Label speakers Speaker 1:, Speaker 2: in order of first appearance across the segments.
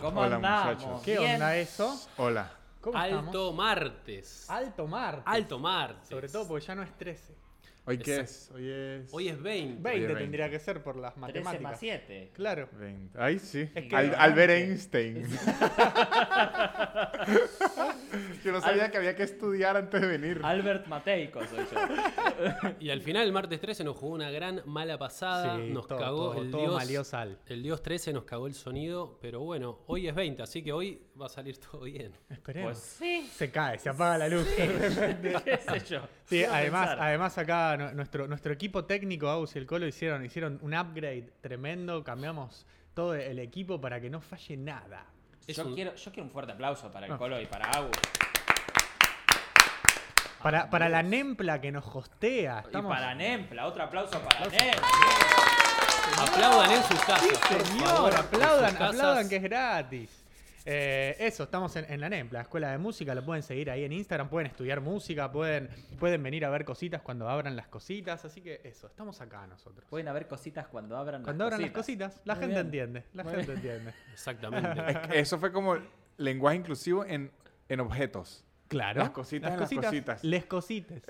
Speaker 1: ¿Cómo
Speaker 2: Hola,
Speaker 1: andamos?
Speaker 2: muchachos.
Speaker 3: ¿Qué
Speaker 1: Bien.
Speaker 3: onda eso?
Speaker 2: Hola.
Speaker 3: ¿Cómo estamos?
Speaker 4: Alto martes.
Speaker 3: Alto mar.
Speaker 4: Alto martes.
Speaker 3: Sobre todo porque ya no es 13.
Speaker 2: ¿Hoy qué
Speaker 4: Exacto.
Speaker 2: es? Hoy es.
Speaker 4: Hoy es 20.
Speaker 3: 20
Speaker 2: 20.
Speaker 3: tendría que ser por las
Speaker 1: 13 más
Speaker 3: matemáticas.
Speaker 1: 7.
Speaker 3: Claro.
Speaker 2: 20. Ay, sí.
Speaker 3: Es que-
Speaker 2: Al- Albert Einstein. Yo no sabía que había que estudiar antes de venir.
Speaker 1: Albert Mateico soy yo.
Speaker 4: Y al final, el martes 13 nos jugó una gran mala pasada.
Speaker 3: Sí,
Speaker 4: nos
Speaker 3: todo,
Speaker 4: cagó
Speaker 3: todo,
Speaker 4: el
Speaker 3: todo
Speaker 4: dios.
Speaker 3: valió sal.
Speaker 4: El dios 13 nos cagó el sonido. Pero bueno, hoy es 20, así que hoy va a salir todo bien.
Speaker 3: Esperemos.
Speaker 1: Pues sí.
Speaker 3: Se cae, se apaga la luz.
Speaker 1: ¿Qué sé yo?
Speaker 3: Sí,
Speaker 1: Quiero
Speaker 3: además,
Speaker 1: pensar.
Speaker 3: además acá nu- nuestro, nuestro equipo técnico, Agus y el Colo, hicieron, hicieron un upgrade tremendo. Cambiamos todo el equipo para que no falle nada.
Speaker 4: Es
Speaker 1: Yo,
Speaker 4: un-
Speaker 1: quiero, yo quiero un fuerte aplauso para el Colo y para Agus.
Speaker 3: Para, para la Nempla que nos hostea.
Speaker 1: Y
Speaker 3: estamos-
Speaker 1: para Nempla. Otro aplauso para Nempla.
Speaker 4: Aplaudan en sus casas. por favor,
Speaker 3: Señor,
Speaker 4: en
Speaker 3: aplaudan,
Speaker 4: sus casas.
Speaker 3: aplaudan que es gratis. Eh, eso, estamos en, en la NEMPLA, Escuela de Música, lo pueden seguir ahí en Instagram, pueden estudiar música, pueden, pueden venir a ver cositas cuando abran las cositas, así que eso, estamos acá nosotros.
Speaker 1: Pueden haber cositas cuando abran
Speaker 3: Cuando
Speaker 1: las
Speaker 3: abran las
Speaker 1: cositas.
Speaker 3: cositas, la
Speaker 1: Muy
Speaker 3: gente
Speaker 1: bien.
Speaker 3: entiende, la
Speaker 1: Muy
Speaker 3: gente entiende.
Speaker 4: Exactamente.
Speaker 2: Es que Eso fue como lenguaje inclusivo en, en objetos.
Speaker 3: Claro.
Speaker 2: Las cositas en las cositas.
Speaker 3: Les cositas.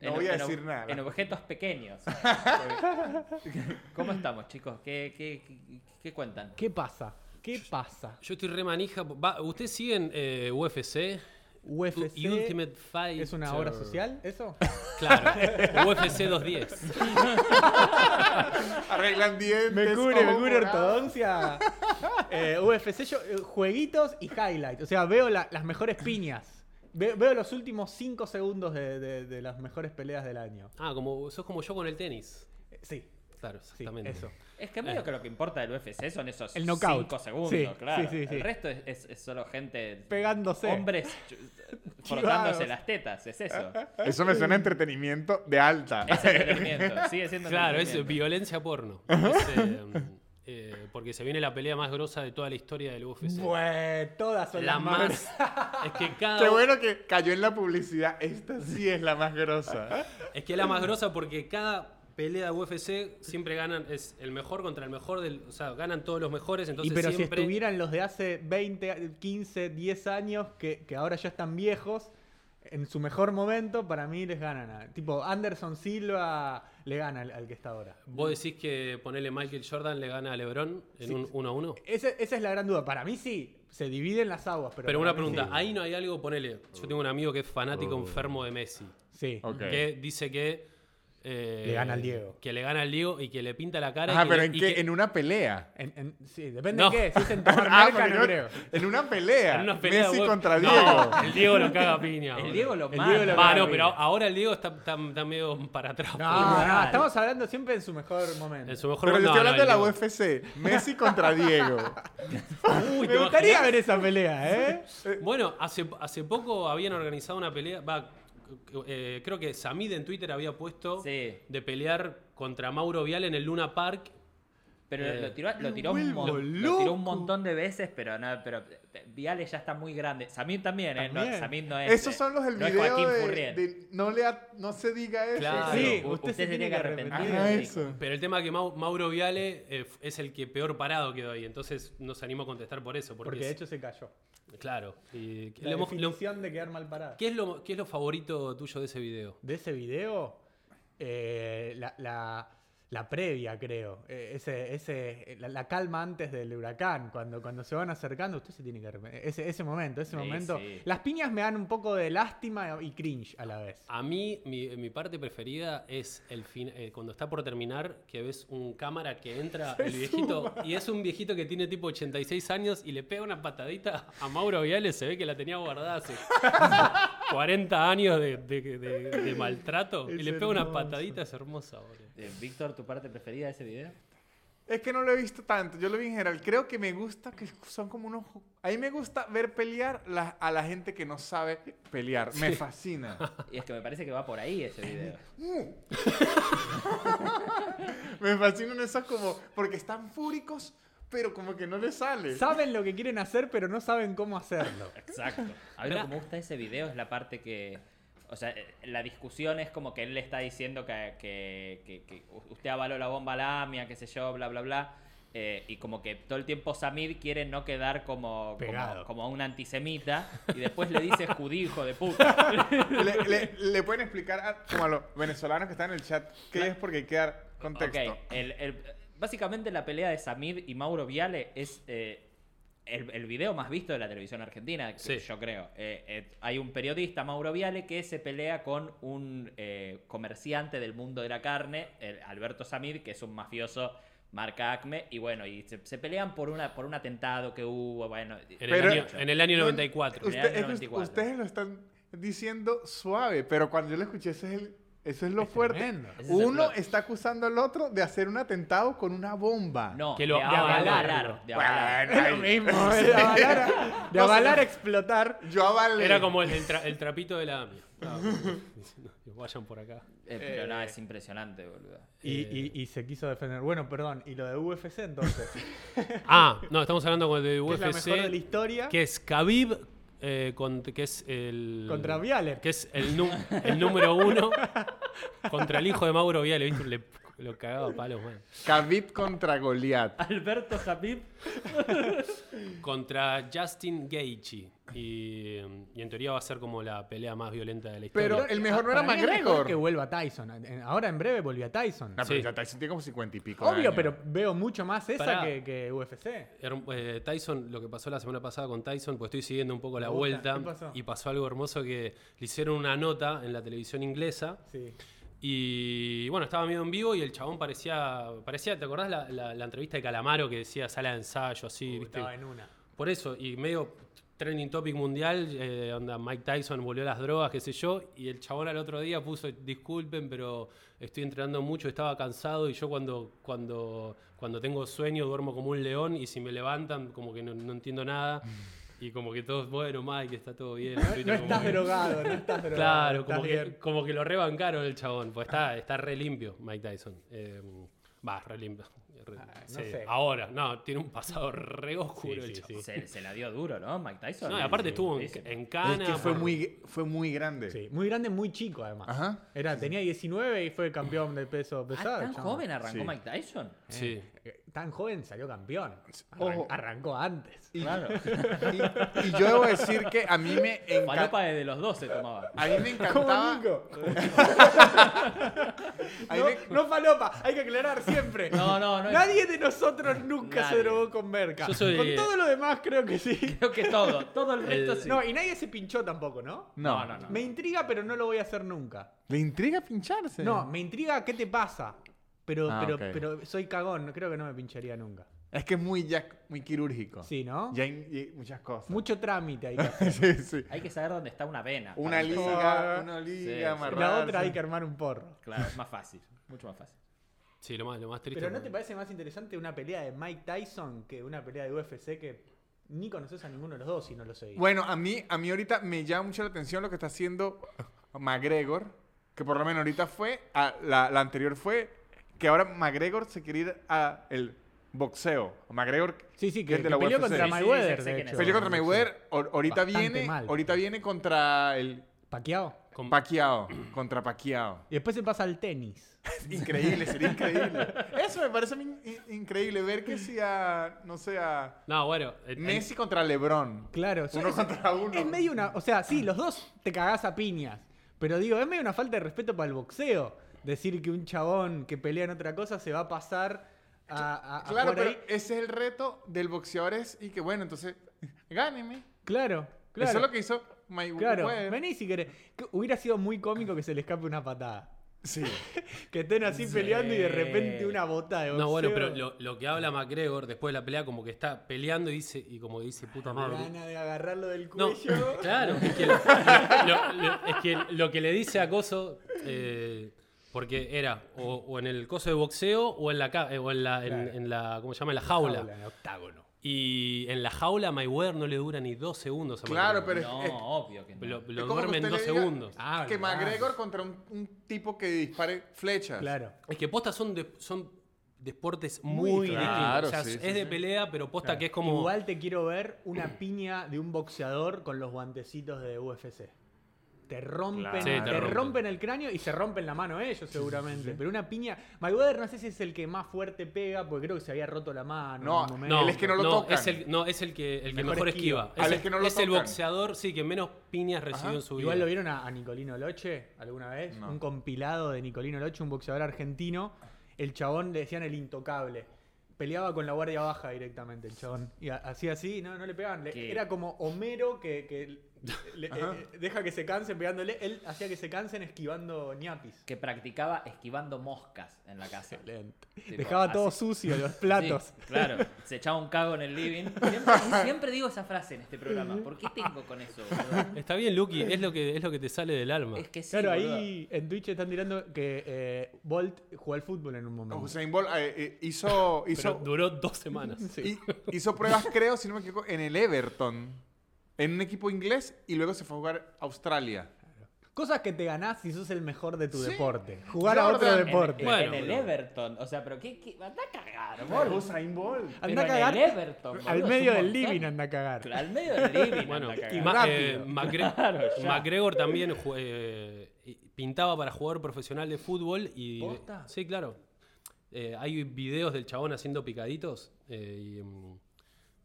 Speaker 2: No
Speaker 1: En-
Speaker 2: voy a
Speaker 1: en-
Speaker 2: decir nada.
Speaker 1: En objetos pequeños. Porque- ¿Cómo estamos, chicos? ¿Qué, qué, qué, qué cuentan?
Speaker 3: ¿Qué pasa? ¿Qué pasa?
Speaker 4: Yo estoy re manija. Va, ¿Ustedes siguen eh, UFC?
Speaker 3: UFC
Speaker 4: Y Ultimate Fight.
Speaker 3: es una obra social, ¿eso?
Speaker 4: Claro. UFC 210.
Speaker 2: Arreglan dientes.
Speaker 3: Me cubre, me
Speaker 2: ojos
Speaker 3: cubre
Speaker 2: morados.
Speaker 3: ortodoncia. Eh, UFC, yo, eh, jueguitos y highlights. O sea, veo la- las mejores piñas. Ve- veo los últimos 5 segundos de, de- de las mejores peleas del año.
Speaker 4: Ah, como, sos como yo con el tenis.
Speaker 3: Eh, Sí,
Speaker 4: Claro,
Speaker 3: sí,
Speaker 4: exactamente.
Speaker 3: eso.
Speaker 1: Es que medio que lo que importa del UFC son esos
Speaker 3: El knockout.
Speaker 1: 5 segundos,
Speaker 3: Sí,
Speaker 1: claro.
Speaker 3: sí, sí, sí.
Speaker 1: El resto es, es- es solo gente.
Speaker 3: Pegándose.
Speaker 1: Hombres ch- frotándose las tetas, es eso.
Speaker 2: Eso me suena a entretenimiento de alta.
Speaker 1: Es entretenimiento, sigue siendo
Speaker 4: Claro, es
Speaker 1: entretenimiento.
Speaker 4: violencia porno. Es, eh, eh, porque se viene la pelea más grosa de toda la historia del UFC.
Speaker 3: Bueno, todas son
Speaker 4: la
Speaker 3: las
Speaker 4: más.
Speaker 3: más.
Speaker 4: Es que cada.
Speaker 2: Qué bueno que cayó en la publicidad. Esta sí es la más grosa.
Speaker 4: Es que es la más grosa porque cada pelea de UFC siempre ganan. Es el mejor contra el mejor. Del, o sea, ganan todos los mejores.
Speaker 3: Y
Speaker 4: Entonces
Speaker 3: pero
Speaker 4: siempre.
Speaker 3: si estuvieran los de hace 20, 15, 10 años, que, que ahora ya están viejos, en su mejor momento, para mí les ganan. a- tipo, Anderson Silva le gana al, al que está ahora.
Speaker 4: Vos decís que ponerle Michael Jordan le gana a LeBron en
Speaker 3: Sí.
Speaker 4: un 1 a 1.
Speaker 3: Ese- esa es la gran duda. Para mí sí, se dividen las aguas. Pero,
Speaker 4: Pero una
Speaker 3: para mí
Speaker 4: pregunta, ahí no hay algo, ponele. Yo tengo un amigo que es fanático
Speaker 3: Oh.
Speaker 4: enfermo de Messi.
Speaker 3: Sí. Sí.
Speaker 2: Ok.
Speaker 4: Que dice que. eh,
Speaker 3: Le gana al Diego.
Speaker 4: Que le gana al Diego y que le pinta la cara. y
Speaker 2: Ajá,
Speaker 4: que
Speaker 2: pero
Speaker 4: le-
Speaker 2: ¿en
Speaker 4: y
Speaker 2: qué?
Speaker 4: que-
Speaker 2: En una pelea.
Speaker 3: En- en- sí, depende
Speaker 4: No.
Speaker 3: de qué. Si es en tomar
Speaker 2: Ah,
Speaker 3: marca,
Speaker 2: pero
Speaker 3: no creo.
Speaker 2: En una pelea.
Speaker 4: En una pelea,
Speaker 2: Messi
Speaker 4: vos-
Speaker 2: contra
Speaker 4: No,
Speaker 2: Diego.
Speaker 4: el Diego lo caga a piña.
Speaker 1: El
Speaker 4: boludo.
Speaker 1: Diego lo
Speaker 3: El
Speaker 1: mata.
Speaker 3: Diego lo
Speaker 4: Va,
Speaker 3: mata.
Speaker 4: no, pero ahora el Diego está, está- está medio para atrás.
Speaker 3: No, no,
Speaker 1: mal.
Speaker 3: estamos hablando siempre en su mejor momento.
Speaker 4: En su mejor
Speaker 2: Pero yo
Speaker 4: no,
Speaker 2: estoy
Speaker 4: no,
Speaker 2: hablando
Speaker 4: el
Speaker 2: de la
Speaker 4: Diego-
Speaker 2: UFC. Messi contra Diego.
Speaker 3: Uy,
Speaker 4: ¿te
Speaker 3: me gustaría
Speaker 4: imaginas?
Speaker 3: ver esa pelea, ¿eh?
Speaker 4: Bueno, hace, hace poco habían organizado una pelea. Va, eh, creo que Samid en Twitter había puesto
Speaker 1: Sí.
Speaker 4: de pelear contra Mauro Vial en el Luna Park.
Speaker 1: Pero
Speaker 4: Eh,
Speaker 1: lo tiró, lo, tiró
Speaker 2: me
Speaker 1: un
Speaker 2: vuelvo
Speaker 1: mon- lo tiró un
Speaker 2: loco.
Speaker 1: montón de veces, pero no, pero eh, Viales ya está muy grande. Samir también, ¿eh? No,
Speaker 3: También.
Speaker 1: Samir no es.
Speaker 2: Esos son los del
Speaker 1: no es
Speaker 2: video
Speaker 1: Joaquín
Speaker 2: de,
Speaker 1: Furriel.
Speaker 2: de Ah, no, lea, no se diga eso.
Speaker 4: Claro.
Speaker 3: sí,
Speaker 1: u-
Speaker 3: usted, se tiene que arrepentir.
Speaker 2: Ajá,
Speaker 1: sí.
Speaker 2: Ah, eso.
Speaker 4: Pero el tema es que Mau- Mauro Viale eh, f- es el que peor parado quedó ahí. Entonces nos animó a contestar por eso. Porque,
Speaker 3: Porque de
Speaker 4: es-
Speaker 3: hecho se cayó.
Speaker 4: Claro. y-
Speaker 3: La
Speaker 4: lo hemos- lo-
Speaker 3: definición de quedar mal parado.
Speaker 4: ¿qué, es lo, qué es lo favorito tuyo de ese video?
Speaker 3: de ese video, eh, la, la- la previa, creo. Eh, ese, ese, la, la calma antes del huracán, cuando, cuando se van acercando, usted se tiene que arrepentir. Ese, ese momento, ese
Speaker 1: Sí,
Speaker 3: momento.
Speaker 1: sí.
Speaker 3: Las piñas me dan un poco de lástima y cringe a la vez.
Speaker 4: A mí, mi, mi parte preferida es el fin, eh, cuando está por terminar, que ves un cámara que entra el viejito. Y es un viejito que tiene tipo 86 años y le pega una patadita a Mauro Viales. Se ve que la tenía guardada hace 40 años de, de- de- de maltrato.
Speaker 3: Es
Speaker 4: y le pega una
Speaker 3: hermoso.
Speaker 4: patadita, es hermosa, boludo.
Speaker 1: Eh, Víctor, ¿tu parte preferida de ese video?
Speaker 2: Es que no lo he visto tanto. Yo lo vi en general. Creo que me gusta que son como unos. A mí me gusta ver pelear la- a la gente que no sabe pelear. Me fascina. Mm.
Speaker 1: Y es que me parece que va por ahí ese video.
Speaker 2: me fascinan esos como. Porque están fúricos, pero como que no les sale.
Speaker 3: Saben lo que quieren hacer, pero no saben cómo hacerlo.
Speaker 1: Exacto. A mí lo que me gusta de ese video es la parte que. O sea, eh, la discusión es como que él le está diciendo que, que- que- que usted avaló la bomba lamia, qué sé yo, bla, bla, bla. eh, y como que todo el tiempo Samir quiere no quedar como, como,
Speaker 3: Pegado.
Speaker 1: como un antisemita y después le dice judío, hijo de puta.
Speaker 2: Le, le- le pueden explicar a, como a los venezolanos que están en el chat qué es porque hay que dar contexto.
Speaker 1: Ok, el- el- básicamente la pelea de Samir y Mauro Viale es eh, el, el video más visto de la televisión argentina, que-
Speaker 4: Sí.
Speaker 1: yo creo. Eh, eh, hay un periodista, Mauro Viale, que se pelea con un eh, comerciante del mundo de la carne, el Alberto Samir, que es un mafioso marca Acme, y bueno, y se, se pelean por, una, por un atentado que hubo, bueno...
Speaker 4: En, el
Speaker 2: Pero-
Speaker 4: año, en el año
Speaker 2: No,
Speaker 4: 94.
Speaker 1: Usted-
Speaker 2: Usted- es que
Speaker 1: 94.
Speaker 2: ustedes lo están diciendo suave, pero cuando yo lo escuché, ese es el- eso es lo fuerte.
Speaker 3: tremendo.
Speaker 1: Ese es el
Speaker 2: Uno
Speaker 1: plot.
Speaker 2: está acusando al otro de hacer un atentado con una bomba.
Speaker 1: No,
Speaker 4: Que lo-
Speaker 1: de
Speaker 4: de
Speaker 1: avalar,
Speaker 4: avalarlo.
Speaker 1: de avalar. Eh,
Speaker 2: Bueno, ahí-
Speaker 3: de avalar, de avalar a explotar.
Speaker 2: Yo avalé.
Speaker 4: Era como el, el tra- el trapito de la AMIA. Vayan por acá.
Speaker 1: Eh, pero nada, es impresionante, boludo.
Speaker 3: Y, y- y se quiso defender. Bueno, perdón, y lo de UFC entonces.
Speaker 4: Ah, no, estamos hablando con el de
Speaker 3: Que es la mejor de la
Speaker 4: UFC.
Speaker 3: historia
Speaker 4: Que es Khabib, eh, con- que es el...
Speaker 3: contra Vialer.
Speaker 4: Que es el, nu- el número uno contra el hijo de Mauro Viale, ¿viste? Le, lo cagaba a palos, man.
Speaker 2: Khabib contra
Speaker 3: Ah,
Speaker 2: Goliat.
Speaker 1: Alberto Jamil
Speaker 4: Contra Justin Gaethje. Y, y en teoría va a ser como la pelea más violenta de la historia.
Speaker 2: Pero el mejor no
Speaker 3: Para
Speaker 2: era
Speaker 3: mí es mejor
Speaker 2: McGregor.
Speaker 3: Que vuelva Tyson. En- en- Ahora en breve volvió Tyson.
Speaker 2: No, pero
Speaker 4: Sí.
Speaker 2: ya Tyson tiene como cincuenta y pico. de
Speaker 3: Obvio,
Speaker 2: años.
Speaker 3: pero veo mucho más esa
Speaker 4: Pará.
Speaker 3: que, que UFC.
Speaker 4: Her- eh, Tyson, lo que pasó la semana pasada con Tyson, pues estoy siguiendo un poco la
Speaker 3: Me gusta.
Speaker 4: vuelta
Speaker 3: ¿Qué pasó?
Speaker 4: y pasó algo hermoso que le hicieron una nota en la televisión inglesa
Speaker 3: Sí.
Speaker 4: y bueno, estaba medio en vivo y el chabón parecía, parecía ¿te acordás la, la- la entrevista de Calamaro que decía sala de ensayo así? ¿viste?
Speaker 3: Uh, Estaba en una.
Speaker 4: Por eso, y medio trending topic mundial, eh, onda Mike Tyson volvió a las drogas, qué sé yo, y el chabón al otro día puso, disculpen, pero estoy entrenando mucho, estaba cansado y yo cuando, cuando, cuando tengo sueño duermo como un león y si me levantan como que no, no entiendo nada y como que todos, bueno, Mike, está todo
Speaker 3: Mm.
Speaker 4: bien.
Speaker 3: No estás drogado, no estás drogado.
Speaker 4: Claro,
Speaker 3: estás
Speaker 4: como que,
Speaker 3: bien.
Speaker 4: como que lo rebancaron el chabón, pues está, está re limpio Mike Tyson. Eh, Va, re limpio. Re-
Speaker 3: Ah, no
Speaker 4: sí,
Speaker 3: sé.
Speaker 4: Ahora, no, tiene un pasado re oscuro el chabón.
Speaker 1: Se, se la dio duro, ¿no? Mike Tyson.
Speaker 4: No, y aparte
Speaker 1: Sí,
Speaker 4: estuvo en,
Speaker 1: buenísimo.
Speaker 4: en
Speaker 2: Es
Speaker 4: Cana.
Speaker 2: que fue
Speaker 4: por-
Speaker 2: muy, fue muy grande.
Speaker 3: Sí, muy grande, muy chico además.
Speaker 2: Ajá.
Speaker 3: Era, tenía 19 y fue campeón de peso
Speaker 1: Ah,
Speaker 3: pesado.
Speaker 1: ¿Tan
Speaker 3: chabón.
Speaker 1: joven arrancó
Speaker 2: Sí.
Speaker 1: Mike Tyson?
Speaker 4: Sí.
Speaker 3: Eh, Tan joven salió campeón. Arran-
Speaker 2: Ojo.
Speaker 3: arrancó antes.
Speaker 1: Claro.
Speaker 2: Y, y yo debo decir que a mí me encanta.
Speaker 1: Falopa desde los 12 tomaba.
Speaker 2: A mí me
Speaker 3: Como
Speaker 2: encantaba.
Speaker 3: Nico.
Speaker 2: a mí
Speaker 3: No,
Speaker 2: me-
Speaker 3: no falopa, hay que aclarar siempre.
Speaker 1: No, no, no.
Speaker 3: Nadie de nosotros nunca
Speaker 1: Nadie.
Speaker 3: se drogó con merca.
Speaker 4: Yo soy-
Speaker 3: Con todo lo demás creo que sí.
Speaker 1: Creo que todo, todo el resto sí.
Speaker 3: No, y nadie se pinchó tampoco, ¿no?
Speaker 1: No, no, no.
Speaker 3: Me intriga, pero no lo voy a hacer nunca.
Speaker 2: Le intriga pincharse.
Speaker 3: No, me intriga qué te pasa. Pero,
Speaker 2: Ah,
Speaker 3: pero,
Speaker 2: ok.
Speaker 3: pero soy cagón, no- creo que no me pincharía nunca.
Speaker 2: Es que es muy, ya, muy quirúrgico.
Speaker 3: Sí, ¿no?
Speaker 2: Ya hay, y hay muchas cosas.
Speaker 3: Mucho trámite hay que hacer.
Speaker 2: sí, sí.
Speaker 1: Hay que saber dónde está una vena.
Speaker 2: Una
Speaker 1: para empezar.
Speaker 2: liga, una
Speaker 1: Sí, sí.
Speaker 2: liga,
Speaker 1: La
Speaker 2: amarrarse.
Speaker 3: La otra hay que armar un porro.
Speaker 1: Claro, es más fácil. Mucho más fácil.
Speaker 4: Sí, lo más, lo más triste.
Speaker 3: Pero ¿no
Speaker 4: fue-
Speaker 3: te parece más interesante una pelea de Mike Tyson que una pelea de UFC que ni conoces a ninguno de los dos si no lo seguís?
Speaker 2: Bueno, a mí, a mí ahorita me llama mucho la atención lo que está haciendo McGregor, que por lo menos ahorita fue, a- la, la anterior fue, que ahora McGregor se quiere ir a el boxeo. McGregor
Speaker 3: sí, sí,
Speaker 2: que es de la
Speaker 3: peleó
Speaker 2: UFC.
Speaker 3: contra
Speaker 2: Sí,
Speaker 1: sí,
Speaker 3: Mayweather,
Speaker 1: sé- sé
Speaker 3: de
Speaker 1: quién es.
Speaker 3: hecho.
Speaker 2: peleó contra Mayweather, o- ahorita
Speaker 3: Bastante
Speaker 2: viene,
Speaker 3: mal.
Speaker 2: ahorita viene contra el
Speaker 3: Paqueado.
Speaker 4: con-
Speaker 2: Paquiao, contra Paquiao.
Speaker 3: Y después se pasa al tenis.
Speaker 2: Increíble, sería increíble. Eso me parece a mí in- increíble, ver que si a, no sé, a
Speaker 4: No, bueno. eh,
Speaker 2: Messi contra LeBron.
Speaker 3: Claro.
Speaker 2: Uno
Speaker 3: es-
Speaker 2: contra uno.
Speaker 3: Es medio una... O sea, sí, los dos te cagás a piñas. Pero digo, es medio una falta de respeto para el boxeo. Decir que un chabón que pelea en otra cosa se va a pasar a, a- a
Speaker 2: Claro,
Speaker 3: jugar
Speaker 2: pero
Speaker 3: Ah, ahí.
Speaker 2: ese es el reto del boxeador es y que bueno, entonces gáneme.
Speaker 3: Claro, claro.
Speaker 2: Eso es lo que hizo pues. Mayweather.
Speaker 3: Claro, vení si querés. Que Hubiera sido muy cómico que se le escape una patada.
Speaker 2: Sí.
Speaker 3: Que estén así
Speaker 1: Sí.
Speaker 3: peleando y de repente una bota de
Speaker 4: no,
Speaker 3: boxeo.
Speaker 4: bueno, pero lo, lo que habla McGregor después de la pelea, como que está peleando y dice, y como que dice, puta
Speaker 3: La
Speaker 4: madre.
Speaker 3: gana de agarrarlo del
Speaker 4: No,
Speaker 3: cuello.
Speaker 4: claro. Es que lo, lo- lo- es que lo que le dice a Coso, eh, porque era o, o en el coso de boxeo o en la, ca- eh, o en la, en-
Speaker 3: Claro.
Speaker 4: en la ¿cómo se llama? En la jaula.
Speaker 3: en octágono.
Speaker 4: Y en la jaula Mayweather no le dura ni dos segundos. a
Speaker 2: Claro,
Speaker 4: McGregor.
Speaker 2: pero es-
Speaker 1: No,
Speaker 2: es,
Speaker 1: obvio que no.
Speaker 4: Lo, lo
Speaker 2: es como que
Speaker 4: duerme en
Speaker 2: usted
Speaker 4: dos
Speaker 2: le diga
Speaker 4: segundos.
Speaker 3: Ah,
Speaker 2: que
Speaker 3: verdad.
Speaker 2: McGregor contra un, un tipo que dispare flechas.
Speaker 3: Claro.
Speaker 4: Es que posta son, de- son deportes
Speaker 3: Muy
Speaker 4: muy, distintos.
Speaker 2: claro,
Speaker 4: O sea,
Speaker 2: sí,
Speaker 4: es
Speaker 2: sí,
Speaker 4: de
Speaker 2: sí.
Speaker 4: pelea, pero posta que es como.
Speaker 3: Igual te quiero ver una piña de un boxeador con los guantecitos de UFC. te rompen,
Speaker 2: Claro.
Speaker 4: Sí, te
Speaker 3: te,
Speaker 4: rompen.
Speaker 3: rompen. el cráneo y se rompen la mano ellos seguramente. Pero una piña. Mayweather no sé si es el que más fuerte pega, porque creo que se había roto la mano.
Speaker 2: No,
Speaker 3: en un momento.
Speaker 4: No,
Speaker 2: Él es que no lo tocan.
Speaker 4: Es el, no, es el que, el que
Speaker 3: Mejor
Speaker 4: mejor
Speaker 3: esquiva.
Speaker 4: esquiva.
Speaker 2: Ah,
Speaker 4: Es,
Speaker 2: el
Speaker 4: el,
Speaker 2: que no lo
Speaker 4: es el
Speaker 2: tocan.
Speaker 4: boxeador, sí, que menos piñas recibió
Speaker 2: Ajá.
Speaker 4: en su vida.
Speaker 3: Igual lo vieron a, a Nicolino Loche alguna vez,
Speaker 2: No.
Speaker 3: un compilado de Nicolino Loche, un boxeador argentino. El chabón le decían el intocable. Peleaba con la guardia baja directamente el chabón. Y a- así, así, no, no le pegaban. Le-
Speaker 1: ¿Qué?
Speaker 3: era como Homero que, que le-
Speaker 2: Ajá.
Speaker 3: eh, deja que se cansen pegándole. Él hacía que se cansen esquivando ñapis.
Speaker 1: Que practicaba esquivando moscas en la casa.
Speaker 3: Excelente.
Speaker 1: Tipo,
Speaker 3: Dejaba todo
Speaker 1: así-
Speaker 3: sucio los platos.
Speaker 1: Sí, claro, se echaba un cago en el living. Siempre, siempre digo esa frase en este programa. ¿Por qué tengo con eso? boludo?
Speaker 4: Está bien, Lucky, es lo que, es lo que te sale del alma.
Speaker 1: Es que sí,
Speaker 3: Claro,
Speaker 1: boludo.
Speaker 3: ahí en Twitch están tirando que eh, Bolt jugó al fútbol en un
Speaker 1: Oh,
Speaker 3: momento.
Speaker 2: Usain Bolt eh, eh, hizo,
Speaker 4: Pero
Speaker 2: hizo,
Speaker 4: duró dos semanas.
Speaker 3: Sí.
Speaker 2: hi- hizo pruebas, creo, si no me equivoco, en el Everton. En un equipo inglés y luego se fue a jugar a Australia.
Speaker 3: Cosas que te ganás si sos el mejor de tu
Speaker 2: Sí.
Speaker 3: deporte. Jugar a
Speaker 2: Jordan,
Speaker 3: otro
Speaker 2: en-
Speaker 1: En,
Speaker 3: deporte.
Speaker 1: en-
Speaker 4: Bueno,
Speaker 1: en el
Speaker 4: boludo.
Speaker 1: Everton. O sea, pero qué. qué- Andá a cagar, boludo.
Speaker 2: Usain Bolt.
Speaker 1: Pero
Speaker 3: Andá a
Speaker 1: en
Speaker 3: cagar
Speaker 1: el Everton, boludo,
Speaker 3: Al
Speaker 1: es un
Speaker 3: medio del
Speaker 1: montón.
Speaker 3: living anda a cagar.
Speaker 1: Al medio del living.
Speaker 4: Bueno,
Speaker 1: anda a cagar.
Speaker 4: y
Speaker 3: cagada.
Speaker 4: Ma-
Speaker 3: Rápido.
Speaker 4: eh, Macgre-
Speaker 1: ya.
Speaker 4: McGregor también jue- eh, y- pintaba para jugador profesional de fútbol y.
Speaker 3: ¿Posta?
Speaker 4: Sí, claro. Eh, hay videos del chabón haciendo picaditos eh, y, mm,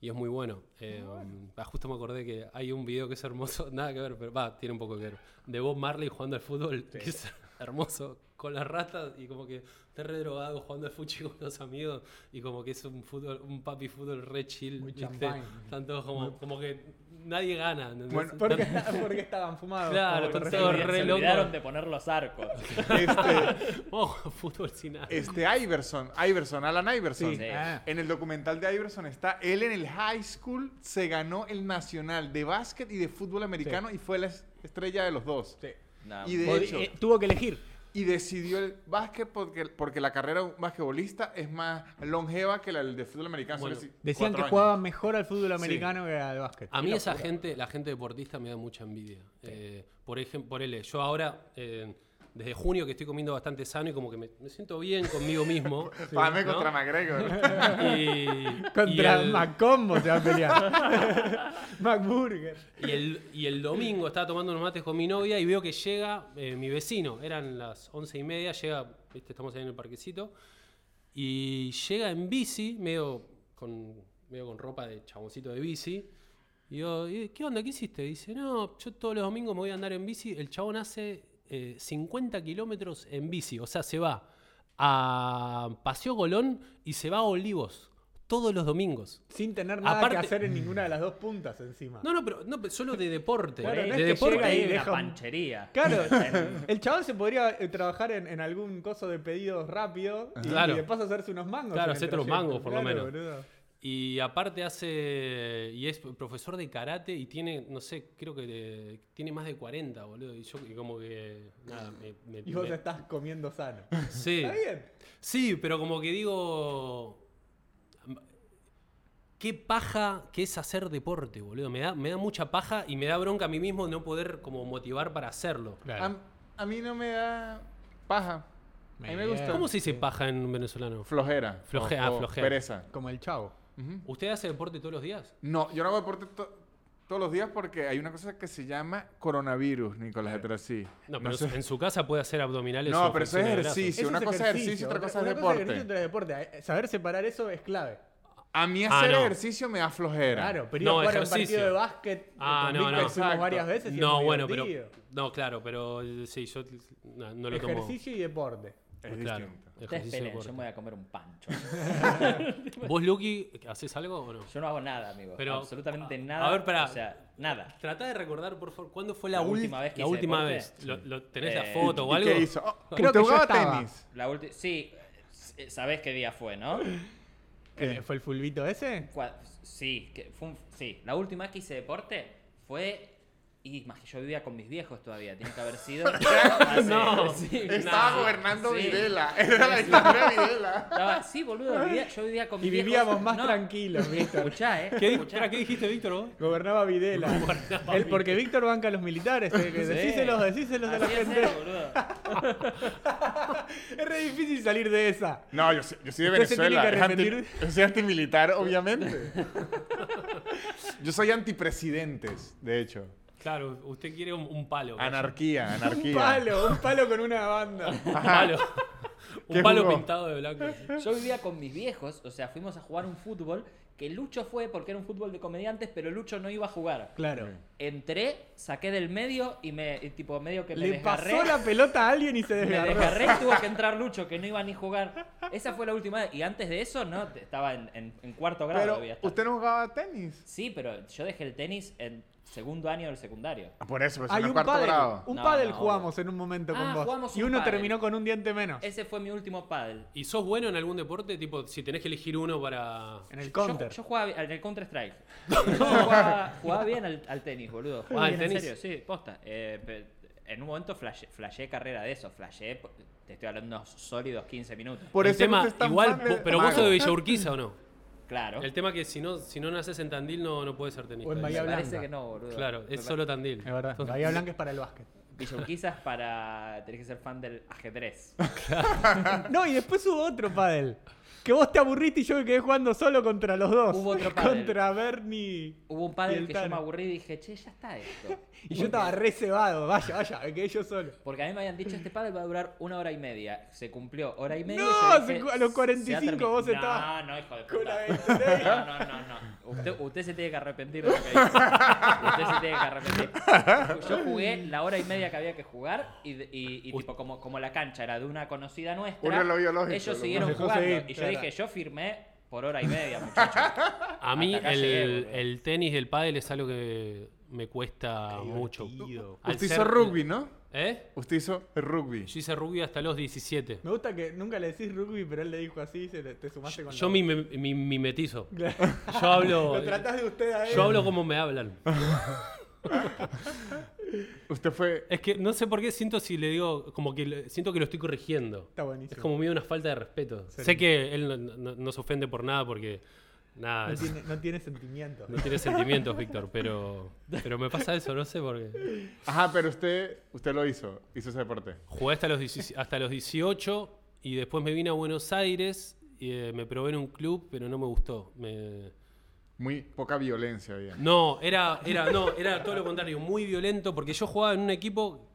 Speaker 4: y es muy bueno. Eh, mm, ah, justo me acordé que hay un video que es hermoso, nada que ver, pero va, tiene un poco que ver. De Bob Marley jugando al fútbol, que es hermoso, con las ratas y como que está re drogado jugando al fuchi con los amigos y como que es un fútbol, un papi fútbol re chill.
Speaker 3: Muy
Speaker 4: ¿viste?
Speaker 3: champagne.
Speaker 4: Están todos como, como que nadie gana. ¿entendés?
Speaker 2: Bueno,
Speaker 3: Porque, está- porque estaban fumados. Como
Speaker 4: Claro, con
Speaker 1: Se
Speaker 3: te
Speaker 4: todo
Speaker 3: refieres.
Speaker 1: olvidaron-
Speaker 4: re
Speaker 1: se
Speaker 4: loco.
Speaker 1: olvidaron de poner los arcos.
Speaker 2: Este,
Speaker 4: Oh, fútbol sin nada.
Speaker 2: este Iverson, Iverson, Alan Iverson.
Speaker 3: Sí.
Speaker 1: Sí.
Speaker 3: Ah.
Speaker 2: En el documental de Iverson está, él en el high school se ganó el nacional de básquet y de fútbol americano y fue la es- estrella de los dos.
Speaker 1: No,
Speaker 2: Y de
Speaker 3: Pod-
Speaker 2: hecho-
Speaker 3: eh, tuvo que elegir.
Speaker 2: Y decidió el básquet porque, porque la carrera de un basquetbolista es más longeva que la del de fútbol americano.
Speaker 4: Bueno,
Speaker 2: Son casi
Speaker 3: Decían
Speaker 2: cuatro
Speaker 3: que
Speaker 2: años.
Speaker 3: jugaban mejor al fútbol americano que al básquet.
Speaker 4: A mí esa gente, la gente deportista me da mucha envidia. Eh, por ejemplo, por él, yo ahora, eh, desde junio que estoy comiendo bastante sano y como que me, me siento bien conmigo mismo.
Speaker 2: Pame
Speaker 4: ¿no?
Speaker 2: contra McGregor.
Speaker 4: Y,
Speaker 3: Contra
Speaker 4: y el-
Speaker 3: Macombo se va a pelear. MacBurger.
Speaker 4: Y el, y el domingo estaba tomando unos mates con mi novia y veo que llega eh, mi vecino. Eran las once y media, llega, viste, estamos ahí en el parquecito. Y llega en bici, medio con, medio con ropa de chaboncito de bici. Y yo, "¿Y ¿qué onda? ¿Qué hiciste? Dice, no, yo todos los domingos me voy a andar en bici. El chabón hace eh, 50 kilómetros en bici. O sea, se va a Paseo Colón y se va a Olivos todos los domingos.
Speaker 3: Sin tener nada
Speaker 4: Aparte-
Speaker 3: que hacer en ninguna de las dos puntas encima.
Speaker 4: No, no, pero, no, pero solo de deporte. ¿eh?
Speaker 3: Claro,
Speaker 4: de
Speaker 3: no es que
Speaker 4: deporte.
Speaker 3: llega
Speaker 1: Porque
Speaker 3: y
Speaker 1: hay una
Speaker 3: deja un-
Speaker 1: panchería.
Speaker 3: Claro, el chabón se podría eh, trabajar en, en algún coso de pedidos rápido y,
Speaker 4: Claro.
Speaker 3: y de paso hacerse unos mangos. en
Speaker 4: Claro,
Speaker 3: el
Speaker 4: hacete unos
Speaker 3: trayecto.
Speaker 4: mangos, por lo
Speaker 3: Claro,
Speaker 4: menos.
Speaker 3: boludo.
Speaker 4: Y aparte hace. Y es profesor de karate y tiene, no sé, creo que de- tiene más de 40, boludo. Y yo, y como que. Nada, me. me-
Speaker 3: Y vos
Speaker 4: me-
Speaker 3: estás comiendo sano.
Speaker 4: sí.
Speaker 3: Está bien.
Speaker 4: Sí, pero como que digo. Qué paja que es hacer deporte, boludo. Me da, me da mucha paja y me da bronca a mí mismo no poder como motivar para hacerlo.
Speaker 2: A, a mí no me da paja. A mí me
Speaker 3: Bien.
Speaker 2: gusta.
Speaker 4: ¿Cómo se dice paja en venezolano?
Speaker 2: Flojera.
Speaker 4: Floje-
Speaker 2: O-
Speaker 4: ah,
Speaker 2: o
Speaker 4: flojera.
Speaker 2: Pereza.
Speaker 3: Como el chavo.
Speaker 2: Ujú.
Speaker 4: ¿Usted hace deporte todos los días?
Speaker 2: No, yo no hago deporte to- todos los días porque hay una cosa que se llama coronavirus, Nicolás de Trasí.
Speaker 4: No, pero
Speaker 2: sé-
Speaker 4: en su casa puede hacer abdominales.
Speaker 2: No,
Speaker 4: o
Speaker 2: pero eso es
Speaker 4: flexiones de brazos.
Speaker 2: ejercicio.
Speaker 3: Eso
Speaker 2: una
Speaker 3: es
Speaker 2: cosa es ejercicio, otra cosa es deporte.
Speaker 3: ejercicio, otra es deporte. Eh, Saber separar eso es clave.
Speaker 2: A mí
Speaker 4: Ah,
Speaker 2: hacer
Speaker 4: no.
Speaker 2: ejercicio me da flojera.
Speaker 3: Claro, pero ir a
Speaker 4: No,
Speaker 3: jugar a un
Speaker 4: ejercicio.
Speaker 3: partido de básquet
Speaker 4: Ah,
Speaker 3: con
Speaker 4: no,
Speaker 3: Víctor
Speaker 4: no.
Speaker 3: hicimos
Speaker 2: Exacto.
Speaker 3: varias veces. y es
Speaker 4: No,
Speaker 3: muy
Speaker 4: bueno,
Speaker 3: divertido.
Speaker 4: pero. No, claro, pero eh, sí, yo no, no lo tomo.
Speaker 3: Ejercicio y deporte.
Speaker 2: Es
Speaker 4: Claro,
Speaker 2: distinto.
Speaker 1: Ustedes
Speaker 4: ejercicio
Speaker 1: peleen,
Speaker 4: deporte.
Speaker 1: yo me voy a comer un pancho.
Speaker 4: ¿Vos, Lucky, haces algo o no?
Speaker 1: Yo no hago nada, amigo.
Speaker 4: Pero-
Speaker 1: absolutamente
Speaker 4: a-
Speaker 1: nada.
Speaker 4: a ver, pará.
Speaker 1: O sea, nada.
Speaker 4: Trata de recordar, por favor, ¿cuándo fue la,
Speaker 1: La
Speaker 4: ul-
Speaker 1: última vez que
Speaker 4: La
Speaker 1: hice
Speaker 4: última
Speaker 1: deporte.
Speaker 4: vez. Lo- lo- ¿Tenés
Speaker 1: Eh,
Speaker 4: la foto o
Speaker 2: ¿Y
Speaker 4: algo?
Speaker 2: qué hizo? Oh,
Speaker 3: Creo
Speaker 2: ¿usted
Speaker 3: que yo
Speaker 2: jugaba
Speaker 3: estaba.
Speaker 2: tenis?
Speaker 1: La última. Sí, eh, sabés qué día fue, ¿no?
Speaker 3: Eh, ¿Fue el fulbito ese?
Speaker 1: Cua- Sí, que fue un- sí, la última vez que hice deporte fue. Y más que yo vivía con mis viejos todavía, tiene que haber sido. hace-
Speaker 4: No,
Speaker 1: sí,
Speaker 2: Estaba
Speaker 1: nah.
Speaker 2: gobernando
Speaker 1: Sí.
Speaker 2: Videla. Era la dictadura de Videla.
Speaker 1: Estaba- sí, boludo, vivía- yo vivía con mis
Speaker 3: Y
Speaker 1: viejos.
Speaker 3: vivíamos más
Speaker 1: No,
Speaker 3: tranquilos, Víctor.
Speaker 1: Escuchá, eh.
Speaker 4: ¿Qué, di-
Speaker 1: escuchá.
Speaker 4: pará, ¿qué dijiste, Víctor? vos?
Speaker 3: Gobernaba Videla.
Speaker 4: Gobernaba
Speaker 3: Él- porque Víctor banca a los militares. eh, que
Speaker 1: Sí.
Speaker 3: Decíselos, decíselos a la
Speaker 1: Así es,
Speaker 3: gente.
Speaker 1: eh, boludo.
Speaker 3: Es re difícil salir de esa.
Speaker 2: No, yo, soy- yo soy de
Speaker 3: Usted se tiene
Speaker 2: Venezuela.
Speaker 3: que
Speaker 2: es anti-
Speaker 3: arrepentir.
Speaker 2: yo soy antimilitar, obviamente. yo soy antipresidentes, de hecho.
Speaker 4: Claro, usted quiere un, un palo.
Speaker 2: Ah,
Speaker 4: gallo.
Speaker 2: Anarquía, anarquía.
Speaker 3: Un palo, un palo con una banda.
Speaker 4: Un palo.
Speaker 2: ah. ¿Qué
Speaker 4: un palo
Speaker 2: jugó?
Speaker 4: pintado de blanco.
Speaker 1: Yo vivía con mis viejos, o sea, fuimos a jugar un fútbol que Lucho fue porque era un fútbol de comediantes, pero Lucho no iba a jugar.
Speaker 3: Claro.
Speaker 1: Entré, saqué del medio y me y tipo medio que me
Speaker 3: Le
Speaker 1: desgarré.
Speaker 3: pasó la pelota a alguien y se
Speaker 1: Me
Speaker 3: desgarró.
Speaker 1: desgarré y tuvo que entrar Lucho, que no iba ni a jugar. Esa fue la última vez. Y antes de eso, no, te- estaba en, en- en cuarto grado.
Speaker 2: Pero
Speaker 1: debía estar.
Speaker 2: usted no jugaba tenis.
Speaker 1: Sí, pero yo dejé el tenis en segundo año del secundario.
Speaker 2: Ah, Por eso, pero
Speaker 3: Hay
Speaker 2: en
Speaker 3: un
Speaker 2: cuarto
Speaker 3: pádel,
Speaker 2: grado.
Speaker 3: un
Speaker 1: No,
Speaker 3: pádel
Speaker 1: no.
Speaker 3: jugamos en un momento con
Speaker 1: Ah,
Speaker 3: vos
Speaker 1: jugamos
Speaker 3: y
Speaker 1: un
Speaker 3: uno
Speaker 1: pádel.
Speaker 3: terminó con un diente menos
Speaker 1: Ese fue mi último paddle.
Speaker 4: ¿Y sos bueno en algún deporte? Tipo, si tenés que elegir uno para.
Speaker 3: en el counter.
Speaker 1: Yo, yo jugaba en el Counter Strike. jugaba, jugaba bien al, al tenis, boludo. Jugaba
Speaker 4: Ah, ¿al
Speaker 1: bien, en
Speaker 4: tenis?
Speaker 1: serio, sí, posta. Eh, pe- en un momento flashe- flasheé carrera de eso, flasheé, po- te estoy hablando unos sólidos 15 minutos.
Speaker 2: Por
Speaker 4: el
Speaker 2: eso
Speaker 4: tema,
Speaker 2: usted es tan
Speaker 4: igual,
Speaker 2: fan de-
Speaker 4: vo- pero vos
Speaker 2: Mago.
Speaker 4: sos de Villa Urquiza o no?
Speaker 1: Claro.
Speaker 4: El tema que si no, si no naces en Tandil no, no puedes ser tenista.
Speaker 3: O en Bahía
Speaker 1: me parece
Speaker 3: Blanca.
Speaker 1: que no, boludo.
Speaker 4: Claro,
Speaker 1: Me
Speaker 4: es
Speaker 1: pa-
Speaker 4: solo Tandil.
Speaker 3: Es verdad.
Speaker 4: Entonces,
Speaker 3: Bahía Blanca es para el básquet.
Speaker 1: Villurquiza es para. tenés que ser fan del ajedrez. Ah.
Speaker 3: No, y después hubo otro pádel. Que vos te aburriste y yo me quedé jugando solo contra los dos.
Speaker 1: Hubo otro pádel.
Speaker 3: Contra Bernie.
Speaker 1: Hubo un
Speaker 3: Y
Speaker 1: padre
Speaker 3: el
Speaker 1: que yo me
Speaker 3: Tano.
Speaker 1: aburrí y dije, che, ya está esto.
Speaker 3: Y yo estaba re cebado. Vaya, vaya, me quedé yo solo.
Speaker 1: Porque a mí me habían dicho, este padre va a durar una hora y media. Se cumplió hora y media.
Speaker 3: No,
Speaker 1: y yo
Speaker 3: se cu- a los
Speaker 1: "Se ha
Speaker 3: 45
Speaker 1: terminado".
Speaker 3: vos
Speaker 1: no,
Speaker 3: estabas
Speaker 1: No, hijo de
Speaker 3: con la
Speaker 1: puta. No, no, no, no. Usted, usted se tiene que arrepentir de lo que hizo. Usted se tiene que arrepentir. Yo jugué la hora y media que había que jugar y, y- y tipo, como, como la cancha era de una conocida nuestra,
Speaker 2: Un reloj biológico,
Speaker 1: ellos
Speaker 2: lo
Speaker 1: siguieron
Speaker 3: dejó
Speaker 1: jugando.
Speaker 3: seguir,
Speaker 1: y yo
Speaker 3: claro.
Speaker 1: dije, yo firmé por hora y media, muchachos.
Speaker 4: A mí
Speaker 1: Hasta acá
Speaker 4: el,
Speaker 1: llegué, boludo.
Speaker 4: el tenis y el pádel es algo que me cuesta mucho. Al
Speaker 2: Usted hizo
Speaker 4: ser-
Speaker 2: rugby, ¿no?
Speaker 4: ¿Eh?
Speaker 2: Usted hizo rugby.
Speaker 4: Yo hice rugby hasta los 17.
Speaker 3: Me gusta que nunca le decís rugby, pero él le dijo así y se te, te sumaste con
Speaker 4: Yo
Speaker 3: la-
Speaker 4: mi- mi- mi- mimetizo.
Speaker 3: Claro.
Speaker 4: Yo hablo.
Speaker 3: Lo tratás de usted a él.
Speaker 4: Yo hablo como me hablan.
Speaker 2: Usted fue.
Speaker 4: Es que no sé por qué siento si le digo, como que le- siento que lo estoy corrigiendo.
Speaker 3: Está buenísimo.
Speaker 4: Es como medio una falta de respeto.
Speaker 3: Sí.
Speaker 4: Sé que él no, no- no se ofende por nada porque nada,
Speaker 3: No
Speaker 4: es-
Speaker 3: tiene, no tiene sentimientos.
Speaker 4: no tiene sentimientos, Víctor, pero pero me pasa eso, no sé por qué.
Speaker 2: Ajá, pero usted, usted lo hizo. Hizo ese deporte.
Speaker 4: Jugué hasta los, 17 hasta los 18 y después me vine a Buenos Aires y eh, me probé en un club, pero no me gustó. Me-
Speaker 2: Muy poca violencia había.
Speaker 4: No, era, era, no, era todo lo contrario, muy violento, porque yo jugaba en un equipo,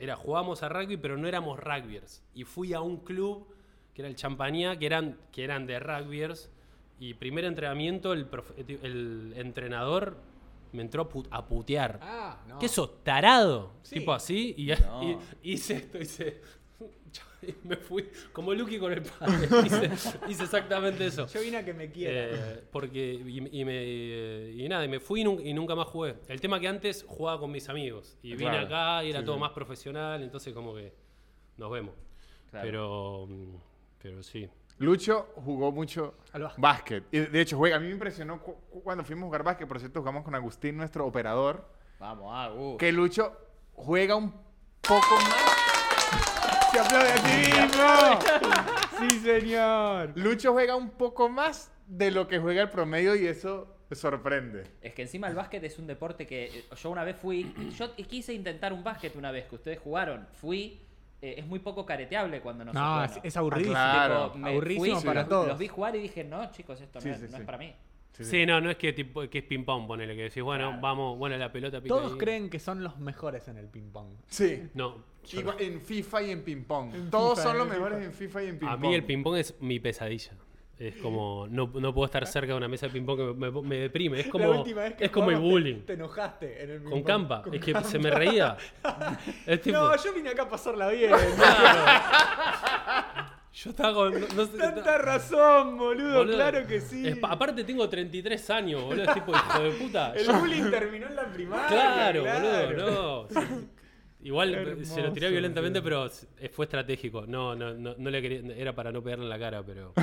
Speaker 4: era, jugábamos a rugby, pero no éramos rugbyers. Y fui a un club, que era el Champañá, que eran, que eran de rugbyers, y primer entrenamiento, el, profe- el entrenador me entró a, pu- a putear.
Speaker 3: Ah, no.
Speaker 4: ¿Qué sos, tarado?
Speaker 3: Sí.
Speaker 4: Tipo así, y,
Speaker 1: No.
Speaker 4: y- hice esto, hice... y me fui como Lucky con el padre. Hice, hice exactamente eso.
Speaker 3: Yo vine a que me quiera.
Speaker 4: Eh, porque, y, y me, y nada, y me fui y, nun- y nunca más jugué. El tema que antes jugaba con mis amigos. Y vine
Speaker 2: Claro.
Speaker 4: acá y era
Speaker 2: Sí,
Speaker 4: todo
Speaker 2: sí.
Speaker 4: más profesional, entonces como que nos vemos.
Speaker 1: Claro.
Speaker 4: Pero, mm, pero sí.
Speaker 2: Lucho jugó mucho
Speaker 3: Al básquet.
Speaker 2: básquet. Y de hecho, juega. A mí me impresionó cu- cu- cuando fuimos a jugar básquet. Por cierto, jugamos con Agustín, nuestro operador.
Speaker 1: Vamos, ah, uh. Agus.
Speaker 2: Que Lucho juega un poco más.
Speaker 3: ¡Se aplaude a ti mismo! ¡Sí, señor!
Speaker 2: Lucho juega un poco más de lo que juega el promedio y eso sorprende.
Speaker 1: Es que encima el básquet es un deporte que eh, yo una vez fui, yo y quise intentar un básquet una vez que ustedes jugaron, fui, eh, es muy poco careteable cuando no,
Speaker 3: No,
Speaker 1: se
Speaker 3: es,
Speaker 1: juega.
Speaker 3: es aburridísimo.
Speaker 2: Ah, claro.
Speaker 1: Tipo, me
Speaker 3: Aburrísimo
Speaker 1: fui,
Speaker 3: para
Speaker 1: los,
Speaker 3: todos.
Speaker 1: Los vi jugar y dije, no, chicos, esto
Speaker 2: Sí,
Speaker 1: no, es-
Speaker 2: sí,
Speaker 1: no
Speaker 2: sí.
Speaker 1: es para mí.
Speaker 4: Sí, no, no es que, tipo, que es ping-pong, ponele, que decís, bueno, vamos, bueno, la pelota pica
Speaker 3: Todos
Speaker 4: ahí.
Speaker 3: creen que son los mejores en el ping-pong.
Speaker 2: Sí.
Speaker 4: No. yo
Speaker 2: Igual en FIFA y en ping-pong.
Speaker 3: En
Speaker 2: Todos
Speaker 3: FIFA,
Speaker 2: son los
Speaker 3: en
Speaker 2: mejores
Speaker 3: FIFA.
Speaker 2: en FIFA y en
Speaker 4: no.
Speaker 2: ping-pong.
Speaker 4: A mí el ping-pong es mi pesadilla. Es como, no, no puedo estar cerca de una mesa de ping-pong que me, me- me deprime. Es
Speaker 3: La
Speaker 4: como,
Speaker 3: última vez que
Speaker 4: es como el
Speaker 3: jugamos te-
Speaker 4: bullying.
Speaker 3: Te, enojaste en el
Speaker 4: Con
Speaker 3: ping-pong.
Speaker 4: campa.
Speaker 3: Con
Speaker 4: es que
Speaker 3: Campa.
Speaker 4: se me reía. Es tipo,
Speaker 3: No, yo vine acá a pasarla bien.
Speaker 4: Yo estaba con. No, no sé,
Speaker 3: Tanta razón, boludo,
Speaker 4: boludo.
Speaker 3: claro que sí.
Speaker 4: Es pa- aparte tengo 33 años, boludo. Es tipo hijo de puta.
Speaker 3: El
Speaker 4: Yo-
Speaker 3: bullying terminó en la primaria.
Speaker 4: claro,
Speaker 3: claro.
Speaker 4: boludo, no. Sí, Igual
Speaker 3: Hermoso,
Speaker 4: se lo tiré violentamente, pero s- eh, fue estratégico. No, no, no, no le quería. Era para no pegarle en la cara, pero.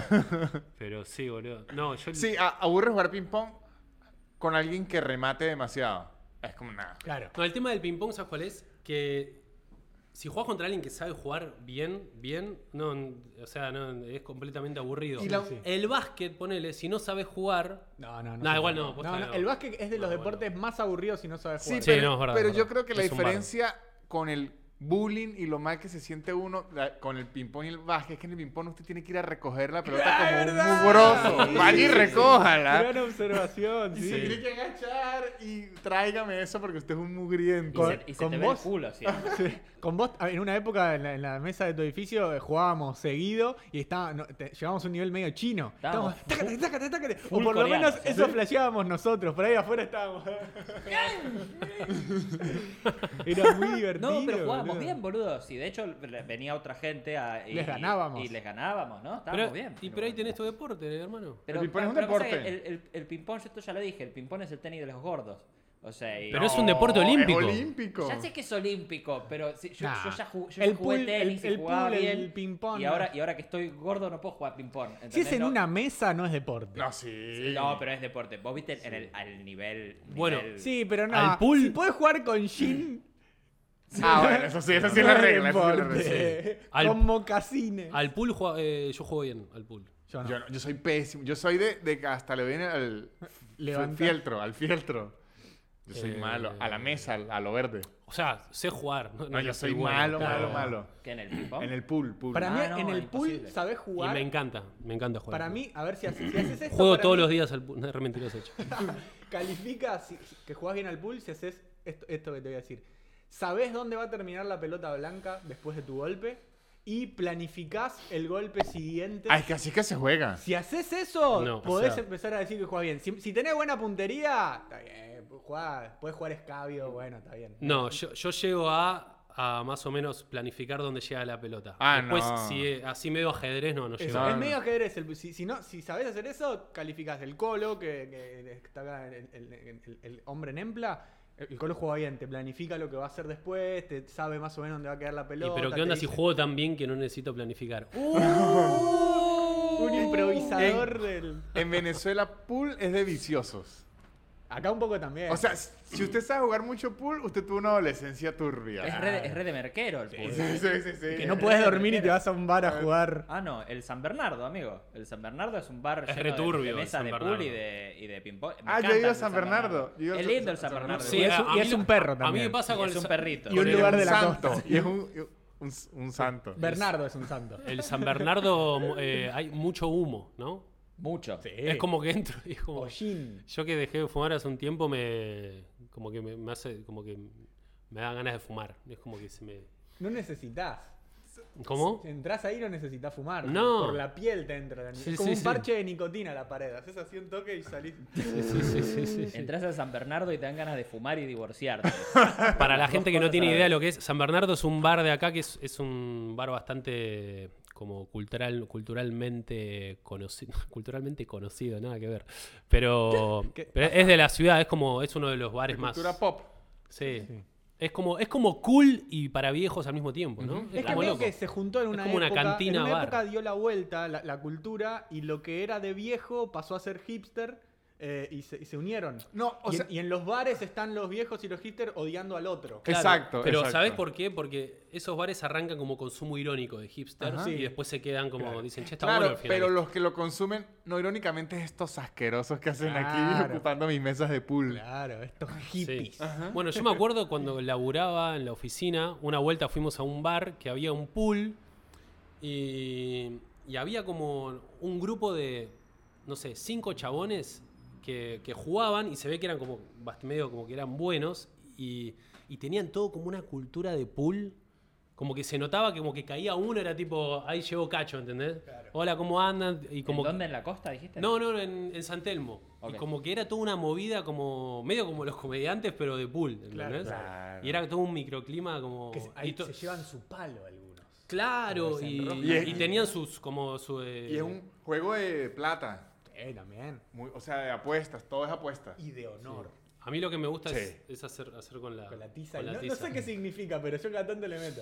Speaker 4: Pero sí, boludo. No, yo.
Speaker 2: Sí, a- aburre jugar ping-pong con alguien que remate demasiado. Es como nada.
Speaker 3: Claro.
Speaker 4: No, el tema del ping-pong, ¿sabes cuál es? Que si jugás contra alguien que sabe jugar bien, bien, no, n- o sea, no, es completamente aburrido.
Speaker 2: Y la-
Speaker 3: Sí, sí.
Speaker 4: El básquet, ponele, si no sabes jugar,
Speaker 3: No, no, no.
Speaker 4: No,
Speaker 3: se
Speaker 4: igual
Speaker 3: puede.
Speaker 4: no, posta no.
Speaker 3: El básquet es de los
Speaker 4: No,
Speaker 3: deportes más aburridos si no sabes
Speaker 2: Sí,
Speaker 3: jugar.
Speaker 4: Sí,
Speaker 2: pero,
Speaker 4: no, es verdad,
Speaker 2: pero
Speaker 4: es
Speaker 2: yo
Speaker 4: verdad.
Speaker 2: creo que la
Speaker 4: Es un bardo.
Speaker 2: diferencia con el bullying y lo mal que se siente uno la- con el ping-pong y el básquet. Es que en el ping-pong usted tiene que ir a recoger la pelota como un mugroso. Vaya y recójala.
Speaker 3: Gran observación,
Speaker 2: Y se
Speaker 3: sí.
Speaker 2: tiene que agachar y tráigame eso porque usted es un mugriento.
Speaker 1: Y se, y se
Speaker 3: con
Speaker 1: te ve el
Speaker 3: vos.
Speaker 1: culo, sí.
Speaker 3: Sí. Con vos, en una época en la, en la mesa de tu edificio eh, jugábamos seguido y estaba, no, te- llevábamos un nivel medio chino.
Speaker 1: Estábamos
Speaker 3: Estábamos, "Tácate, tácate, tácate". O
Speaker 1: full
Speaker 3: por lo
Speaker 1: coreanos,
Speaker 3: menos
Speaker 1: ¿sí?
Speaker 3: eso flasheábamos nosotros, por ahí afuera estábamos. Era muy divertido.
Speaker 1: No, pero jugábamos
Speaker 3: boludo.
Speaker 1: bien, boludo. Sí, de hecho le- venía otra gente a, y,
Speaker 3: Les ganábamos.
Speaker 1: Y, les ganábamos, ¿no? Estábamos
Speaker 4: Pero,
Speaker 1: bien.
Speaker 4: y pero ahí tenés tu deporte, hermano.
Speaker 1: Pero,
Speaker 2: El ping-pong es un
Speaker 1: pero pasa que
Speaker 2: deporte.
Speaker 1: El, el- el ping-pong, yo esto ya lo dije, el ping-pong es el tenis de los gordos. O sea, y-
Speaker 4: Pero es un deporte
Speaker 2: No, es
Speaker 4: olímpico.
Speaker 2: olímpico.
Speaker 1: Ya sé que es olímpico, pero si- yo,
Speaker 3: Nah.
Speaker 1: yo ya jugué, yo
Speaker 3: El
Speaker 1: ya jugué
Speaker 3: pool-
Speaker 1: tenis
Speaker 3: el-
Speaker 1: y
Speaker 3: el
Speaker 1: jugaba
Speaker 3: pool, el
Speaker 1: bien.
Speaker 3: ping-pong,
Speaker 1: y,
Speaker 3: no.
Speaker 1: ahora, y ahora que estoy gordo no puedo jugar ping-pong.
Speaker 3: Si es
Speaker 1: ¿entendés?
Speaker 3: en
Speaker 1: No-
Speaker 3: una mesa, no es deporte.
Speaker 2: No, sí.
Speaker 1: No, pero es deporte. Vos viste en el, al nivel.
Speaker 4: Bueno,
Speaker 1: nivel-
Speaker 3: Sí, pero no.
Speaker 4: Al pool.
Speaker 3: Si puedes jugar con Jin.
Speaker 2: Ah, bueno, eso sí, eso sí es la
Speaker 3: no es
Speaker 2: regla. eso sí es la regla, sí.
Speaker 3: deporte.
Speaker 4: Al-
Speaker 3: Con mocasines.
Speaker 4: Al pool jua- eh, yo juego bien, al pool.
Speaker 3: Yo no.
Speaker 2: Yo, no, yo soy pésimo. Yo soy de, de que hasta le viene al
Speaker 3: Levanta.
Speaker 2: fieltro, al fieltro. Yo soy
Speaker 4: Eh.
Speaker 2: malo. A la mesa, al- a lo verde.
Speaker 4: O sea, sé jugar. No,
Speaker 2: No, Ah, yo
Speaker 4: que
Speaker 2: soy
Speaker 4: bueno.
Speaker 2: malo,
Speaker 4: Claro.
Speaker 2: malo, malo.
Speaker 1: ¿Qué en el ping-pong?
Speaker 2: En el pool, pool.
Speaker 3: Para mí,
Speaker 1: Ah, no,
Speaker 3: en el pool,
Speaker 1: imposible.
Speaker 3: sabés
Speaker 4: Y
Speaker 3: jugar.
Speaker 4: me encanta, me encanta jugar.
Speaker 3: Para mí, a ver si haces, si haces esto.
Speaker 4: Juego
Speaker 3: para
Speaker 4: todos
Speaker 3: mí,
Speaker 4: los días al pool. No, realmente lo has hecho.
Speaker 3: Califica si- que jugás bien al pool si haces esto, esto que te voy a decir. Sabés dónde va a terminar la pelota blanca después de tu golpe y planificás el golpe siguiente.
Speaker 2: Ah, es que así que se juega.
Speaker 3: Si haces eso,
Speaker 4: No, o
Speaker 3: podés
Speaker 4: sea-
Speaker 3: empezar a decir que jugás bien. Si, si tenés buena puntería, está bien. Jugás, podés jugar escabio, bueno, está bien.
Speaker 4: No, yo, yo llego a, a más o menos planificar dónde llega la pelota.
Speaker 2: Ah,
Speaker 4: Después,
Speaker 2: no.
Speaker 4: si eh, así medio ajedrez, no, no
Speaker 3: Eso,
Speaker 4: llego.
Speaker 2: No,
Speaker 3: es
Speaker 2: no.
Speaker 3: medio ajedrez. el- si, si no, si sabés hacer eso, calificás el colo, que, que está acá el, el- el- el hombre en empla. El, el colo juega bien, te planifica lo que va a hacer después, te sabe más o menos dónde va a quedar la
Speaker 4: Y,
Speaker 3: pelota.
Speaker 4: pero qué
Speaker 3: te
Speaker 4: onda si
Speaker 3: dice-
Speaker 4: juego tan bien que no necesito planificar.
Speaker 1: ¡Uh!
Speaker 4: Uh,
Speaker 3: Un
Speaker 4: eh".
Speaker 3: improvisador del.
Speaker 2: En Venezuela, pool es de viciosos.
Speaker 3: Acá un poco también.
Speaker 2: O sea, si usted sabe jugar mucho pool, usted tuvo una adolescencia turbia.
Speaker 1: Es re, es re de merquero el pool.
Speaker 2: Sí, sí, sí, sí.
Speaker 3: que no puedes dormir y te vas a un bar a
Speaker 2: Eh,
Speaker 3: jugar.
Speaker 1: Ah, no, el San Bernardo, amigo. El San Bernardo es un bar
Speaker 4: Es
Speaker 1: lleno de-
Speaker 4: returbio
Speaker 1: de,
Speaker 4: el
Speaker 1: mesa
Speaker 4: San
Speaker 1: de pool
Speaker 4: Bernardo.
Speaker 1: y de, y de ping-pong. Me
Speaker 2: Ah, yo he
Speaker 1: encanta
Speaker 2: ido a
Speaker 1: el
Speaker 2: San Bernardo. Yo he ido
Speaker 1: Es
Speaker 2: al
Speaker 1: lindo
Speaker 2: San-
Speaker 1: el
Speaker 2: San
Speaker 1: San Bernardo.
Speaker 2: Bernardo.
Speaker 3: Sí, Y es un- y es un perro
Speaker 4: A mí me
Speaker 3: también.
Speaker 4: pasa con
Speaker 1: es
Speaker 4: el
Speaker 1: un
Speaker 4: Sa-
Speaker 1: perrito.
Speaker 3: y un
Speaker 4: con el-
Speaker 3: lugar de la
Speaker 2: santo.
Speaker 3: costa.
Speaker 2: Y es un, un, un santo.
Speaker 3: Bernardo es un santo.
Speaker 4: El San Bernardo eh, hay mucho humo, ¿no?
Speaker 1: Mucho.
Speaker 4: Es como que entro y es como.
Speaker 3: Hollín.
Speaker 4: Yo que dejé de fumar hace un tiempo me como que me, me hace como que me da ganas de fumar. Es como que se me
Speaker 3: No necesitas.
Speaker 4: ¿Cómo?
Speaker 3: Si entras ahí no necesitas fumar.
Speaker 4: No.
Speaker 3: Por la piel te entra. la-
Speaker 4: Sí,
Speaker 3: es como
Speaker 4: sí,
Speaker 3: un
Speaker 4: sí.
Speaker 3: parche de nicotina a la pared. Haces así un toque y salís.
Speaker 4: Sí, sí, sí, sí, sí, sí.
Speaker 1: Entras a San Bernardo y te dan ganas de fumar y divorciarte.
Speaker 4: Para la gente que no
Speaker 1: cosas
Speaker 4: tiene
Speaker 1: a la
Speaker 4: idea
Speaker 1: vez.
Speaker 4: lo que es, San Bernardo es un bar de acá que es, es un bar bastante como cultural, culturalmente conocido, culturalmente conocido, nada que ver. Pero, pero es de la ciudad, es como, es uno de los bares
Speaker 2: De
Speaker 4: más.
Speaker 2: cultura pop.
Speaker 4: Sí. Es como, es como cool y para viejos al mismo tiempo, ¿no?
Speaker 3: Es que
Speaker 4: como
Speaker 3: medio
Speaker 4: loco.
Speaker 3: que se juntó en una
Speaker 4: como una
Speaker 3: época.
Speaker 4: cantina
Speaker 3: en una
Speaker 4: bar.
Speaker 3: época dio la vuelta la, la cultura y lo que era de viejo pasó a ser hipster eh, y, se, y se unieron.
Speaker 2: No, o
Speaker 3: y, en-
Speaker 2: sea-
Speaker 3: y en los bares están los viejos y los hipsters odiando al otro.
Speaker 2: Claro, Exacto,
Speaker 4: Pero
Speaker 2: exacto.
Speaker 4: ¿sabés por qué? Porque esos bares arrancan como consumo irónico de hipsters
Speaker 2: Ajá.
Speaker 4: y después se quedan como dicen, che, está
Speaker 2: claro,
Speaker 4: bueno al final.
Speaker 2: pero los que lo consumen, no irónicamente, es estos asquerosos que hacen aquí
Speaker 3: Claro.
Speaker 2: ocupando mis mesas de pool.
Speaker 3: Claro, estos
Speaker 4: Sí.
Speaker 3: hippies.
Speaker 4: Bueno, yo me acuerdo cuando laburaba en la oficina, una vuelta fuimos a un bar que había un pool y, y había como un grupo de, no sé, cinco chabones que, que jugaban y se ve que eran como bast- medio como que eran buenos y, y tenían todo como una cultura de pool. Como que se notaba que como que caía uno, era tipo, ahí llegó Cacho, ¿entendés? Hola, ¿cómo andan? Y como
Speaker 1: ¿En ¿Dónde en la costa dijiste?
Speaker 4: No, no, en, en San Telmo.
Speaker 1: Ok.
Speaker 4: Y como que era toda una movida como medio como los comediantes, pero de pool,
Speaker 3: Claro,
Speaker 4: ¿entendés?
Speaker 2: claro.
Speaker 4: Y era todo un microclima como...
Speaker 3: Que se,
Speaker 4: y
Speaker 3: ahí
Speaker 4: to-
Speaker 3: se llevan su palo algunos.
Speaker 4: Claro,
Speaker 3: como se
Speaker 4: y,
Speaker 3: enroscan.
Speaker 4: y-
Speaker 2: Y es-
Speaker 4: y tenían sus como su... eh,
Speaker 2: Y es un juego de plata.
Speaker 3: Sí, Eh, también.
Speaker 2: Muy- o sea, de apuestas, todo es apuestas.
Speaker 3: Y de honor.
Speaker 4: A mí lo que me gusta es,
Speaker 2: Sí.
Speaker 4: es hacer, hacer con la...
Speaker 3: Con la tiza.
Speaker 4: con
Speaker 3: Y
Speaker 4: la
Speaker 3: no, no
Speaker 4: tiza.
Speaker 3: sé qué significa, pero yo cada tanto le meto.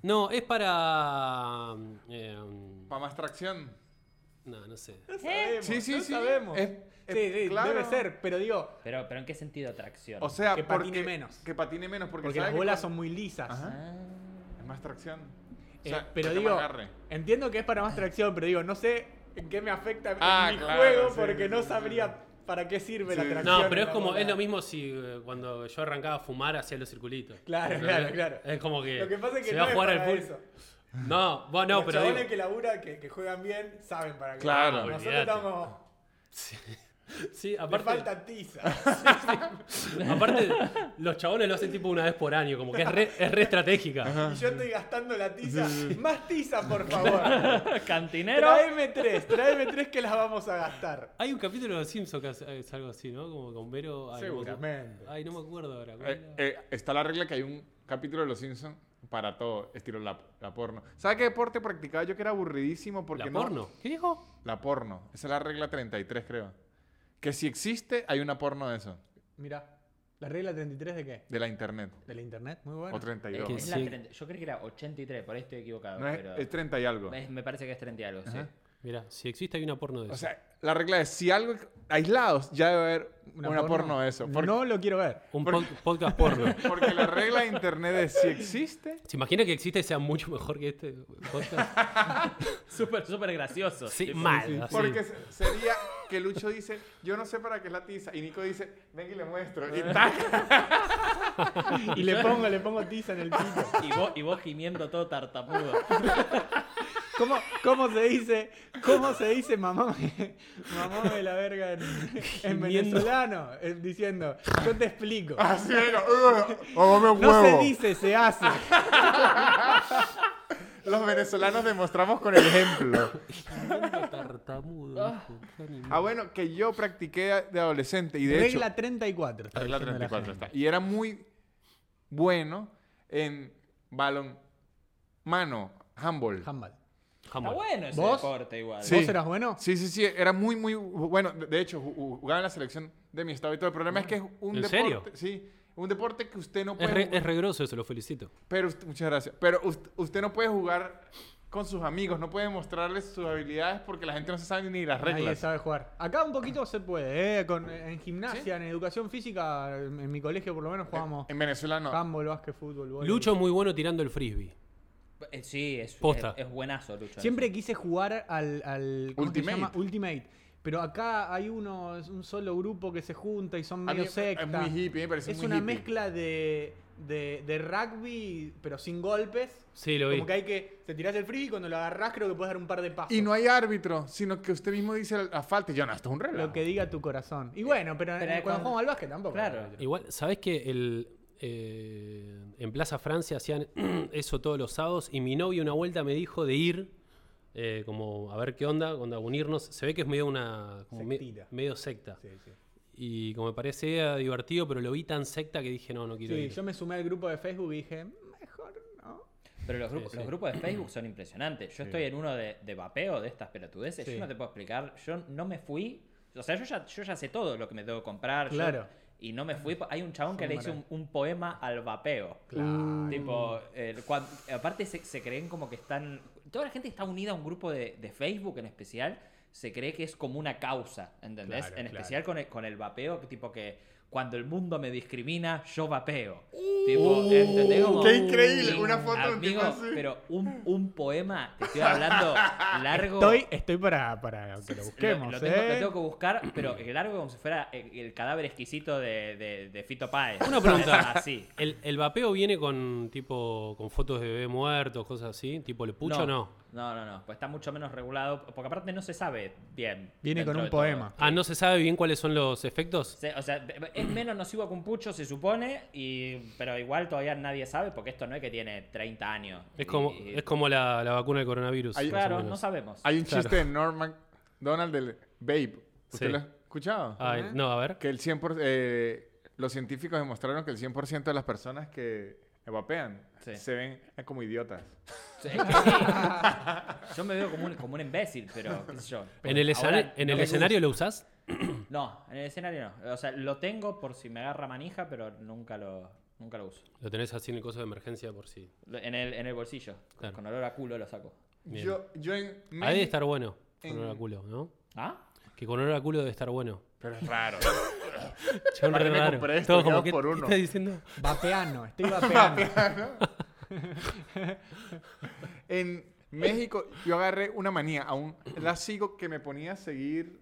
Speaker 4: No, es para... eh, um,
Speaker 2: Para más tracción.
Speaker 4: no, no sé.
Speaker 3: No sabemos.
Speaker 2: Sí, sí,
Speaker 3: no
Speaker 2: sí.
Speaker 3: sabemos.
Speaker 2: Es-
Speaker 3: ¿Eh? sí,
Speaker 2: es-
Speaker 3: sí,
Speaker 2: claro.
Speaker 3: debe ser. Pero digo,
Speaker 1: Pero, pero ¿en qué sentido atracción?
Speaker 2: O sea,
Speaker 3: Que
Speaker 2: porque-
Speaker 3: patine menos.
Speaker 2: Que patine menos porque,
Speaker 3: porque
Speaker 2: sabe
Speaker 3: las
Speaker 2: que
Speaker 3: bolas
Speaker 2: con-
Speaker 3: son muy lisas.
Speaker 2: Ajá.
Speaker 1: Ah.
Speaker 2: Es más tracción. O
Speaker 3: Eh,
Speaker 2: sea,
Speaker 3: pero
Speaker 2: saca
Speaker 3: digo,
Speaker 2: más agarre.
Speaker 3: entiendo que es para más tracción, pero digo, no sé en qué me afecta en
Speaker 2: Ah,
Speaker 3: mi
Speaker 2: claro,
Speaker 3: juego
Speaker 2: sí,
Speaker 3: porque
Speaker 2: sí,
Speaker 3: no
Speaker 2: sí,
Speaker 3: sabría ¿Para qué sirve
Speaker 2: Sí.
Speaker 3: la tracción?
Speaker 4: No, pero es
Speaker 3: en la
Speaker 4: como,
Speaker 3: bola?
Speaker 4: es lo mismo si eh, cuando yo arrancaba a fumar hacía los circulitos.
Speaker 3: Claro,
Speaker 4: Entonces,
Speaker 3: claro, claro.
Speaker 4: Es como que,
Speaker 3: Lo que pasa es que
Speaker 4: se
Speaker 3: no
Speaker 4: va a
Speaker 3: es
Speaker 4: jugar
Speaker 3: para
Speaker 4: al
Speaker 3: eso.
Speaker 4: fútbol. No, bueno,
Speaker 3: Los
Speaker 4: pero
Speaker 3: chabones
Speaker 4: digo,
Speaker 3: que laburan, que, que juegan bien, saben para qué.
Speaker 2: Claro.
Speaker 3: Nosotros
Speaker 4: Olvídate.
Speaker 3: estamos...
Speaker 4: sí,
Speaker 3: Le
Speaker 4: aparte,
Speaker 3: falta tiza.
Speaker 4: aparte los chabones lo hacen tipo una vez por año, como que es re, es re estratégica.
Speaker 3: Y yo estoy gastando la tiza. Más tiza, por favor.
Speaker 1: Cantinero.
Speaker 3: Tráeme tres, tráeme tres que las vamos a gastar.
Speaker 4: Hay un capítulo de los Simpsons que hace- es algo así, ¿no? Como con Vero. ay, no me acu-
Speaker 3: Seguramente.
Speaker 4: Ay, no me acuerdo ahora. ¿cuál
Speaker 2: Eh,
Speaker 4: era?
Speaker 2: eh, está la regla que hay un capítulo de Los Simpsons para todo, estilo la, la porno. ¿Sabes qué deporte practicaba yo que era aburridísimo? Porque
Speaker 4: ¿La
Speaker 2: no-
Speaker 4: porno? ¿Qué dijo?
Speaker 2: La porno. Esa es la regla 33, creo. Que si existe, hay una porno de eso,
Speaker 3: Mirá, ¿la regla 33 de qué?
Speaker 2: de la internet.
Speaker 3: ¿De la internet? Muy
Speaker 2: O
Speaker 3: bueno.
Speaker 2: 32.
Speaker 4: que
Speaker 1: Es la
Speaker 4: sí.
Speaker 1: 30 Yo creí que era 83, por ahí estoy equivocado.
Speaker 2: No es,
Speaker 1: pero
Speaker 2: es 30 y algo.
Speaker 1: es- me parece que es 30 y algo, sí.
Speaker 2: Ajá.
Speaker 4: Mira, si existe hay una porno de eso.
Speaker 2: O sea, la regla es si algo aislados, ya debe haber una, porno? de eso. Porque,
Speaker 3: No lo quiero ver.
Speaker 4: un pod- podcast porno.
Speaker 2: porque la regla de internet es si existe,
Speaker 4: ¿Se imagina que existe y sea mucho mejor que este podcast?
Speaker 1: Súper, súper gracioso.
Speaker 4: Sí,
Speaker 1: Tipo,
Speaker 4: mal.
Speaker 1: sí.
Speaker 4: así.
Speaker 2: Porque se- sería que Lucho dice, yo no sé para qué es la tiza. Y Nico dice, ven y le muestro. Y tac.
Speaker 3: Y le pongo, le pongo tiza en el pito.
Speaker 1: Y vos, y vos gimiendo todo tartamudo.
Speaker 3: ¿Cómo, cómo se dice? ¿Cómo se dice mamá me, mamá me la verga en, en venezolano? Eh, Diciendo, yo te explico.
Speaker 2: Así era. "Ugh, mamame un
Speaker 3: No se
Speaker 2: Ah, huevo". Ah,
Speaker 3: dice, se hace.
Speaker 2: Los venezolanos demostramos con el ejemplo.
Speaker 4: tartamudo. hijo, qué animal.
Speaker 2: Ah, bueno, que yo practiqué de adolescente. Y de
Speaker 3: Regla
Speaker 2: hecho,
Speaker 3: 34. está
Speaker 2: regla
Speaker 3: diciendo la
Speaker 2: 34
Speaker 3: gente.
Speaker 2: está. Y era muy bueno en balón, mano, handball.
Speaker 3: Handball.
Speaker 1: Está
Speaker 4: Jamón.
Speaker 1: bueno ese
Speaker 3: ¿Vos?
Speaker 1: deporte igual.
Speaker 2: Sí.
Speaker 3: ¿Vos eras bueno?
Speaker 2: Sí, sí, sí, era muy, muy bueno. De de hecho, ju- ju- jugaba en la selección de mi estado y todo. El problema es que es
Speaker 3: Ah.
Speaker 2: un
Speaker 4: ¿En
Speaker 2: deporte.
Speaker 4: serio?
Speaker 2: Sí, un deporte que usted no puede.
Speaker 4: Es, re,
Speaker 2: jugar-
Speaker 4: es regroso eso, lo felicito.
Speaker 2: Pero usted- muchas gracias. Pero us- usted no puede jugar con sus amigos, no puede mostrarles sus habilidades porque la gente no se sabe ni las
Speaker 3: Nadie
Speaker 2: reglas.
Speaker 3: sabe jugar. Acá un poquito se puede, ¿eh? Con, en gimnasia, en educación física, en, en mi colegio por lo menos jugamos
Speaker 2: En Venezuela no.
Speaker 3: handball, básquet, fútbol, vóley.
Speaker 4: Lucho es muy bueno tirando el frisbee.
Speaker 1: Eh, Sí, es,
Speaker 4: Posta.
Speaker 1: es- es buenazo, Lucho.
Speaker 3: Siempre quise jugar al, al ¿cómo se
Speaker 2: Ultimate.
Speaker 3: llama? Ultimate. Pero acá hay uno, es un solo grupo que se junta y son
Speaker 2: A mí
Speaker 3: medio
Speaker 2: es-
Speaker 3: secta.
Speaker 2: es muy hippie, me parece
Speaker 3: Es
Speaker 2: muy
Speaker 3: una
Speaker 2: hippie.
Speaker 3: mezcla de, de, de rugby, pero sin golpes.
Speaker 4: Sí, lo vi.
Speaker 3: Como que hay que. Te tirás el free y cuando lo agarrás creo que puedes dar un par de pasos.
Speaker 2: Y no hay árbitro, sino que usted mismo dice la- la falta. Y yo, no, esto es un reloj.
Speaker 3: Lo que diga tu corazón. Y bueno, pero,
Speaker 1: Pero
Speaker 3: cuando,
Speaker 1: cuando-
Speaker 3: jugamos al básquet tampoco.
Speaker 1: Claro.
Speaker 4: Igual, ¿sabés que el, eh, en Plaza Francia hacían eso todos los sábados? Y mi novio una vuelta me dijo de ir, eh, como a ver qué onda, cuando unirnos. Se ve que es medio una. como me-
Speaker 3: Sectita.
Speaker 4: medio secta.
Speaker 3: Sí, sí.
Speaker 4: Y como me parecía divertido, pero lo vi tan secta que dije, no, no quiero
Speaker 3: Sí,
Speaker 4: ir.
Speaker 3: yo me sumé al grupo de Facebook y dije, mejor no.
Speaker 1: Oh. Pero los, grupos-
Speaker 4: sí.
Speaker 1: los grupos de Facebook son impresionantes. Yo estoy en uno de, de vapeo de estas pelotudeces.
Speaker 3: Sí.
Speaker 1: Yo no te puedo explicar. Yo no me fui. O sea, yo ya, yo ya sé todo lo que me debo comprar. yo-
Speaker 3: Claro.
Speaker 1: y no me fui. Hay un chabón que le hizo un, un poema al vapeo.
Speaker 3: Claro.
Speaker 1: Tipo, el cuan- aparte se, se creen como que están. Toda la gente está unida a un grupo de, de Facebook en especial. Se cree que es como una causa, ¿entendés?
Speaker 3: Claro,
Speaker 1: en
Speaker 3: claro.
Speaker 1: especial con el, con el vapeo, que tipo que cuando el mundo me discrimina, yo vapeo.
Speaker 3: Uh.
Speaker 1: tipo, ¿entendés? Como-
Speaker 2: ¡Qué increíble!
Speaker 1: Sí,
Speaker 2: Una foto de un tipo
Speaker 1: amigo,
Speaker 2: así.
Speaker 1: pero un, un poema, te estoy hablando largo.
Speaker 3: Estoy, estoy para, para que lo
Speaker 1: Lo-
Speaker 3: busquemos.
Speaker 1: lo, tengo,
Speaker 3: ¿eh?
Speaker 1: lo tengo que buscar, pero el largo como si fuera el, el cadáver exquisito de, de, de Fito Páez.
Speaker 4: Una pregunta.
Speaker 1: Así.
Speaker 4: ¿El, el vapeo viene con tipo con fotos de bebé muerto, cosas así? ¿Tipo el pucho o no?
Speaker 1: No, no, no. Pues está mucho menos regulado. Porque aparte no se sabe bien.
Speaker 3: Viene
Speaker 1: dentro
Speaker 3: con un
Speaker 1: de todo.
Speaker 3: poema.
Speaker 4: Ah, ¿no se sabe bien cuáles son los efectos?
Speaker 1: Se- o sea, es menos nocivo que un pucho, se supone. Y, pero igual todavía nadie sabe porque esto no es que tiene 30 años.
Speaker 4: Es como,
Speaker 1: Y- y-
Speaker 4: es como la, la vacuna del coronavirus.
Speaker 2: Ahí-
Speaker 4: más o
Speaker 1: claro,
Speaker 4: menos.
Speaker 1: no sabemos.
Speaker 2: Hay un chiste de Norman Donald del Babe. ¿Usted
Speaker 4: Sí. Ah.
Speaker 2: lo ha escuchado?
Speaker 4: Ay, no, a ver.
Speaker 2: Que el 100%, eh, los científicos demostraron que el 100% de las personas que vapean
Speaker 1: Sí.
Speaker 2: se ven como idiotas.
Speaker 1: Sí, es que sí. Yo me veo como un, como un imbécil, pero qué sé yo.
Speaker 4: ¿En el,
Speaker 1: Ahora
Speaker 4: escena- en
Speaker 1: no
Speaker 4: el
Speaker 1: me
Speaker 4: escenario lo usás?
Speaker 1: gusta. No, en el escenario no. O sea, lo tengo por si me agarra manija, pero nunca lo, nunca lo uso.
Speaker 4: Lo tenés así en el coso de emergencia por si.
Speaker 1: Lo- En el, en el bolsillo.
Speaker 4: Claro.
Speaker 1: Con olor a culo lo saco.
Speaker 4: Bien.
Speaker 2: Yo, yo
Speaker 4: Ahí
Speaker 2: en
Speaker 4: debe
Speaker 2: México-
Speaker 4: estar bueno. Con
Speaker 2: en-
Speaker 4: olor a culo, ¿no?
Speaker 1: ¿Ah?
Speaker 4: Que con olor a culo debe estar bueno.
Speaker 2: Pero es raro.
Speaker 4: Yo
Speaker 2: ¿Para qué me
Speaker 4: raro.
Speaker 2: compré esto?
Speaker 4: Todo
Speaker 2: Quedaba
Speaker 4: como que
Speaker 2: por
Speaker 4: ¿qué
Speaker 2: uno.
Speaker 4: estás diciendo.
Speaker 3: Vapeano, estoy vapeando.
Speaker 2: en México yo agarré una manía, aún la sigo, que me ponía a seguir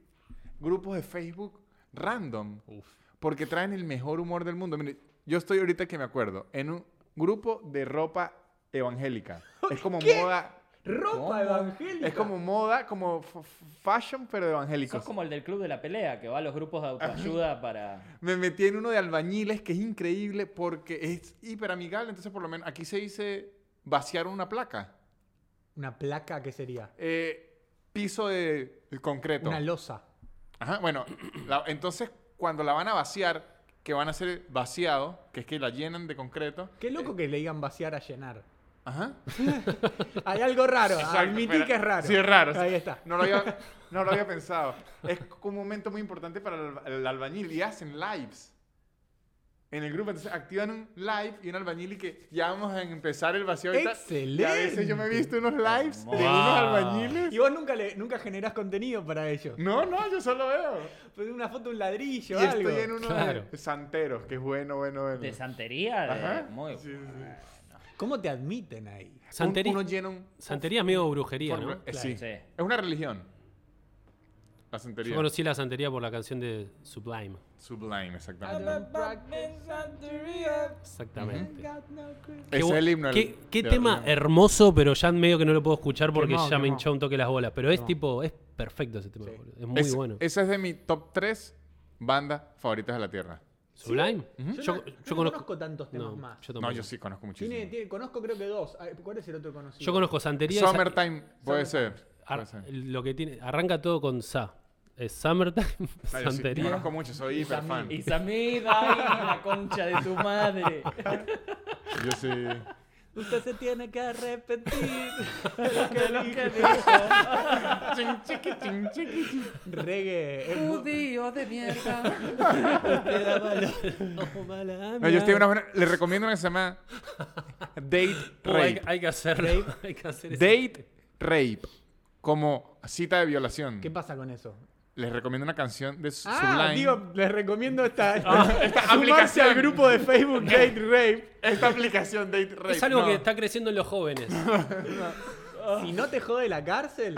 Speaker 2: grupos de Facebook random.
Speaker 4: Uf.
Speaker 2: Porque traen el mejor humor del mundo. Mire, yo estoy ahorita que me acuerdo, en un grupo de ropa evangélica. Es como moda.
Speaker 3: Ropa
Speaker 1: ¿Cómo?
Speaker 3: evangélica.
Speaker 2: Es como moda, como f- f- fashion, pero evangélicos.
Speaker 1: Sos como el del club de la pelea, que va a los grupos de
Speaker 2: Ah,
Speaker 1: autoayuda para.
Speaker 2: Me metí en uno de albañiles que es increíble porque es hiper amigable. Entonces, por lo menos aquí se dice vaciar una placa.
Speaker 3: Una placa, ¿qué sería?
Speaker 2: Eh, piso de de concreto.
Speaker 3: Una losa.
Speaker 2: Ajá, bueno, la- entonces cuando la van a vaciar, que van a ser vaciado, que es que la llenan de concreto.
Speaker 3: Qué loco que le digan vaciar a llenar.
Speaker 2: Ajá.
Speaker 3: Hay algo raro. Admití
Speaker 2: pero-
Speaker 3: que es raro.
Speaker 2: Sí, es raro.
Speaker 3: Ahí está.
Speaker 2: No lo había, no lo había pensado. Es como un momento muy importante para el, alba- el albañil y hacen lives. En el grupo, entonces activan un live y un albañil y que ya vamos a empezar el vacío. ahorita. Y a veces yo me he visto unos lives de unos
Speaker 4: Hermoso.
Speaker 2: albañiles.
Speaker 3: Y vos nunca, le, nunca generás contenido para ello.
Speaker 2: No, no, yo solo veo.
Speaker 3: Poné una foto de un
Speaker 2: Y
Speaker 3: ladrillo, algo.
Speaker 2: estoy en uno
Speaker 4: Claro.
Speaker 2: de Santeros, que es bueno, bueno, bueno.
Speaker 1: de santería. de-
Speaker 2: Ajá.
Speaker 1: Muy
Speaker 2: Sí, sí, sí.
Speaker 1: bueno.
Speaker 3: ¿Cómo te admiten ahí?
Speaker 4: Santeri-
Speaker 2: Un- Uno llena un-
Speaker 4: Santería es medio brujería,
Speaker 2: Por-
Speaker 4: ¿no?
Speaker 2: eh,
Speaker 1: Claro,
Speaker 2: sí.
Speaker 1: sí.
Speaker 2: Es una religión. La santería.
Speaker 4: Yo conocí la santería por la canción de Sublime.
Speaker 2: Sublime, exactamente.
Speaker 4: Ah, Exactamente.
Speaker 2: Ese es
Speaker 4: bu-
Speaker 2: el himno.
Speaker 4: qué-
Speaker 2: del-
Speaker 4: qué
Speaker 2: de la
Speaker 4: tema
Speaker 2: religión.
Speaker 4: hermoso, pero ya medio que no lo puedo escuchar porque
Speaker 3: Quemado,
Speaker 4: ya me
Speaker 3: quemado.
Speaker 4: hinchó un toque las bolas. Pero es
Speaker 3: Quemado.
Speaker 4: tipo, es perfecto ese tema.
Speaker 3: Sí.
Speaker 4: boludo. Es muy
Speaker 2: Es-
Speaker 4: bueno.
Speaker 2: Esa es de mi top 3 bandas favoritas de la Tierra.
Speaker 4: ¿Sublime?
Speaker 2: Ujú.
Speaker 3: Yo,
Speaker 4: Yo-
Speaker 3: no, yo
Speaker 4: yo
Speaker 3: no
Speaker 4: conozco-
Speaker 3: conozco tantos temas
Speaker 4: No,
Speaker 3: más.
Speaker 4: yo
Speaker 2: No,
Speaker 4: tampoco.
Speaker 2: yo sí conozco muchísimo.
Speaker 3: Tiene- tiene- conozco creo que dos. Ay, ¿Cuál es el otro conocido?
Speaker 4: Yo conozco santería. y sa-
Speaker 2: Summertime, puede ser.
Speaker 4: ar-
Speaker 2: puede ser.
Speaker 4: lo que tiene, arranca todo con sa. Es Summertime,
Speaker 2: Ah, yo sí
Speaker 4: santería.
Speaker 2: conozco mucho, soy hiper fan.
Speaker 1: Y Samida, ay, la concha de tu madre.
Speaker 2: Yo sí.
Speaker 3: Usted se tiene que arrepentir.
Speaker 1: De lo que dijo.
Speaker 2: Ching, chiqui, ching, chiqui, ching.
Speaker 3: Reggae. eh, es mu-
Speaker 1: Judío de mierda.
Speaker 4: Te da valor, oh, mala
Speaker 2: No, yo estoy
Speaker 4: mía.
Speaker 2: una buena. Le recomiendo una que se llama Date
Speaker 4: Oh, hay,
Speaker 2: Rape.
Speaker 4: hay que hacerlo. Hay que hacer ese-
Speaker 2: Date Rape. Como cita de violación.
Speaker 3: ¿Qué pasa con eso?
Speaker 2: Les recomiendo una canción de Su-
Speaker 3: Ah,
Speaker 2: Sublime.
Speaker 3: digo, les recomiendo esta, sumarse
Speaker 2: aplicación.
Speaker 3: al grupo de Facebook Date Rape.
Speaker 2: Esta aplicación Date Rape.
Speaker 4: Es algo
Speaker 2: no.
Speaker 4: que está creciendo en los jóvenes.
Speaker 3: Si no te jode la cárcel,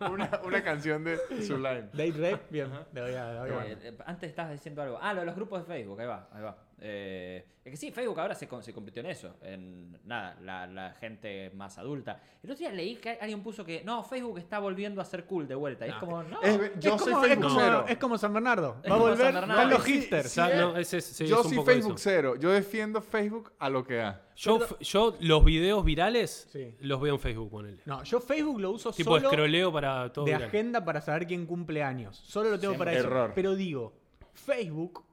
Speaker 2: Una, una canción de Sublime.
Speaker 3: Date Rape, bien, le voy a... le voy a-
Speaker 1: Eh, eh, Antes estabas diciendo algo. Ah, lo de los grupos de Facebook, ahí va, ahí va. Eh, es que sí, Facebook ahora se, con- se convirtió en eso, en nada, la, la gente más adulta. El otro día leí que alguien puso que no, Facebook está volviendo a ser cool de vuelta. Y es
Speaker 4: No,
Speaker 1: como, no.
Speaker 2: Es- yo
Speaker 3: es,
Speaker 2: soy
Speaker 3: como, es,
Speaker 2: Facebook
Speaker 3: como,
Speaker 2: cero.
Speaker 3: es como San Bernardo. Va a
Speaker 1: como
Speaker 3: volver,
Speaker 1: San Bernardo.
Speaker 3: están los
Speaker 2: Sí,
Speaker 3: hipsters.
Speaker 2: sí.
Speaker 4: Ya, no, ese es- sí, es
Speaker 2: yo
Speaker 4: un
Speaker 2: soy
Speaker 4: poco
Speaker 2: Facebook
Speaker 4: eso.
Speaker 2: cero. Yo defiendo Facebook a lo que da.
Speaker 4: Yo, f- yo los videos virales
Speaker 3: Sí.
Speaker 4: los veo en Facebook, ponele.
Speaker 3: No, yo Facebook lo uso
Speaker 4: Tipo
Speaker 3: solo
Speaker 4: escroleo para todo.
Speaker 3: de
Speaker 4: viral.
Speaker 3: agenda para saber quién cumple años. Solo lo tengo
Speaker 1: Siempre.
Speaker 3: para eso.
Speaker 2: Error.
Speaker 3: Pero digo, Facebook,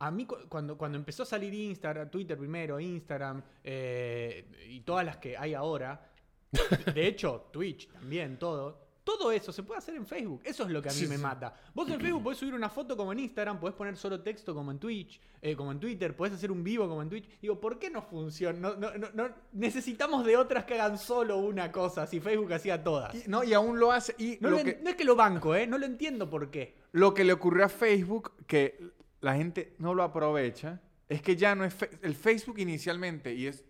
Speaker 3: a mí cu- cuando, cuando empezó a salir Instagram, Twitter primero, Instagram eh, y todas las que hay ahora, de hecho, Twitch también, todo. Todo eso se puede hacer en Facebook. Eso es lo que a mí
Speaker 2: Sí,
Speaker 3: me
Speaker 2: sí.
Speaker 3: mata. Vos en Facebook podés subir una foto como en Instagram, podés poner solo texto como en Twitch, eh, como en Twitter, podés hacer un vivo como en Twitch. Digo, ¿por qué no funciona? No- no- no- no- necesitamos de otras que hagan solo una cosa, si Facebook hacía todas.
Speaker 2: Y- no, y aún lo hace. Y
Speaker 3: No,
Speaker 2: lo,
Speaker 3: lo en-
Speaker 2: que,
Speaker 3: no es que lo banco, ¿eh? No lo entiendo por qué.
Speaker 2: lo que le ocurrió a Facebook, que la gente no lo aprovecha, es que ya no es. fe- el Facebook inicialmente, y es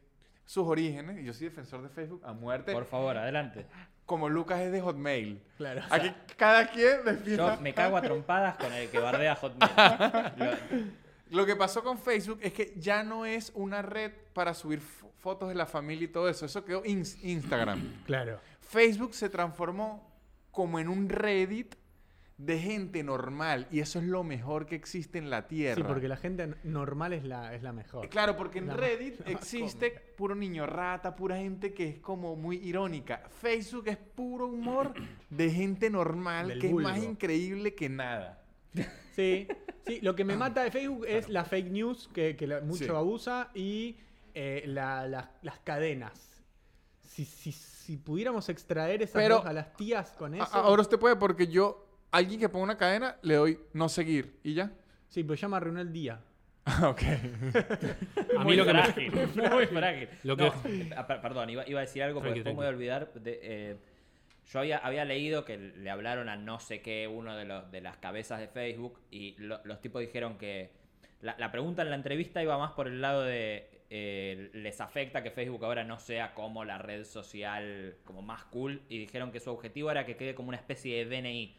Speaker 2: sus orígenes, y yo soy defensor de Facebook a muerte,
Speaker 1: Por favor, adelante.
Speaker 2: como Lucas es de Hotmail.
Speaker 3: Claro.
Speaker 2: Aquí cada quien defienda.
Speaker 1: Yo me cago a trompadas con el que bardea Hotmail. Lo-
Speaker 2: Lo que pasó con Facebook es que ya no es una red para subir fo- fotos de la familia y todo eso. Eso quedó ins- Instagram.
Speaker 3: Claro.
Speaker 2: Facebook se transformó como en un Reddit de gente normal. Y eso es lo mejor que existe en la Tierra. Eh,
Speaker 3: Sí, porque la gente n- normal es la, es la mejor.
Speaker 2: Claro, porque en
Speaker 3: La más-
Speaker 2: Reddit
Speaker 3: la más
Speaker 2: existe puro niño rata, pura gente que es como muy irónica. Facebook es puro humor de gente normal
Speaker 3: Del
Speaker 2: que es más
Speaker 3: vulgo.
Speaker 2: increíble que nada.
Speaker 3: Sí. Sí, lo que me mata de Facebook es la fake news, que, que la- mucho
Speaker 2: Ah, Sí.
Speaker 3: abusa, y eh, la- las- las cadenas. Si, si, si pudiéramos extraer esas
Speaker 2: Pero-
Speaker 3: dos a las tías con eso.
Speaker 2: A- Ahora usted puede porque yo, alguien que ponga una cadena, le doy no seguir y ya.
Speaker 3: Sí, pues pero ya me arruinó el día.
Speaker 2: Ah, ok.
Speaker 4: A mí
Speaker 1: muy
Speaker 4: lo que me-
Speaker 1: frágil, muy frágil.
Speaker 4: Lo
Speaker 1: No,
Speaker 4: que-
Speaker 1: ah, per- perdón, iba, iba a decir algo, porque
Speaker 4: Tranqui,
Speaker 1: después me voy a olvidar. de, eh, yo había, había leído que le hablaron a no sé qué, uno de, los, de las cabezas de Facebook, y lo- los tipos dijeron que la, la pregunta en la entrevista iba más por el lado de eh, les afecta que Facebook ahora no sea como la red social como más cool, y dijeron que su objetivo era que quede como una especie de DNI.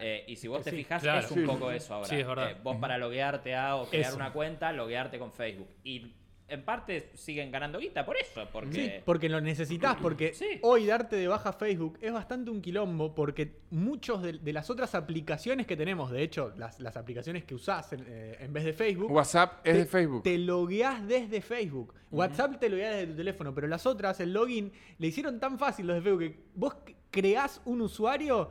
Speaker 1: Eh, y si vos te
Speaker 4: Sí,
Speaker 1: fijas,
Speaker 4: claro.
Speaker 1: es un
Speaker 2: Sí,
Speaker 1: poco
Speaker 2: sí.
Speaker 1: eso ahora.
Speaker 4: Sí, es verdad.
Speaker 1: Eh, vos para loguearte a o crear
Speaker 4: Eso.
Speaker 1: una cuenta, loguearte con Facebook. Y en parte siguen ganando guita por eso,
Speaker 3: Sí,
Speaker 1: porque...
Speaker 3: porque lo necesitas, porque
Speaker 1: Sí.
Speaker 3: hoy darte de baja Facebook es bastante un quilombo, porque muchos de, de las otras aplicaciones que tenemos, de hecho, las, las aplicaciones que usás en, eh, en vez de Facebook,
Speaker 2: WhatsApp es
Speaker 3: te,
Speaker 2: de Facebook.
Speaker 3: Te logueás desde Facebook. WhatsApp te logueás desde tu teléfono, pero las otras, el login, le hicieron tan fácil los de Facebook que vos c- creás un usuario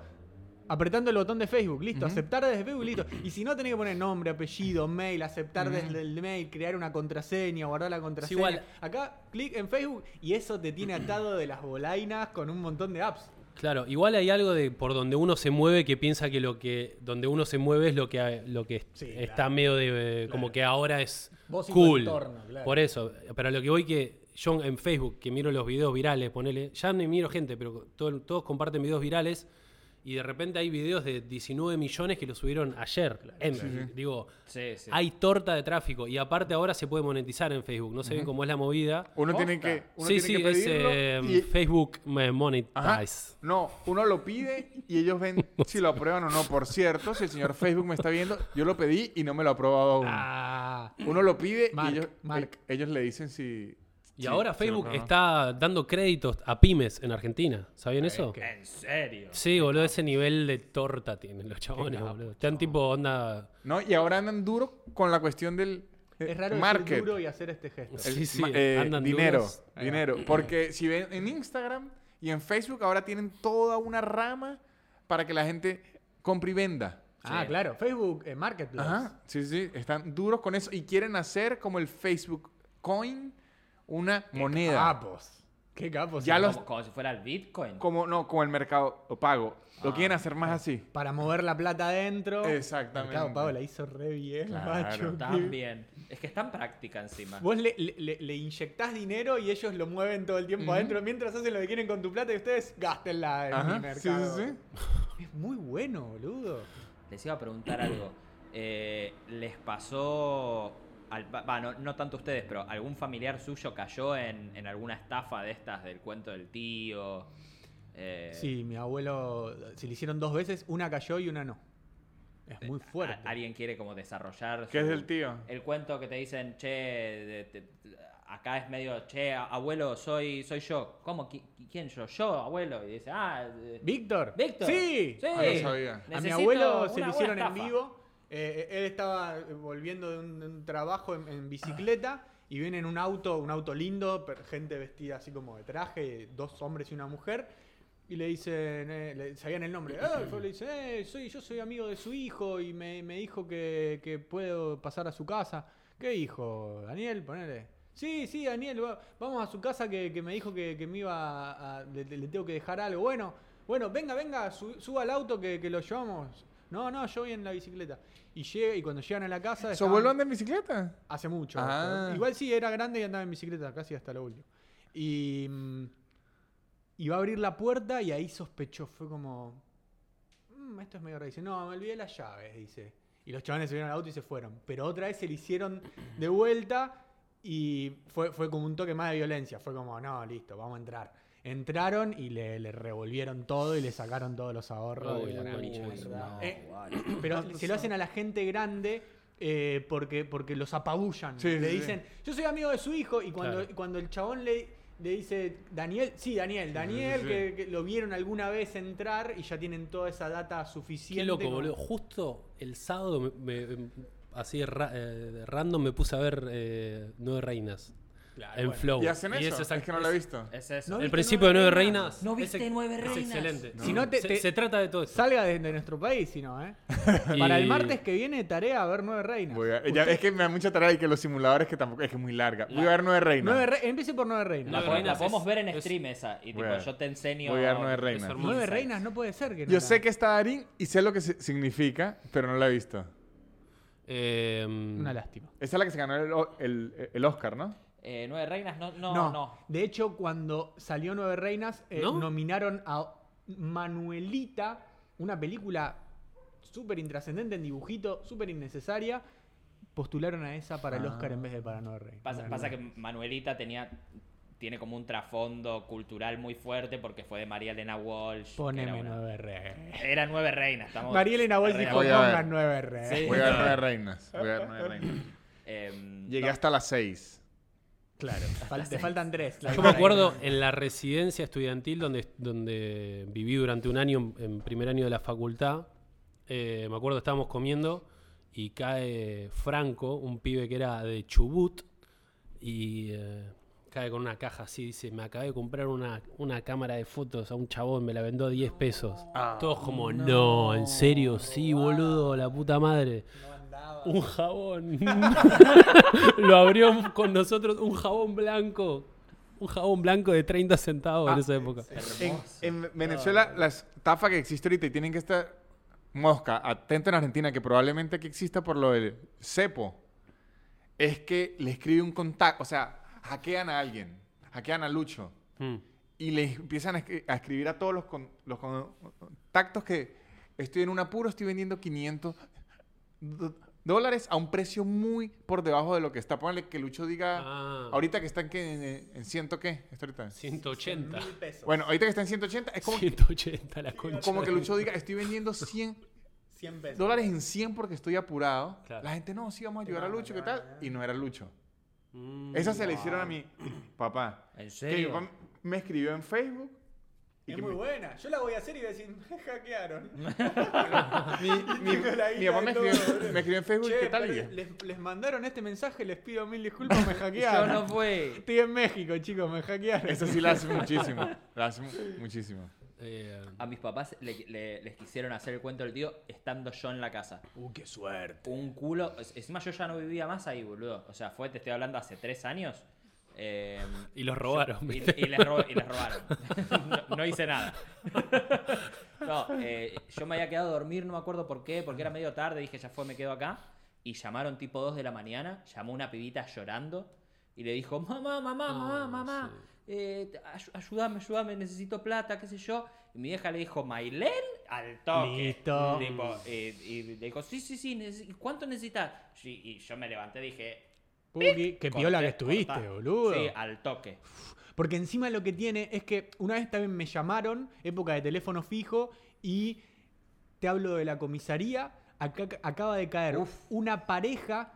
Speaker 3: apretando el botón de Facebook, listo, aceptar desde Facebook, listo. Y si no, tenés que poner nombre, apellido, mail, aceptar desde el mail, crear una contraseña, guardar la contraseña.
Speaker 4: igual.
Speaker 3: Acá, clic en Facebook y eso te tiene atado de las bolainas con un montón de apps.
Speaker 4: Claro, igual hay algo de por donde uno se mueve que piensa que lo que donde uno se mueve es lo que lo que
Speaker 3: Sí,
Speaker 4: está
Speaker 3: claro.
Speaker 4: medio de eh, como que ahora es
Speaker 3: Vos y tu
Speaker 4: cool.
Speaker 3: entorno, claro.
Speaker 4: Por eso, pero a lo que voy que yo en Facebook que miro los videos virales, ponele, ya no miro gente, pero todo- todos comparten videos virales y de repente hay videos de 19 millones que lo subieron ayer. en- Digo,
Speaker 1: Sí, sí.
Speaker 4: hay torta de tráfico y aparte ahora se puede monetizar en Facebook, no sé bien cómo es la movida.
Speaker 2: Uno tiene
Speaker 3: Posta.
Speaker 2: que, uno
Speaker 4: sí,
Speaker 2: tiene
Speaker 4: sí,
Speaker 2: que
Speaker 4: es
Speaker 2: pedirlo
Speaker 4: eh,
Speaker 2: y-
Speaker 4: Facebook eh, Monetize.
Speaker 2: Ajá. No, uno lo pide y ellos ven si lo aprueban o no. Por cierto, si el señor Facebook me está viendo, yo lo pedí y no me lo ha aprobado aún.
Speaker 3: Ah,
Speaker 2: Uno lo pide
Speaker 3: Mark,
Speaker 2: y ellos,
Speaker 3: Mark.
Speaker 2: e- ellos le dicen si...
Speaker 4: Y
Speaker 2: si-
Speaker 4: ahora
Speaker 2: si lo
Speaker 4: Facebook
Speaker 2: aprueban o no.
Speaker 4: está dando créditos a pymes en Argentina. ¿Sabían eso?
Speaker 1: ¿En serio?
Speaker 4: Sí, boludo, ese nivel de torta tienen los chabones, boludo. Están tipo onda.
Speaker 2: No, y ahora andan duro con la cuestión del eh,
Speaker 3: es raro decir
Speaker 2: market.
Speaker 3: duro y hacer este gesto.
Speaker 4: Sí, sí,
Speaker 2: ma- eh,
Speaker 4: andan
Speaker 2: dinero,
Speaker 4: duros.
Speaker 2: dinero. Porque si ven en Instagram y en Facebook ahora tienen toda una rama para que la gente compre y venda.
Speaker 3: Ah,
Speaker 1: Sí.
Speaker 3: claro, Facebook eh, Marketplace.
Speaker 2: Ajá, sí, sí, están duros con eso y quieren hacer como el Facebook Coin una moneda.
Speaker 3: Capos. Qué capos.
Speaker 2: Ya
Speaker 3: Sí,
Speaker 2: los-
Speaker 1: Como, como si fuera el Bitcoin.
Speaker 2: Como no, como el mercado pago. Lo quieren hacer más así.
Speaker 3: Para mover la plata adentro.
Speaker 2: Exactamente.
Speaker 3: Mercado Pago la hizo re bien,
Speaker 2: Claro,
Speaker 3: macho.
Speaker 1: También. Es que es tan práctica encima.
Speaker 3: Vos le, le- le- le inyectás dinero y ellos lo mueven todo el tiempo adentro mientras hacen lo que quieren con tu plata y ustedes gástenla en mi
Speaker 2: Ajá, sí,
Speaker 3: mercado.
Speaker 2: sí, sí.
Speaker 3: Es muy bueno, boludo.
Speaker 1: Les iba a preguntar algo. Eh, ¿Les pasó... al- va, no, no tanto ustedes, pero algún familiar suyo cayó en, en alguna estafa de estas del cuento del tío? Eh,
Speaker 3: Sí, mi abuelo, si le hicieron dos veces, una cayó y una no. Es muy fuerte.
Speaker 1: a- alguien quiere como desarrollar.
Speaker 2: ¿Qué es
Speaker 1: su-
Speaker 2: el tío?
Speaker 1: El cuento que te dicen, che, de- te- te- acá es medio, che, a- abuelo, soy, soy yo. ¿Cómo? ¿Qui- ¿Quién yo? Yo, abuelo. Y dice, ah, eh,
Speaker 3: ¿Víctor?
Speaker 1: Víctor.
Speaker 3: ¡Sí!
Speaker 1: Sí.
Speaker 2: Ah, no sabía.
Speaker 3: A mi
Speaker 1: Necesito
Speaker 3: abuelo se
Speaker 1: una
Speaker 3: lo
Speaker 1: buena
Speaker 3: hicieron en
Speaker 1: estafa.
Speaker 3: vivo. Eh, eh, él estaba eh, volviendo de un, de un trabajo en, en bicicleta y viene en un auto, un auto lindo, per- gente vestida así como de traje, dos hombres y una mujer. Y le dicen, eh, le- sabían el nombre. Ah, y fue- le dice, eh, soy, yo soy amigo de su hijo y me, me dijo que, que puedo pasar a su casa. ¿Qué hijo? Daniel, ponele. Sí, sí, Daniel, va- vamos a su casa que, que me dijo que, que me iba a, a- le, le tengo que dejar algo. Bueno, bueno, venga, venga, su- suba al auto que, que lo llevamos. No, no, yo voy en la bicicleta. Y llega, y cuando llegan a la casa.
Speaker 2: ¿Su
Speaker 3: estaban-
Speaker 2: abuelo anda en bicicleta?
Speaker 3: Hace mucho.
Speaker 2: Ah.
Speaker 3: pero Igual sí, era grande y andaba en bicicleta, casi hasta lo último. Y. mm, Y va a abrir la puerta y ahí sospechó. Fue como. "Mm, esto es medio raro. Dice, no, me olvidé las llaves, dice. Y los chavales se vieron al auto y se fueron. Pero otra vez se le hicieron de vuelta y fue, fue como un toque más de violencia. Fue como, no, listo, vamos a entrar. Entraron y le, le revolvieron todo y le sacaron todos los ahorros.
Speaker 4: Uy,
Speaker 3: y
Speaker 4: la
Speaker 3: la
Speaker 4: concha de su
Speaker 3: mierda.
Speaker 4: madre.
Speaker 3: Eh,
Speaker 2: Ah,
Speaker 3: pero se lo hacen a la gente grande eh, porque, porque los apabullan.
Speaker 2: Sí,
Speaker 3: le
Speaker 2: sí, sí.
Speaker 3: dicen, yo soy amigo de su hijo, y cuando,
Speaker 4: Claro.
Speaker 3: y cuando el chabón le, le dice, Daniel, sí, Daniel, Daniel,
Speaker 2: sí.
Speaker 3: Que, que lo vieron alguna vez entrar y ya tienen toda esa data suficiente.
Speaker 4: Qué loco,
Speaker 3: como-
Speaker 4: boludo. Justo el sábado, me- me- así ra- eh, random, me puse a ver eh, Nueve Reinas
Speaker 3: Claro,
Speaker 4: en
Speaker 3: bueno.
Speaker 4: Flow.
Speaker 2: ¿Y hacen
Speaker 4: Y
Speaker 2: Oh, eso? Es,
Speaker 4: exact-
Speaker 2: que no lo he visto.
Speaker 1: Es eso.
Speaker 3: No
Speaker 4: El
Speaker 3: viste
Speaker 4: principio de Nueve
Speaker 3: Nueve
Speaker 4: Reinas.
Speaker 3: Reinas?
Speaker 1: No
Speaker 4: Es
Speaker 1: viste
Speaker 4: ex-
Speaker 1: Nueve Reinas.
Speaker 4: Es excelente.
Speaker 3: Si no te-
Speaker 4: se,
Speaker 3: te-
Speaker 4: se trata de todo esto.
Speaker 3: Salga de, de nuestro país, si no, ¿eh?
Speaker 4: Y-
Speaker 3: Para el martes que viene, tarea a ver Nueve Reinas.
Speaker 2: Voy a- ya, es que me da mucha tarea y que los simuladores que tampoco... Es que es muy larga. Voy a ver Nueve Reinas.
Speaker 3: Nueve Re- Empiece por Nueve Reinas.
Speaker 1: La,
Speaker 4: Nueve
Speaker 1: po- la
Speaker 4: Reinas
Speaker 1: podemos
Speaker 4: es-
Speaker 1: ver en
Speaker 4: es-
Speaker 1: stream esa. Y tipo,
Speaker 2: Bueno.
Speaker 1: yo te enseño.
Speaker 2: Voy a ver Nueve Reinas.
Speaker 4: hermoso.
Speaker 3: Nueve
Speaker 1: Insights.
Speaker 3: Reinas no puede ser que no
Speaker 2: Yo
Speaker 3: la-
Speaker 2: sé que está Darín y sé lo que se- significa, pero no la he visto.
Speaker 4: Eh,
Speaker 3: Una lástima.
Speaker 2: Esa es la que se ganó el, o- el- el Oscar, ¿no?
Speaker 1: Eh, Nueve Reinas no, no,
Speaker 3: No,
Speaker 1: no.
Speaker 3: De hecho, cuando salió Nueve Reinas, eh,
Speaker 4: ¿No?
Speaker 3: nominaron a Manuelita, una película súper intrascendente en dibujito, súper innecesaria.
Speaker 2: Ah.
Speaker 3: Postularon a esa para el Oscar en vez de para Nueve Reinas.
Speaker 1: Pasa,
Speaker 3: Nueve
Speaker 1: pasa que
Speaker 3: Reinas.
Speaker 1: Manuelita tenía tiene como un trasfondo cultural muy fuerte porque fue de María Elena Walsh. que era
Speaker 3: Poneme
Speaker 1: una-
Speaker 3: 9 re.
Speaker 1: Era nueve reinas, estamos.
Speaker 3: María Elena Walsh dijo:
Speaker 2: Voy a ver.
Speaker 3: pongan 9 re.
Speaker 1: Sí.
Speaker 2: Voy a ver nueve reinas. Voy a ver nueve reinas.
Speaker 1: Em,
Speaker 2: Llegué
Speaker 1: no,
Speaker 2: hasta las seis.
Speaker 3: Claro, fal- te faltan 3.
Speaker 4: Yo me acuerdo en la residencia estudiantil donde, donde viví durante un año, en- en primer año de la facultad, eh, me acuerdo estábamos comiendo y cae Franco, un pibe que era de Chubut, y eh, cae con una caja así, dice, me acabé de comprar una, una cámara de fotos a un chabón, me la vendió a 10 pesos. Todos como, no, en serio, sí, boludo, la puta madre. Un jabón. Lo abrió con nosotros un jabón blanco. Un jabón blanco de 30 centavos en esa época.
Speaker 2: En, en Venezuela, la estafa que existe ahorita y tienen que estar mosca, atento en Argentina, que probablemente que exista por lo del cepo, es que le escribe un contacto, o sea, hackean a alguien, hackean a Lucho,
Speaker 4: Mm.
Speaker 2: y le empiezan a, escri- a escribir a todos los, con- los con- contactos que estoy en un apuro, estoy vendiendo 500 do- dólares a un precio muy por debajo de lo que está. Póngale que Lucho diga,
Speaker 4: Ah.
Speaker 2: ahorita que están que en, en ciento qué, está ahorita.
Speaker 4: 180.
Speaker 2: Bueno, ahorita que está en 180, es como,
Speaker 4: 180 la concha.
Speaker 2: como que
Speaker 4: de-
Speaker 2: Lucho diga, estoy vendiendo 100
Speaker 3: 100 pesos.
Speaker 2: dólares en 100 porque estoy apurado.
Speaker 4: Claro.
Speaker 2: La gente, no, sí, vamos a ayudar a
Speaker 3: manda,
Speaker 2: Lucho,
Speaker 3: te
Speaker 2: ¿qué tal?
Speaker 3: manda,
Speaker 2: Y no era Lucho.
Speaker 4: Mm.
Speaker 2: Esa se le hicieron a mi papá.
Speaker 1: ¿En
Speaker 2: Que mi
Speaker 1: serio?
Speaker 2: papá me escribió en Facebook. y
Speaker 3: Es
Speaker 2: que
Speaker 3: muy
Speaker 2: me-
Speaker 3: buena. Yo la voy a hacer y voy a decir: me hackearon.
Speaker 2: Mi, mi-
Speaker 3: Tengo la
Speaker 2: mi
Speaker 3: guía
Speaker 2: papá me
Speaker 3: de todo,
Speaker 2: escribió,
Speaker 3: boludo.
Speaker 2: me escribió en Facebook,
Speaker 3: Che,
Speaker 2: ¿qué tal?
Speaker 3: pero
Speaker 2: Y yo,
Speaker 3: les, les mandaron este mensaje, les pido mil disculpas, me
Speaker 1: Yo
Speaker 3: hackearon.
Speaker 1: no fui.
Speaker 3: Estoy en México, chicos, me hackearon.
Speaker 2: Eso sí la hace muchísimo. La hace mu- muchísimo.
Speaker 4: Eh,
Speaker 1: A mis papás le- le- les quisieron hacer el cuento del tío estando yo en la casa.
Speaker 3: Uh, qué suerte.
Speaker 1: Un culo. es- Encima yo ya no vivía más ahí, boludo. O sea, fue, te estoy hablando, hace tres años. Eh,
Speaker 4: y los robaron.
Speaker 1: y,
Speaker 4: ¿viste?
Speaker 1: y les ro- y les robaron. no, no hice nada. no, eh, yo me había quedado a dormir, no me acuerdo por qué, porque era medio tarde, dije, ya fue, me quedo acá. Y llamaron tipo 2 de la mañana, llamó una pibita llorando y le dijo, mamá,
Speaker 3: Oh,
Speaker 1: mamá, mamá,
Speaker 4: Ah,
Speaker 1: mamá, eh, te- ay- ayúdame, ayúdame, necesito plata, qué sé yo. Y mi vieja le dijo, Mailén, al toque.
Speaker 3: Listo.
Speaker 1: Tipo, eh, y le dijo, sí, sí, sí, neces- ¿cuánto necesitas? Y, y yo me levanté, dije...
Speaker 3: qué
Speaker 1: corté,
Speaker 3: piola que estuviste,
Speaker 1: cortá.
Speaker 3: boludo.
Speaker 1: Sí, al toque.
Speaker 3: Porque encima lo que tiene es que una vez también me llamaron, época de teléfono fijo, y te hablo de la comisaría. Acá, acaba de caer una pareja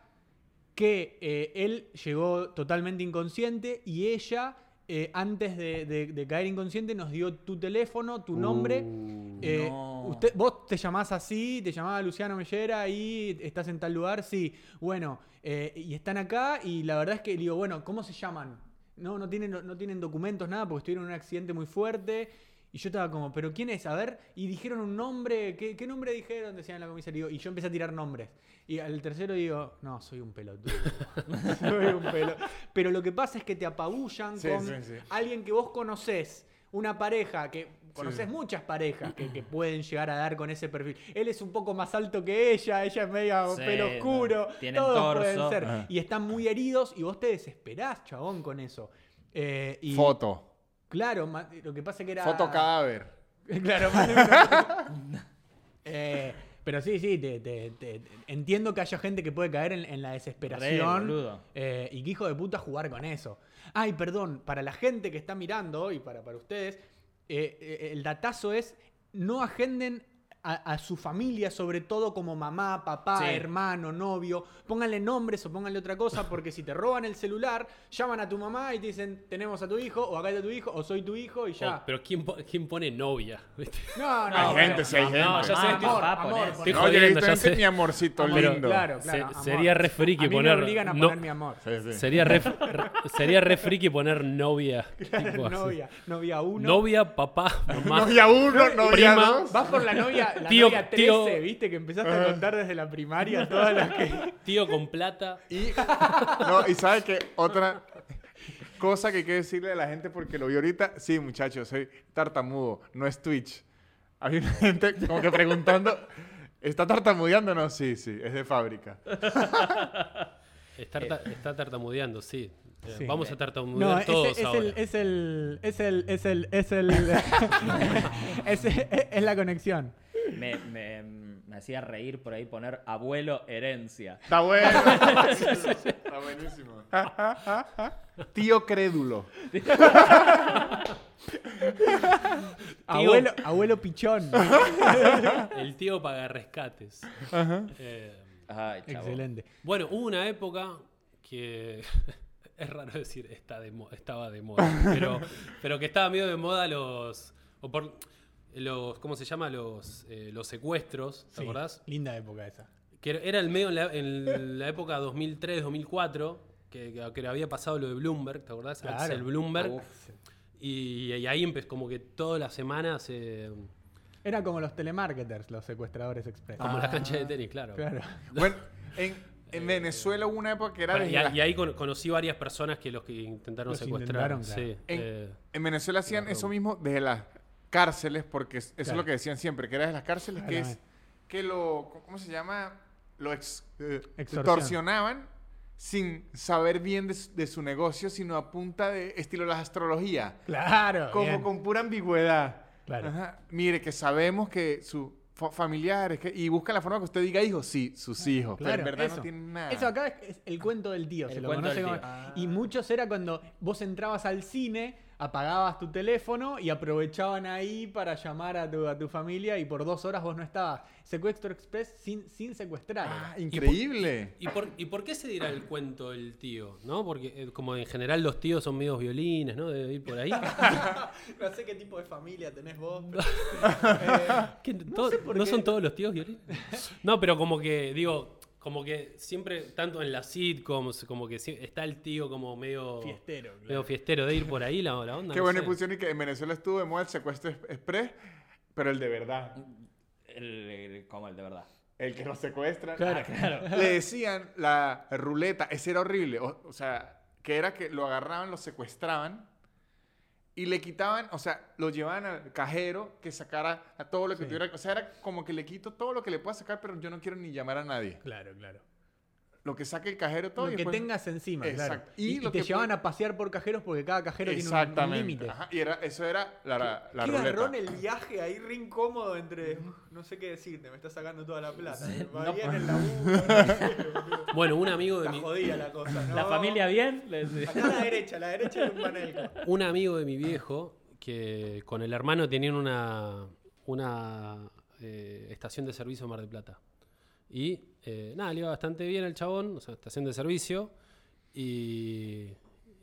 Speaker 3: que eh, él llegó totalmente inconsciente y ella, eh, antes de, de- de caer inconsciente, nos dio tu teléfono, tu nombre.
Speaker 2: Uh.
Speaker 3: Eh,
Speaker 1: no.
Speaker 3: usted, vos te llamás así, te llamaba Luciano Mellera y estás en tal lugar, sí. Bueno, eh, y están acá y la verdad es que le digo, bueno, ¿cómo se llaman? No, no tienen, no tienen documentos, nada, porque estuvieron en un accidente muy fuerte. Y yo estaba como, ¿pero quién es? A ver, y dijeron un nombre, ¿qué, qué nombre dijeron? Decían en la comisaría. Y yo empecé a tirar nombres. Y al tercero digo, no, soy un pelotudo. soy un pelotudo. Pero lo que pasa es que te apabullan
Speaker 2: Sí,
Speaker 3: con
Speaker 2: sí, sí.
Speaker 3: alguien que vos conocés, una pareja que conoces muchas parejas que, que pueden llegar a dar con ese perfil. Él es un poco más alto que ella, ella es media
Speaker 1: Sí,
Speaker 3: pelo
Speaker 1: no,
Speaker 3: oscuro,
Speaker 1: tienen
Speaker 3: todos pueden
Speaker 1: torso.
Speaker 3: ser.
Speaker 2: Ajá.
Speaker 3: Y están muy heridos y vos te desesperás, chabón, con eso. Eh, y,
Speaker 2: Foto.
Speaker 3: Claro, ma- lo que pasa que era...
Speaker 2: Foto cadáver.
Speaker 3: Claro, más de una- Eh, pero sí, sí, te, te- te- entiendo que haya gente que puede caer en, en la desesperación.
Speaker 1: boludo.
Speaker 3: eh, y que hijo de puta jugar con eso. Ay, perdón, para la gente que está mirando y para, para ustedes, eh, eh, el datazo es no agenden a, a su familia, sobre todo como mamá, papá,
Speaker 1: Sí.
Speaker 3: hermano, novio. Pónganle nombres o pónganle otra cosa, porque si te roban el celular, llaman a tu mamá y te dicen, tenemos a tu hijo, o acá está tu hijo, o soy tu hijo, y ya.
Speaker 4: Oh, pero ¿quién, po- quién pone novia? ¿Viste?
Speaker 3: No, no.
Speaker 1: Hay
Speaker 3: bueno.
Speaker 2: gente, sí hay gente.
Speaker 4: Ah, No, ya sé, eh.
Speaker 1: Ah,
Speaker 4: estoy-
Speaker 1: amor,
Speaker 3: papá,
Speaker 1: amor,
Speaker 3: poner.
Speaker 1: poner.
Speaker 4: Estoy
Speaker 2: No, yo he
Speaker 4: jodiendo,
Speaker 2: visto
Speaker 4: ya
Speaker 2: gente,
Speaker 4: sé.
Speaker 2: mi amorcito
Speaker 3: Amor,
Speaker 2: lindo.
Speaker 3: Claro,
Speaker 4: Se-
Speaker 3: claro. amor.
Speaker 4: sería re friki
Speaker 3: a mí
Speaker 4: poner-
Speaker 3: Me obligan a
Speaker 4: no-
Speaker 3: poner mi amor.
Speaker 2: Sí, sí.
Speaker 4: Sería re, re- sería re friki poner novia. tipo así.
Speaker 3: novia. Novia uno.
Speaker 4: Novia, papá, mamá.
Speaker 2: Novia uno, novia
Speaker 4: prima.
Speaker 2: dos.
Speaker 3: Vas por la novia, la
Speaker 4: Tío,
Speaker 3: novia 13,
Speaker 4: tío.
Speaker 3: viste, que empezaste
Speaker 2: Ah.
Speaker 3: a contar desde la primaria todas las que.
Speaker 4: Tío con plata.
Speaker 2: Y, no, y sabe que otra cosa que hay que decirle a la gente porque lo vi ahorita, sí, muchachos, soy tartamudo, no es Twitch. Había una gente como que preguntando, ¿está tartamudeando? No, sí, sí, es de fábrica.
Speaker 4: Está, tarta- está tartamudeando, sí. Eh,
Speaker 3: Sí.
Speaker 4: Vamos a tartamudear
Speaker 3: No, ese-
Speaker 4: todos
Speaker 3: es,
Speaker 4: ahora.
Speaker 3: el, es el. Es el. Es el. Es el. es, es la conexión.
Speaker 1: Me, me- me hacía reír por ahí poner abuelo herencia.
Speaker 2: Está bueno. Está buenísimo. Tío crédulo.
Speaker 3: Abuelo, abuelo pichón.
Speaker 4: El tío paga rescates. Eh,
Speaker 1: Ay, chavo.
Speaker 3: Excelente.
Speaker 4: bueno, hubo una época que. es raro decir está de mo- estaba de moda, pero, pero que estaba medio de moda los. O por, los ¿Cómo se llama? Los, eh, los secuestros, ¿te
Speaker 3: Sí,
Speaker 4: acordás?
Speaker 3: Linda época esa.
Speaker 4: Que era el medio en la, en la época 2003, 2004, que, que- que había pasado lo de Bloomberg, ¿te acordás?
Speaker 3: Claro. Ah,
Speaker 4: Axel Bloomberg.
Speaker 1: Uf.
Speaker 4: Y, y ahí empezó como que todas las semanas, eh,
Speaker 3: Era como los telemarketers, los secuestradores express. Ah,
Speaker 4: como la cancha de tenis, claro.
Speaker 3: Claro.
Speaker 2: Bueno, en, en Venezuela hubo una época que era
Speaker 4: Bueno,
Speaker 2: de
Speaker 4: y, a- y ahí con- conocí varias personas que los que intentaron
Speaker 3: Los
Speaker 4: secuestrar.
Speaker 3: intentaron, claro.
Speaker 4: sí,
Speaker 2: En-
Speaker 4: eh,
Speaker 2: En Venezuela hacían eso mismo desde las cárceles, porque es- eso es lo que decían siempre, que era de las cárceles, que es
Speaker 3: Claramente.
Speaker 2: que lo, ¿cómo se llama? Lo ex- eh,
Speaker 3: Extorsión.
Speaker 2: extorsionaban sin saber bien de, su- de su negocio, sino a punta de estilo la astrología,
Speaker 3: Claro.
Speaker 2: como
Speaker 3: bien.
Speaker 2: con pura ambigüedad.
Speaker 3: Claro.
Speaker 2: Ajá. Mire, que sabemos que sus familiares, que, y buscan la forma que usted diga hijos, sí, sus hijos,
Speaker 3: Claro,
Speaker 2: pero en verdad
Speaker 3: eso.
Speaker 2: no tienen nada.
Speaker 3: Eso acá es, es el cuento del tío,
Speaker 1: El
Speaker 3: se lo
Speaker 1: cuento
Speaker 3: conoce
Speaker 1: del
Speaker 3: como-
Speaker 1: tío. Ah.
Speaker 3: Y muchos era cuando vos entrabas al cine, apagabas tu teléfono y aprovechaban ahí para llamar a tu, a tu familia y por dos horas vos no estabas. Secuestro Express sin, sin secuestrar.
Speaker 2: Ah, increíble.
Speaker 4: ¿Y por, ¿Y por qué se dirá el cuento el tío? ¿No? Porque eh, como en general los tíos son medios violines, ¿no? De ir por ahí.
Speaker 3: no sé qué tipo de familia tenés vos. eh,
Speaker 4: Que todo- no,
Speaker 3: sé por qué.
Speaker 4: son todos los tíos violines? No, pero como que, digo, como que siempre, tanto en las sitcoms, como que si- está el tío como medio...
Speaker 3: Fiestero, claro.
Speaker 4: Medio fiestero, de ir por ahí la, la onda.
Speaker 2: Qué
Speaker 4: no
Speaker 2: bueno,
Speaker 4: sé.
Speaker 2: y pusieron y que en Venezuela estuvo de moda el secuestro ex- express, pero el de verdad.
Speaker 1: El- el- como el de verdad.
Speaker 2: El que lo secuestra. Ah,
Speaker 3: Claro.
Speaker 2: Le decían la ruleta, ese era horrible. O, o sea, que era que lo agarraban, lo secuestraban y le quitaban, o sea, lo llevaban al cajero que sacara a todo lo que
Speaker 3: Sí.
Speaker 2: tuviera. O sea, era como que le quito todo lo que le pueda sacar, pero yo no quiero ni llamar a nadie.
Speaker 3: Claro, claro.
Speaker 2: Lo que saque el cajero todo.
Speaker 3: Lo
Speaker 2: y
Speaker 3: que
Speaker 2: después-
Speaker 3: tengas encima, claro.
Speaker 2: Exacto. Y
Speaker 3: Y, y
Speaker 2: lo
Speaker 3: te
Speaker 2: que
Speaker 3: llevaban
Speaker 2: puede-
Speaker 3: a pasear por cajeros porque cada cajero tiene un- un,
Speaker 2: Exactamente.
Speaker 3: límite.
Speaker 2: Ajá, Y era, eso era la, la, la
Speaker 5: Qué
Speaker 2: ruleta.
Speaker 5: garrón el viaje ahí re incómodo entre no sé qué decirte, me estás sacando toda la plata. Va
Speaker 1: no.
Speaker 5: bien el laburo.
Speaker 4: Bueno, un amigo de
Speaker 5: Está
Speaker 4: mi,
Speaker 5: jodida la cosa, ¿no?
Speaker 1: ¿La familia bien? Le decía.
Speaker 5: Acá a la derecha, a la derecha de un panel.
Speaker 4: un amigo de mi viejo que con el hermano tenían una, una eh, estación de servicio en Mar del Plata. Y eh, nada, le iba bastante bien al chabón, o sea, estación de servicio. Y,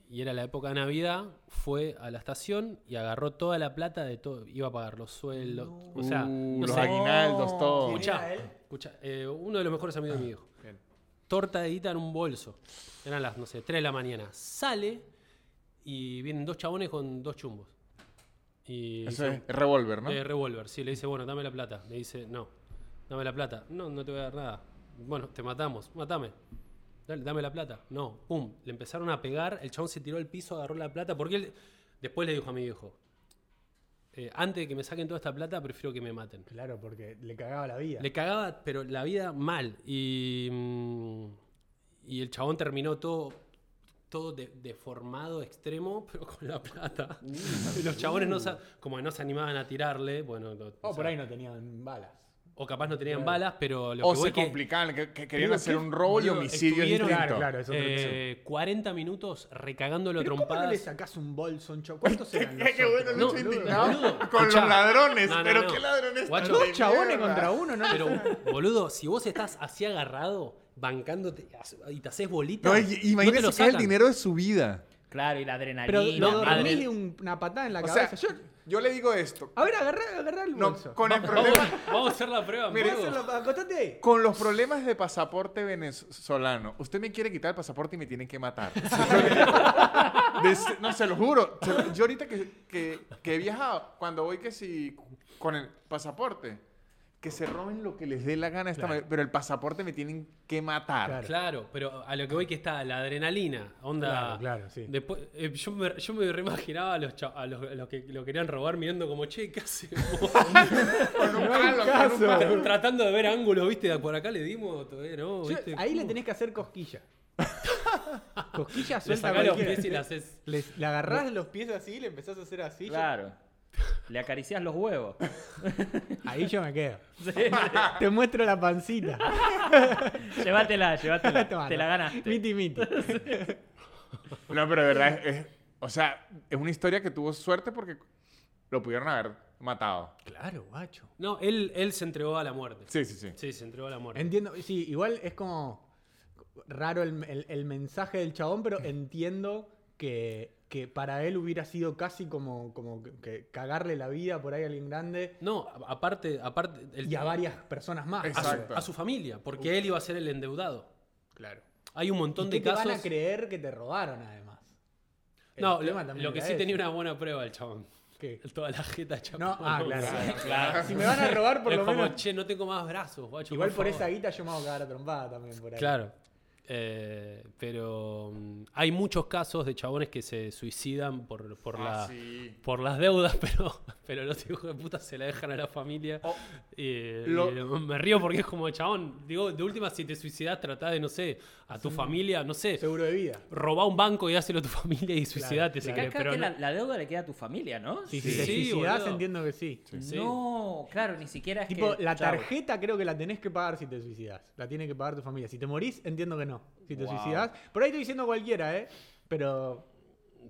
Speaker 4: y era la época de Navidad, fue a la estación y agarró toda la plata de todo. Iba a pagar los sueldos. O sea,
Speaker 2: Uh,
Speaker 4: no
Speaker 2: los
Speaker 4: sé,
Speaker 2: aguinaldos,
Speaker 1: Oh,
Speaker 2: todo.
Speaker 5: ¿Quién
Speaker 4: Escuchá,
Speaker 5: era él?
Speaker 4: escuchá, eh, uno de los mejores amigos de mi hijo.
Speaker 2: Ah, bien.
Speaker 4: Torta de guita en un bolso. Eran las, no sé, 3 de la mañana. Sale y vienen dos chabones con dos chumbos. Y
Speaker 2: Eso
Speaker 4: dice,
Speaker 2: es revólver, ¿no?
Speaker 4: eh, revólver. Sí, le dice, bueno, dame la plata. Le dice, no, dame la plata. No, no te voy a dar nada. Bueno, te matamos, matame. Dale, dame la plata. No, pum. Le empezaron a pegar, el chabón se tiró al piso, agarró la plata. Porque él, después le dijo a mi viejo, eh, antes de que me saquen toda esta plata, prefiero que me maten.
Speaker 3: Claro, porque le cagaba la vida.
Speaker 4: Le cagaba, pero la vida mal. Y, mm, y el chabón terminó todo, todo de- deformado, extremo, pero con la plata.
Speaker 2: Mm.
Speaker 4: Y los chabones no, sa- como que no se animaban a tirarle. Bueno, no-
Speaker 3: O
Speaker 2: Oh,
Speaker 4: o,
Speaker 3: Oh, por
Speaker 4: sea,
Speaker 3: ahí no tenían balas.
Speaker 4: o capaz no tenían balas, pero lo
Speaker 2: o
Speaker 4: que voy
Speaker 2: se
Speaker 4: es que,
Speaker 2: complicaban, que, que querían
Speaker 4: Digo,
Speaker 2: hacer
Speaker 4: ¿qué?
Speaker 2: un robo y
Speaker 4: Digo,
Speaker 2: homicidio
Speaker 4: estuvieron-
Speaker 2: distinto.
Speaker 3: Claro, claro, es otra opción.
Speaker 4: eh, 40 minutos recagándolo a
Speaker 3: Pero ¿cómo no le
Speaker 4: trompadas.
Speaker 3: sacás un bolso, un choco? ¿Cuántos eran los
Speaker 2: Qué- qué bueno,
Speaker 3: otros?
Speaker 4: No,
Speaker 2: Lucho
Speaker 4: boludo,
Speaker 2: indignado
Speaker 4: boludo.
Speaker 2: con
Speaker 4: Escuchá.
Speaker 2: los ladrones.
Speaker 4: No, no,
Speaker 2: pero
Speaker 4: no.
Speaker 2: qué ladrones.
Speaker 4: Guacho,
Speaker 2: tan de
Speaker 3: Dos chabones
Speaker 2: mierda?
Speaker 3: contra uno, ¿no?
Speaker 4: Pero, boludo, si vos estás así agarrado, bancándote y te haces bolita,
Speaker 2: No, y- y imagínese
Speaker 4: lo
Speaker 2: que es el
Speaker 4: sacan.
Speaker 2: dinero de su vida.
Speaker 1: Claro, y la adrenalina.
Speaker 3: Pero lo
Speaker 4: dormí.
Speaker 1: madre.
Speaker 3: dormile un- una patada en la
Speaker 2: O sea,
Speaker 3: cabeza.
Speaker 2: yo,
Speaker 3: Yo-
Speaker 2: le digo esto.
Speaker 3: a ver, agarrá, agarrá el
Speaker 2: No,
Speaker 3: bolso.
Speaker 2: con el
Speaker 4: Ah, Vamos,
Speaker 2: problema,
Speaker 4: vamos a hacer la prueba,
Speaker 2: Mire,
Speaker 4: amigo.
Speaker 3: Hacerlo- Acotate ahí.
Speaker 2: con los problemas de pasaporte venezolano. Usted me quiere quitar el pasaporte y me tienen que matar. Yo le- de- no, se lo juro. Se lo- yo ahorita que, que- que he viajado, cuando voy que si con el pasaporte, que se roben lo que les dé la gana. Esta manera, pero el pasaporte me tienen que matar.
Speaker 3: Claro.
Speaker 4: Claro, pero a lo que voy que está la adrenalina,
Speaker 3: Claro,
Speaker 4: onda.
Speaker 3: claro, sí.
Speaker 4: Después, eh, yo, me, yo me reimaginaba a los, cha- a los, a los que lo querían robar mirando como, che, ¿qué hacemos?
Speaker 2: Con un
Speaker 3: No hay
Speaker 2: palo, con un
Speaker 3: caso.
Speaker 2: palo.
Speaker 4: Tra- Tratando de ver ángulos, ¿viste? Por acá le dimos, todavía no,
Speaker 3: Yo-
Speaker 4: ¿viste? Uh,
Speaker 3: ahí le
Speaker 1: Uh.
Speaker 4: ¿Cómo?
Speaker 3: tenés que hacer cosquilla. cosquilla
Speaker 4: Le
Speaker 3: suelta a
Speaker 4: sacás los
Speaker 3: cualquiera.
Speaker 4: pies y le haces.
Speaker 3: Le- le agarrás
Speaker 5: Agarrás los pies así y le empezás a hacer así. yo-
Speaker 1: Claro. Le acariciás los huevos.
Speaker 3: Ahí yo me quedo.
Speaker 1: Sí.
Speaker 3: Te muestro la pancita.
Speaker 1: llévatela, llévatela.
Speaker 3: Tomá,
Speaker 1: Te la
Speaker 3: no.
Speaker 1: ganaste.
Speaker 3: Miti, miti.
Speaker 2: No, pero de verdad es, es- O sea, es una historia que tuvo suerte porque lo pudieron haber matado.
Speaker 3: Claro, guacho.
Speaker 4: No, él, él se entregó a la muerte.
Speaker 2: Sí, sí, sí.
Speaker 4: Sí, se entregó a la muerte.
Speaker 3: Entiendo, sí, igual es como raro el, el- el mensaje del chabón, pero entiendo que, que para él hubiera sido casi como, como que- que cagarle la vida por ahí a alguien grande
Speaker 4: No, a- aparte, aparte el-
Speaker 3: y a varias personas más.
Speaker 4: a su-
Speaker 2: Exacto.
Speaker 4: a su familia, porque él iba a ser el endeudado.
Speaker 3: Claro.
Speaker 4: Hay un montón
Speaker 3: ¿Y
Speaker 4: de
Speaker 3: qué te
Speaker 4: casos.
Speaker 3: van a creer que te robaron además? El
Speaker 4: No,
Speaker 3: tema
Speaker 4: lo,
Speaker 3: también
Speaker 4: lo que
Speaker 3: era
Speaker 4: sí
Speaker 3: ese.
Speaker 4: tenía una buena prueba el chabón.
Speaker 3: ¿Qué?
Speaker 4: Toda la jeta
Speaker 3: No,
Speaker 4: chapada.
Speaker 3: ah, claro.
Speaker 1: Claro.
Speaker 3: Si me van a robar por
Speaker 4: es
Speaker 3: lo
Speaker 4: como,
Speaker 3: menos.
Speaker 4: che, no tengo más brazos, guacho.
Speaker 3: Igual por
Speaker 4: favor".
Speaker 3: esa guita yo me voy a cagar a trompada también por ahí.
Speaker 4: Claro. Eh, pero mm, hay muchos casos de chabones que se suicidan por, por,
Speaker 2: Ah,
Speaker 4: la, por las deudas, pero, pero los hijos de puta se la dejan a la familia.
Speaker 3: Oh.
Speaker 4: y,
Speaker 2: lo-
Speaker 4: y me río porque es como, chabón, digo, de última, si te suicidas, tratá de, no sé, a tu familia, no sé,
Speaker 3: Seguro de vida.
Speaker 4: robá un banco y dáselo a tu familia y suicidate si
Speaker 1: Acá-
Speaker 4: querés,
Speaker 1: acá
Speaker 4: pero
Speaker 1: que
Speaker 4: no-
Speaker 1: la, la deuda le queda a tu familia, ¿no?
Speaker 3: Si
Speaker 4: Sí.
Speaker 3: te
Speaker 4: Sí,
Speaker 3: suicidás,
Speaker 4: boludo.
Speaker 3: entiendo que sí.
Speaker 4: Sí.
Speaker 1: No, claro, ni siquiera es
Speaker 3: Tipo,
Speaker 1: que-
Speaker 3: la
Speaker 1: Chau.
Speaker 3: tarjeta creo que la tenés que pagar si te suicidas. La tiene que pagar tu familia. Si te morís, entiendo que no. Si te
Speaker 1: Wow.
Speaker 3: suicidas. Por ahí estoy diciendo cualquiera, ¿eh? Pero.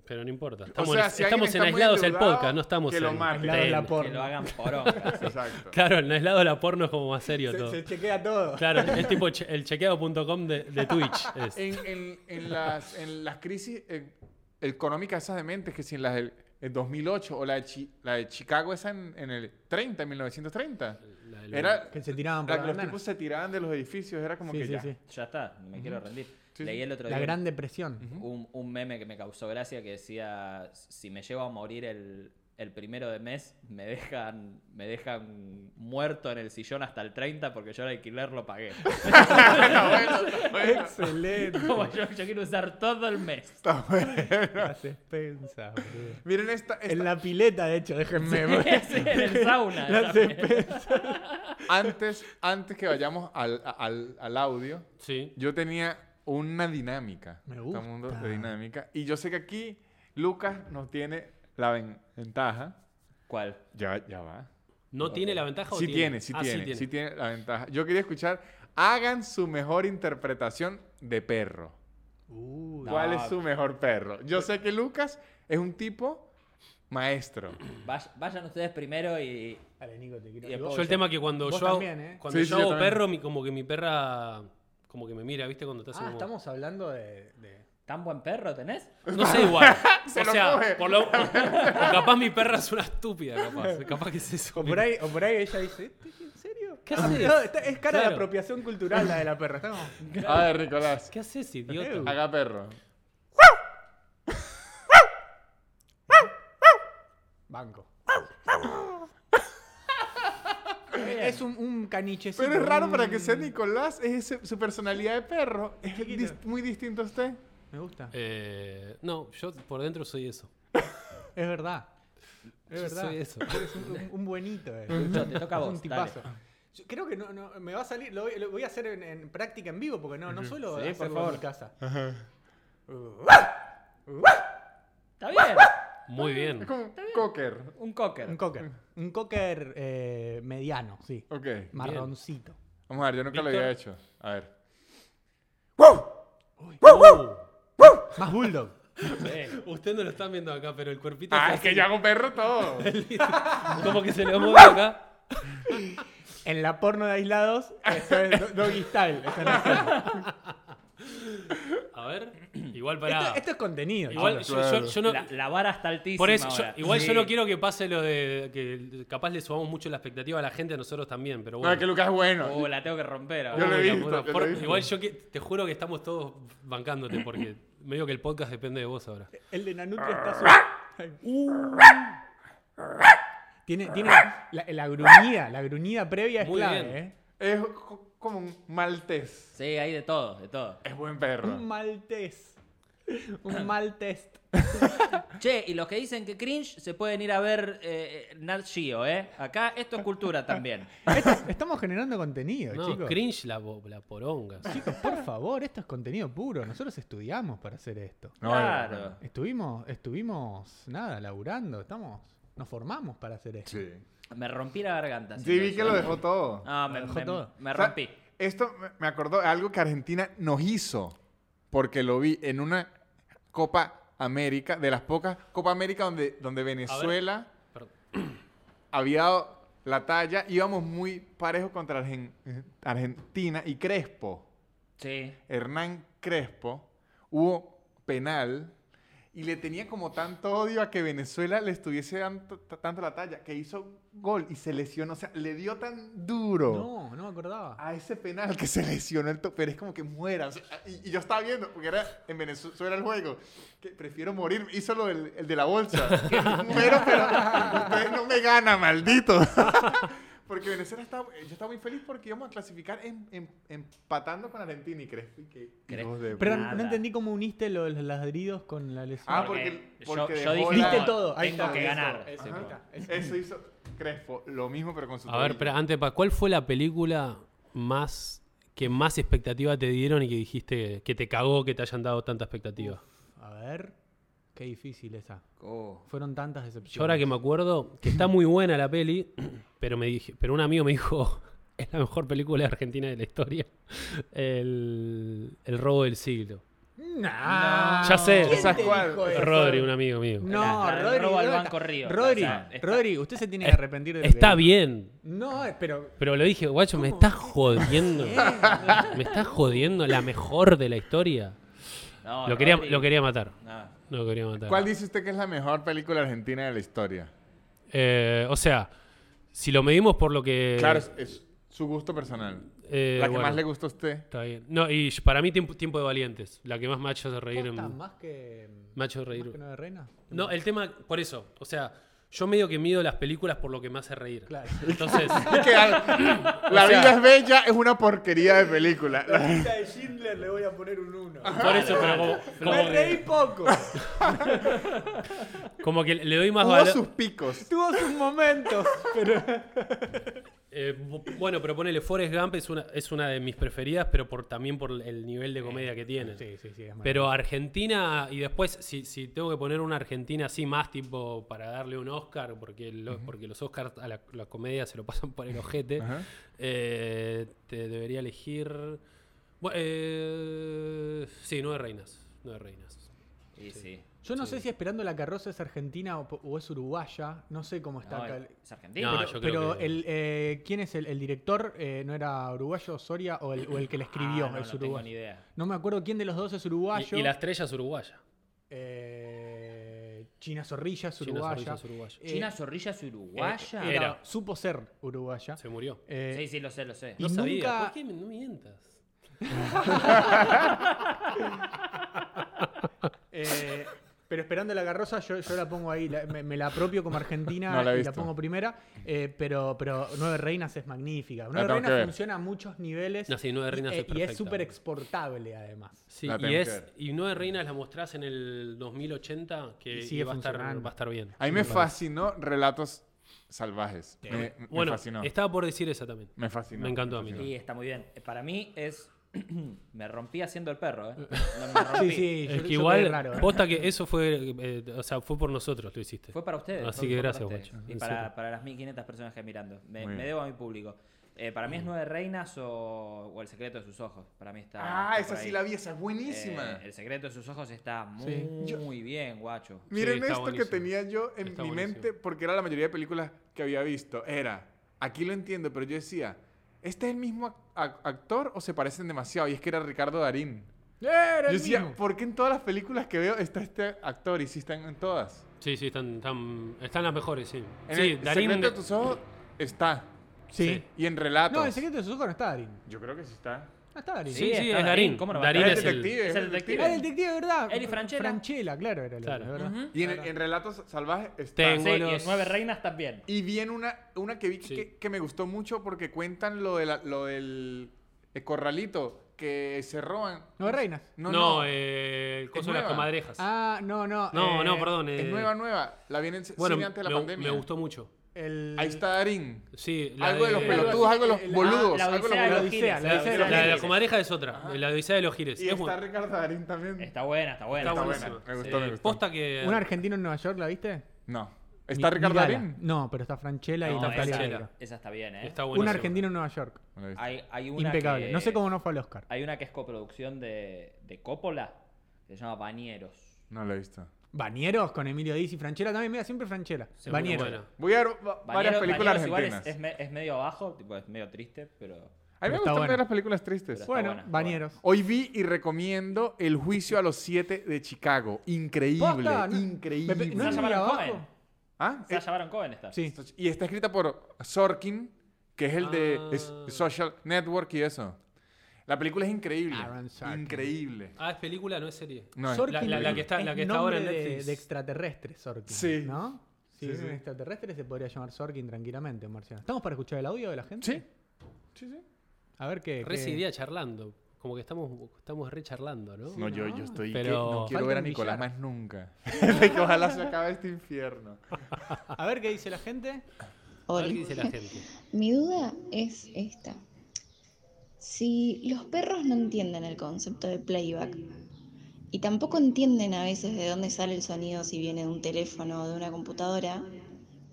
Speaker 4: Pero no importa. Estamos,
Speaker 2: o sea,
Speaker 4: en,
Speaker 2: si
Speaker 4: estamos
Speaker 2: alguien
Speaker 4: en
Speaker 2: está muy
Speaker 4: aislados el
Speaker 2: endeudado,
Speaker 4: podcast, no estamos
Speaker 2: que lo
Speaker 4: en.
Speaker 2: maten.
Speaker 3: Aislados
Speaker 4: en-
Speaker 3: la po-
Speaker 1: Que
Speaker 3: porno.
Speaker 1: lo hagan poronga.
Speaker 2: Exacto.
Speaker 4: Claro, en aislado de la porno es como más serio
Speaker 3: Se,
Speaker 4: todo.
Speaker 3: se chequea todo.
Speaker 4: Claro, es tipo che- el chequeado.com de, de Twitch. es.
Speaker 2: En, en- en las, en las crisis eh, económicas esas dementes, que si en las del el 2008 o la de, Chi- la de Chicago esa en, en el 30, en 1930,
Speaker 4: La del-
Speaker 2: era
Speaker 3: Que se tiraban por
Speaker 2: la
Speaker 3: la,
Speaker 2: que los
Speaker 3: ventana.
Speaker 2: tipos se tiraban de los edificios, era como
Speaker 3: Sí,
Speaker 2: que
Speaker 3: sí,
Speaker 2: ya.
Speaker 3: sí.
Speaker 1: Ya está, me quiero rendir.
Speaker 2: Sí,
Speaker 1: Leí
Speaker 2: sí.
Speaker 1: el otro
Speaker 3: La
Speaker 1: día
Speaker 3: Gran Depresión.
Speaker 1: un, un meme que me causó gracia que decía, si me llevo a morir el, el primero de mes, me dejan, me dejan muerto en el sillón hasta el 30 porque yo el alquiler lo pagué.
Speaker 3: Excelente.
Speaker 1: Como yo, yo quiero usar todo el mes.
Speaker 2: Está bueno.
Speaker 3: Las expensas, boludo.
Speaker 2: Miren esta, esta-
Speaker 3: En la pileta, de hecho, déjenme. ver.
Speaker 1: Sí, en el sauna.
Speaker 3: Las
Speaker 1: también.
Speaker 3: expensas.
Speaker 2: antes, antes que vayamos al, al, al audio,
Speaker 4: Sí.
Speaker 2: yo tenía una dinámica.
Speaker 3: Me
Speaker 2: Todo el mundo
Speaker 3: gusta.
Speaker 2: de dinámica. Y yo sé que aquí Lucas nos tiene la ven- ventaja.
Speaker 1: ¿Cuál?
Speaker 2: Ya, ya va.
Speaker 4: ¿No tiene la ventaja o
Speaker 2: Sí tiene, sí
Speaker 4: Ah,
Speaker 2: tiene, sí tiene, la ventaja. Yo quería escuchar, hagan su mejor interpretación de perro.
Speaker 3: Uh,
Speaker 1: No.
Speaker 2: ¿Cuál es su mejor perro? Yo sé que Lucas es un tipo maestro.
Speaker 1: Vay- vayan ustedes primero y...
Speaker 3: Dale, Nico, te quiero.
Speaker 1: Y
Speaker 3: Y
Speaker 1: después-
Speaker 3: vos-
Speaker 4: Yo el tema que cuando
Speaker 3: Vos
Speaker 4: yo hago,
Speaker 3: también, ¿eh?
Speaker 4: cuando yo
Speaker 2: Sí, sí, yo
Speaker 4: hago
Speaker 2: también.
Speaker 4: perro, mi- como que mi perra como que me mira, ¿viste? Cuando te hace
Speaker 3: Ah,
Speaker 4: como-
Speaker 3: estamos hablando de. de-
Speaker 1: ¿Tan buen perro tenés?
Speaker 4: No sé igual.
Speaker 2: Se
Speaker 4: o
Speaker 2: lo coge.
Speaker 4: sea, por lo... o capaz mi perra es una estúpida, capaz. Capaz que es eso.
Speaker 3: O por ahí, o por ahí ella dice, "¿Este qué- ¿en serio?
Speaker 4: ¿Qué
Speaker 3: Ah,
Speaker 4: haces?
Speaker 3: no, está- es cara de
Speaker 4: Claro.
Speaker 3: apropiación cultural la de la perra. Está como-
Speaker 2: A ver, Nicolás,
Speaker 4: ¿Qué haces, idiota?
Speaker 2: haga perro.
Speaker 3: Banco. es un, un canichecito.
Speaker 2: Pero es raro para que
Speaker 3: un-
Speaker 2: sea Nicolás, es ese- su personalidad de perro. Es dis- muy distinto a usted.
Speaker 3: Me gusta.
Speaker 4: Eh, no, yo por dentro soy eso.
Speaker 3: Es verdad. Es
Speaker 4: Yo
Speaker 3: verdad.
Speaker 4: soy eso.
Speaker 3: Eres un, un- un buenito. eh.
Speaker 1: Lucho, te toca a
Speaker 3: Es
Speaker 1: vos,
Speaker 3: un
Speaker 1: dale.
Speaker 3: tipazo. Yo creo que no, no- me va a salir. Lo, voy- lo voy a hacer en, en práctica en vivo porque no, no suelo
Speaker 1: Sí, por
Speaker 3: hacerlo
Speaker 1: favor.
Speaker 3: en mi casa.
Speaker 1: Está bien.
Speaker 4: Muy bien.
Speaker 2: Es como un cocker.
Speaker 1: Un cocker.
Speaker 3: Un cocker. Un cocker eh, mediano, sí.
Speaker 2: Ok.
Speaker 3: Marroncito.
Speaker 2: Vamos a ver, yo nunca lo
Speaker 4: Víctor.
Speaker 2: había hecho. A ver.
Speaker 3: Más bulldog.
Speaker 1: Sí.
Speaker 4: Usted Uh, no lo están viendo acá, pero el cuerpito.
Speaker 2: Ah,
Speaker 4: hace
Speaker 2: es que
Speaker 4: así.
Speaker 2: yo hago perro todo.
Speaker 4: Como que se le mueve acá.
Speaker 3: En la porno de aislados, eso es do- doggy style. están haciendo.
Speaker 4: A ver. Igual
Speaker 3: Esto,
Speaker 4: para.
Speaker 3: esto es contenido.
Speaker 4: Igual
Speaker 3: chicos.
Speaker 4: yo, yo- yo no.
Speaker 1: La, la vara está altísima
Speaker 4: por eso, yo-
Speaker 1: ahora.
Speaker 4: igual
Speaker 1: Sí.
Speaker 4: yo no quiero que pase lo de que capaz le subamos mucho la expectativa a la gente, a nosotros también, pero
Speaker 2: No,
Speaker 4: bueno.
Speaker 2: es Ah, que Lucas es bueno.
Speaker 1: Uh, la tengo que romper ahora.
Speaker 2: Yo lo he
Speaker 4: Uy, la
Speaker 2: visto,
Speaker 4: puta,
Speaker 2: yo lo he
Speaker 4: por-
Speaker 2: visto.
Speaker 4: Igual yo que, te juro que estamos todos bancándote porque medio que el podcast depende de vos ahora.
Speaker 2: Eh,
Speaker 3: El de Nanutria
Speaker 4: Ah.
Speaker 3: está su... Tiene, tiene la, la gruñida, la gruñida previa es
Speaker 4: Muy
Speaker 3: clave,
Speaker 4: bien.
Speaker 3: ¿eh?
Speaker 2: Es co- como un maltés.
Speaker 1: Sí, hay de todo, de todo.
Speaker 2: Es buen perro.
Speaker 3: Un maltés. Un maltés.
Speaker 1: Che, y los que dicen que cringe se pueden ir a ver eh, Nat Geo, ¿eh? Acá esto es cultura también.
Speaker 3: Esto- Estamos generando contenido,
Speaker 4: No,
Speaker 3: chicos.
Speaker 4: cringe la, bo- la poronga.
Speaker 3: Chicos, por favor, esto es contenido puro. Nosotros estudiamos para hacer esto.
Speaker 2: No,
Speaker 1: claro.
Speaker 2: no, no.
Speaker 3: Estuvimos, estuvimos, nada, laburando. Estamos Nos formamos para hacer esto.
Speaker 2: Sí.
Speaker 1: Me rompí la garganta.
Speaker 2: Sí,
Speaker 1: sin
Speaker 2: vi que lo
Speaker 1: pensar.
Speaker 2: dejó todo.
Speaker 1: Ah, me,
Speaker 4: Lo dejó
Speaker 1: me-
Speaker 4: todo.
Speaker 1: me
Speaker 2: O sea,
Speaker 1: rompí.
Speaker 2: esto me- me acordó algo que Argentina nos hizo, porque lo vi en una Copa América, de las pocas Copa América donde, donde Venezuela
Speaker 4: Perdón.
Speaker 2: había dado la talla, íbamos muy parejos contra Argen- Argentina y Crespo,
Speaker 1: Sí.
Speaker 2: Hernán Crespo, hubo penal y le tenía como tanto odio a que Venezuela le estuviese dando t- tanto la talla, que hizo gol y se lesionó, o sea, le dio tan duro
Speaker 3: No, no me
Speaker 1: Ah,
Speaker 3: acordaba.
Speaker 2: a ese penal que se lesionó el to- pero es como que muera. o sea, y, y yo estaba viendo, porque era en Venezuela el juego, que prefiero morir. Hizo lo del el de la bolsa. que Muero, pero ustedes no me ganan, maldito. porque Venezuela estaba, yo estaba muy feliz porque íbamos a clasificar en- en- empatando con Argentina y Crespo. y que-
Speaker 1: Crespo.
Speaker 2: hijos de
Speaker 3: Pero
Speaker 2: puta.
Speaker 1: Nada.
Speaker 3: no entendí cómo uniste lo de los ladridos con la lesión.
Speaker 2: Ah, porque- porque
Speaker 1: yo, yo
Speaker 2: dejó
Speaker 1: dije,
Speaker 2: la-
Speaker 1: "No,
Speaker 3: Viste todo, ahí
Speaker 1: tengo
Speaker 3: está,
Speaker 1: que
Speaker 3: eso,
Speaker 1: ganar.
Speaker 3: eso,
Speaker 1: Sí,
Speaker 2: Ajá.
Speaker 1: bueno.
Speaker 2: Eso hizo Crespo, lo mismo, pero con su.
Speaker 4: A ver,
Speaker 2: tobillo.
Speaker 4: pero antes, pa, ¿cuál fue la película más que más expectativa te dieron y que dijiste que te cagó que te hayan dado tanta expectativa?
Speaker 1: pues.
Speaker 3: A ver. Qué difícil esa.
Speaker 1: Oh.
Speaker 3: Fueron tantas decepciones.
Speaker 4: Yo ahora que me acuerdo, que está muy buena la peli, pero me dije, pero un amigo me dijo, es la mejor película argentina de la historia, el, el robo del siglo.
Speaker 3: Nah.
Speaker 4: Ya sé,
Speaker 3: Ah, ¿Quién
Speaker 4: ¿sabes
Speaker 3: te
Speaker 2: cuál?
Speaker 3: dijo eso?
Speaker 4: Rodri, un amigo mío.
Speaker 3: No,
Speaker 1: La- la-
Speaker 3: Rodri.
Speaker 1: robo al
Speaker 3: Rodri,
Speaker 1: Banco Río.
Speaker 3: Rodri,
Speaker 1: O sea, está-
Speaker 3: Rodri, usted se tiene que
Speaker 4: Es-
Speaker 3: arrepentir de lo
Speaker 4: Está
Speaker 3: que-
Speaker 4: bien,
Speaker 3: No, eh, pero.
Speaker 4: pero lo dije, guacho, me estás jodiendo. Me estás jodiendo la mejor de la historia.
Speaker 1: No,
Speaker 4: Lo quería,
Speaker 1: Rodri-
Speaker 4: lo quería matar.
Speaker 1: No.
Speaker 4: Lo quería matar.
Speaker 2: ¿Cuál dice usted que es la mejor película argentina de la historia?
Speaker 4: Eh, o sea, si lo medimos por lo que.
Speaker 2: claro, es, es su gusto personal.
Speaker 4: eh,
Speaker 2: la que
Speaker 4: bueno,
Speaker 2: más le gusta a usted.
Speaker 4: Está bien. No, y para mí, tiempo, Tiempo de Valientes. La que más me ha hecho reír. en-
Speaker 3: Posta, más que.
Speaker 4: me ha hecho
Speaker 3: más
Speaker 4: reír.
Speaker 3: que Nueve Reinas.
Speaker 4: No, el tema, por eso. O sea, yo medio que mido las películas por lo que me hace reír.
Speaker 3: Claro.
Speaker 4: Entonces,
Speaker 2: Que al- la vida es bella es una porquería de película.
Speaker 5: La lista de Schindler le voy a poner un 1.
Speaker 4: por eso, pero como,
Speaker 5: Me
Speaker 4: como
Speaker 5: reí
Speaker 4: que,
Speaker 5: poco.
Speaker 4: como que le doy más
Speaker 2: Tuvo
Speaker 4: valor.
Speaker 2: sus picos.
Speaker 3: Tuvo sus momentos, pero.
Speaker 4: Eh, bu- bueno, pero ponele Forrest Gump es una, es una de mis preferidas, pero por, también por el nivel de comedia que tiene.
Speaker 3: Sí, sí, sí. es
Speaker 4: Pero Argentina, y después, si, si tengo que poner una Argentina así más, tipo, para darle un Oscar, porque, lo- porque los Oscars a la, la comedia se lo pasan por el ojete,
Speaker 2: Ajá.
Speaker 4: eh, te debería elegir. Bueno, eh, sí, Nueve Reinas. Nueve Reinas.
Speaker 1: Y sí.
Speaker 3: Yo no
Speaker 4: Sí.
Speaker 3: sé si esperando la carroza es argentina o, po- o es uruguaya, no sé cómo está.
Speaker 1: No, eh.
Speaker 3: acá.
Speaker 1: es argentino.
Speaker 4: No,
Speaker 1: pero-
Speaker 4: yo creo
Speaker 3: Pero
Speaker 4: que-
Speaker 3: el, eh, ¿quién es el, el director? Eh, ¿No era uruguayo Soria o el, o el que le escribió?
Speaker 1: Ah, no,
Speaker 3: es
Speaker 1: no tengo
Speaker 3: uruguayo.
Speaker 1: ni idea.
Speaker 3: No me acuerdo quién de los dos es uruguayo.
Speaker 4: Y, y la estrella es uruguaya.
Speaker 3: Eh, China Zorrilla es
Speaker 4: China
Speaker 3: uruguaya.
Speaker 4: Zorrilla es uruguaya.
Speaker 3: Eh,
Speaker 1: China Zorrilla es uruguaya.
Speaker 4: eh,
Speaker 3: era-
Speaker 4: Era.
Speaker 3: Supo ser uruguaya.
Speaker 4: Se murió.
Speaker 3: Eh,
Speaker 1: sí, sí, lo sé, lo sé.
Speaker 3: y
Speaker 4: No sabía.
Speaker 3: nunca-
Speaker 4: ¿Por qué me- no mientas?
Speaker 3: Eh, pero esperando la carroza, yo, yo la pongo ahí, la- me, me la apropio como argentina
Speaker 2: No la he
Speaker 3: y la
Speaker 2: visto.
Speaker 3: pongo primera. eh, pero, pero Nueve Reinas es magnífica. Nueve
Speaker 2: tengo que
Speaker 3: Reinas
Speaker 2: ver.
Speaker 3: funciona a muchos niveles.
Speaker 4: No, sí, Nueve Reinas
Speaker 3: y,
Speaker 4: es
Speaker 3: y
Speaker 4: perfecta.
Speaker 3: súper exportable además.
Speaker 4: Sí,
Speaker 2: La
Speaker 4: y,
Speaker 2: tengo que
Speaker 4: es,
Speaker 2: ver.
Speaker 4: y Nueve Reinas la mostrás en el 2080, que
Speaker 3: Y
Speaker 4: y
Speaker 3: sigue
Speaker 4: va, a estar,
Speaker 3: funcionando.
Speaker 4: va a estar bien.
Speaker 2: A mí me fascinó Relatos Salvajes. Me, me
Speaker 4: Bueno,
Speaker 2: fascinó.
Speaker 4: estaba por decir esa también.
Speaker 2: Me fascinó.
Speaker 4: me encantó a mí.
Speaker 1: Sí, está muy bien. Eh, Para mí es. me rompí haciendo el perro, ¿eh? No, me rompí.
Speaker 3: yo-
Speaker 4: Ah, Es
Speaker 3: yo
Speaker 4: que
Speaker 3: quedé
Speaker 4: igual,
Speaker 3: raro, ¿eh?
Speaker 4: posta que eso fue, eh, o sea, fue por nosotros lo hiciste.
Speaker 1: Fue para ustedes.
Speaker 4: Así
Speaker 1: fue-
Speaker 4: que
Speaker 1: fue para
Speaker 4: gracias,
Speaker 1: ustedes.
Speaker 4: guacho.
Speaker 1: Y
Speaker 4: En serio.
Speaker 1: para, para las 1500 personas que mirando. Me,
Speaker 2: Muy
Speaker 1: me
Speaker 2: bien.
Speaker 1: debo a mi público. Eh, para mí es Nueve Reinas o, o El Secreto de sus Ojos. Para mí está.
Speaker 2: Ah,
Speaker 1: está
Speaker 2: esa
Speaker 1: por ahí.
Speaker 2: sí la vi, esa es buenísima.
Speaker 1: Eh, el Secreto de sus Ojos está muy,
Speaker 2: Yo-
Speaker 1: muy bien, guacho.
Speaker 2: Miren
Speaker 4: está
Speaker 2: esto
Speaker 4: buenísimo.
Speaker 2: que tenía yo en
Speaker 4: Está
Speaker 2: mi
Speaker 4: buenísimo.
Speaker 2: mente, porque era la mayoría de películas que había visto. Era, aquí lo entiendo, pero yo decía, ¿este es el mismo ac- ac- actor o se parecen demasiado? Y es que era Ricardo Darín.
Speaker 3: Era
Speaker 2: Yo
Speaker 3: el
Speaker 2: decía,
Speaker 3: mismo.
Speaker 2: ¿por qué en todas las películas que veo está este actor? Y sí están en todas.
Speaker 4: Sí, sí, están, están, están las mejores, sí.
Speaker 2: En
Speaker 4: sí,
Speaker 2: el secreto de tus ojos está.
Speaker 3: Sí.
Speaker 4: sí.
Speaker 2: Y en relatos.
Speaker 3: No, el secreto de sus ojos no está Darín.
Speaker 2: Yo creo que sí está.
Speaker 3: No está Darín.
Speaker 4: Sí, sí,
Speaker 1: está
Speaker 4: es Darín.
Speaker 1: ¿Cómo no va a
Speaker 4: Darín
Speaker 1: estar?
Speaker 4: es el-
Speaker 1: es el detective.
Speaker 3: Ah, el detective, ¿verdad?
Speaker 1: Eli Franchella.
Speaker 3: Franchella, claro, era el otro,
Speaker 4: Claro.
Speaker 3: ¿verdad?
Speaker 1: Ujú.
Speaker 2: Y en, en relatos salvajes está.
Speaker 4: Tengo.
Speaker 1: Sí, y en
Speaker 4: Buenos-
Speaker 1: Nueve Reinas también.
Speaker 2: Y vi en una, una que vi que-
Speaker 4: Sí.
Speaker 2: que, que me gustó mucho porque cuentan lo, de la- lo del eh, corralito que se roban.
Speaker 3: Nueve Reinas.
Speaker 4: No, eh, el coso de las
Speaker 2: nueva.
Speaker 4: comadrejas.
Speaker 3: Ah, no, no.
Speaker 4: no,
Speaker 3: eh,
Speaker 4: no, perdón.
Speaker 2: Es
Speaker 4: eh,
Speaker 2: nueva, nueva. La vienen en
Speaker 4: bueno,
Speaker 2: cine antes de la
Speaker 4: me,
Speaker 2: pandemia.
Speaker 4: me gustó mucho.
Speaker 3: El...
Speaker 2: Ahí está Darín.
Speaker 4: Sí, la
Speaker 2: Algo de los
Speaker 4: de-
Speaker 2: pelotudos, algo de
Speaker 3: eh,
Speaker 2: los
Speaker 3: la-
Speaker 2: boludos.
Speaker 1: la
Speaker 2: algo de
Speaker 1: odisea
Speaker 2: los
Speaker 1: de
Speaker 2: boludos.
Speaker 1: los gires.
Speaker 3: La odisea de los
Speaker 4: La de la
Speaker 3: Gires.
Speaker 4: comadreja es otra, la odisea de los gires.
Speaker 2: Y
Speaker 4: es
Speaker 2: está
Speaker 4: buena.
Speaker 2: Ricardo Darín también.
Speaker 1: Está buena, está buena.
Speaker 4: Está
Speaker 2: buena.
Speaker 4: buenísima.
Speaker 2: Me gustó, me
Speaker 4: Eh,
Speaker 2: gustó.
Speaker 4: Posta que.
Speaker 3: ¿Un argentino en Nueva York la viste?
Speaker 2: No. ¿Está
Speaker 3: Mi-
Speaker 2: Ricardo
Speaker 3: Migala.
Speaker 2: Darín?
Speaker 3: No, pero está Franchella y
Speaker 4: No,
Speaker 1: No,
Speaker 3: está
Speaker 1: esa,
Speaker 4: Franchella.
Speaker 3: Franchella.
Speaker 1: esa- esa está bien, ¿eh?
Speaker 4: Está
Speaker 3: Un
Speaker 4: buenísimo.
Speaker 3: argentino en Nueva York.
Speaker 2: No la he visto.
Speaker 1: Hay, hay una
Speaker 3: Impecable.
Speaker 1: que-
Speaker 3: No sé cómo no fue al Oscar.
Speaker 1: Hay una que es coproducción de, de Coppola, que se llama Bañeros.
Speaker 2: No la he visto.
Speaker 3: Banieros con Emilio Diz y Franchella también. Mira, siempre Franchella.
Speaker 4: Seguro,
Speaker 3: Banieros.
Speaker 4: bueno.
Speaker 2: Voy a ver va- varias
Speaker 1: Bañeros-
Speaker 2: películas
Speaker 1: Bañeros igual es-
Speaker 2: argentinas.
Speaker 1: Es, me- es medio abajo, tipo, es medio triste, pero...
Speaker 2: A mí
Speaker 3: Pero
Speaker 2: me
Speaker 3: está
Speaker 2: gustan
Speaker 3: bueno.
Speaker 2: ver las películas tristes.
Speaker 1: Pero- Está
Speaker 3: Bueno,
Speaker 1: buena, está
Speaker 3: Banieros.
Speaker 2: Hoy vi y recomiendo El juicio a los siete de Chicago. Increíble,
Speaker 3: Posta, no-
Speaker 2: increíble.
Speaker 3: Pepe, ¿no es
Speaker 1: Sasha
Speaker 3: muy
Speaker 1: Baron
Speaker 3: abajo?
Speaker 1: Cohen.
Speaker 2: ¿Ah? Eh,
Speaker 1: Sasha Baron Cohen está.
Speaker 3: Sí.
Speaker 2: y está escrita por Sorkin, que es el de
Speaker 4: Ah.
Speaker 2: es- Social Network y eso. La película es increíble.
Speaker 3: Aaron Sorkin.
Speaker 2: Increíble.
Speaker 4: Ah, es película, no es serie.
Speaker 2: No, es-
Speaker 3: Sorkin
Speaker 4: La- la- la que está-
Speaker 3: es
Speaker 4: la que está ahora en
Speaker 3: nombre de-
Speaker 4: Netflix.
Speaker 3: De extraterrestre, Sorkin.
Speaker 2: Sí.
Speaker 3: ¿No? Si
Speaker 2: Sí,
Speaker 3: es un
Speaker 2: sí.
Speaker 3: extraterrestre se podría llamar Sorkin tranquilamente, Marciano. ¿Estamos para escuchar el audio de la gente?
Speaker 2: Sí. Sí, sí.
Speaker 3: A ver qué.
Speaker 4: Re
Speaker 3: qué-
Speaker 4: ese día charlando. Como que estamos, estamos re charlando, ¿no?
Speaker 2: No,
Speaker 3: Sí,
Speaker 2: yo,
Speaker 3: no.
Speaker 2: yo estoy.
Speaker 4: Pero-
Speaker 2: que no quiero ver a
Speaker 3: Falta un
Speaker 2: Nicolás
Speaker 3: billar.
Speaker 2: más nunca. De que ojalá se acabe este infierno.
Speaker 3: A ver qué dice la gente.
Speaker 4: A ver
Speaker 6: Oli.
Speaker 4: ¿Qué dice la gente?
Speaker 6: Mi duda es esta. Si los perros no entienden el concepto de playback y tampoco entienden a veces de dónde sale el sonido si viene de un teléfono o de una computadora,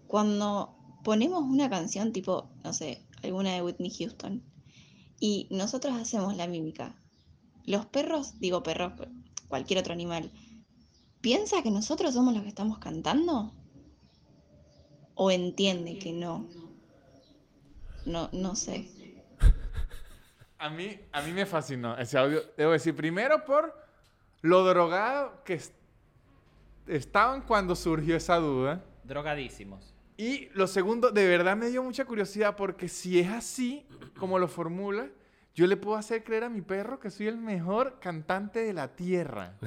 Speaker 6: cuando ponemos una canción tipo, no sé, alguna de Whitney Houston y nosotros hacemos la mímica, los perros, digo perros, cualquier otro animal, ¿piensa que nosotros somos los que estamos cantando? ¿O entiende que no? No, no sé.
Speaker 2: A mí, a mí me fascinó ese audio. Debo decir, primero por lo drogado que es- estaban cuando surgió esa duda.
Speaker 1: Drogadísimos.
Speaker 2: Y lo segundo, de verdad me dio mucha curiosidad porque si es así como lo formula, yo le puedo hacer creer a mi perro que soy el mejor cantante de la tierra.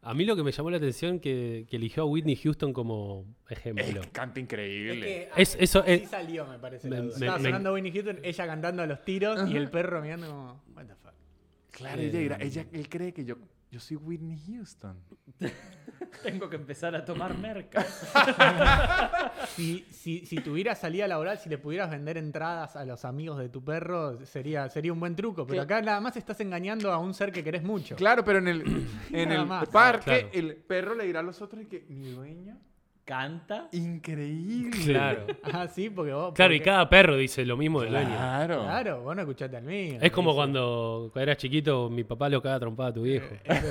Speaker 4: A mí lo que me llamó la atención que, que eligió a Whitney Houston como ejemplo.
Speaker 2: Es que canta increíble.
Speaker 4: Es- eso
Speaker 3: sí
Speaker 4: es-
Speaker 3: Ah, salió, me parece.
Speaker 4: Me-
Speaker 3: la duda.
Speaker 4: me-
Speaker 3: Estaba
Speaker 4: me-
Speaker 3: sonando Winnie Houston, ella cantando a los tiros y el perro mirando como. What the fuck.
Speaker 2: Claro, ella, dirá- ella- él cree que yo, yo soy Whitney Houston.
Speaker 1: Tengo que empezar a tomar merca.
Speaker 3: Si, si, si tuvieras salida laboral, si le pudieras vender entradas a los amigos de tu perro, sería, sería un buen truco. Pero acá nada más estás engañando a un ser que querés mucho.
Speaker 2: Claro, pero en el, en
Speaker 3: Nada
Speaker 2: el
Speaker 3: más.
Speaker 2: parque,
Speaker 4: Claro.
Speaker 2: el perro le dirá a los otros que mi dueño
Speaker 1: Canta.
Speaker 2: Increíble.
Speaker 4: Claro.
Speaker 3: Ah, sí, porque vos.
Speaker 4: Claro, y
Speaker 3: porque-
Speaker 4: cada perro dice lo mismo del dueño.
Speaker 2: Claro.
Speaker 3: Claro, vos no escuchaste al mío.
Speaker 4: Es como
Speaker 3: Dice,
Speaker 4: cuando, cuando eras chiquito, mi papá lo cagaba trompada a tu viejo.
Speaker 3: Eh,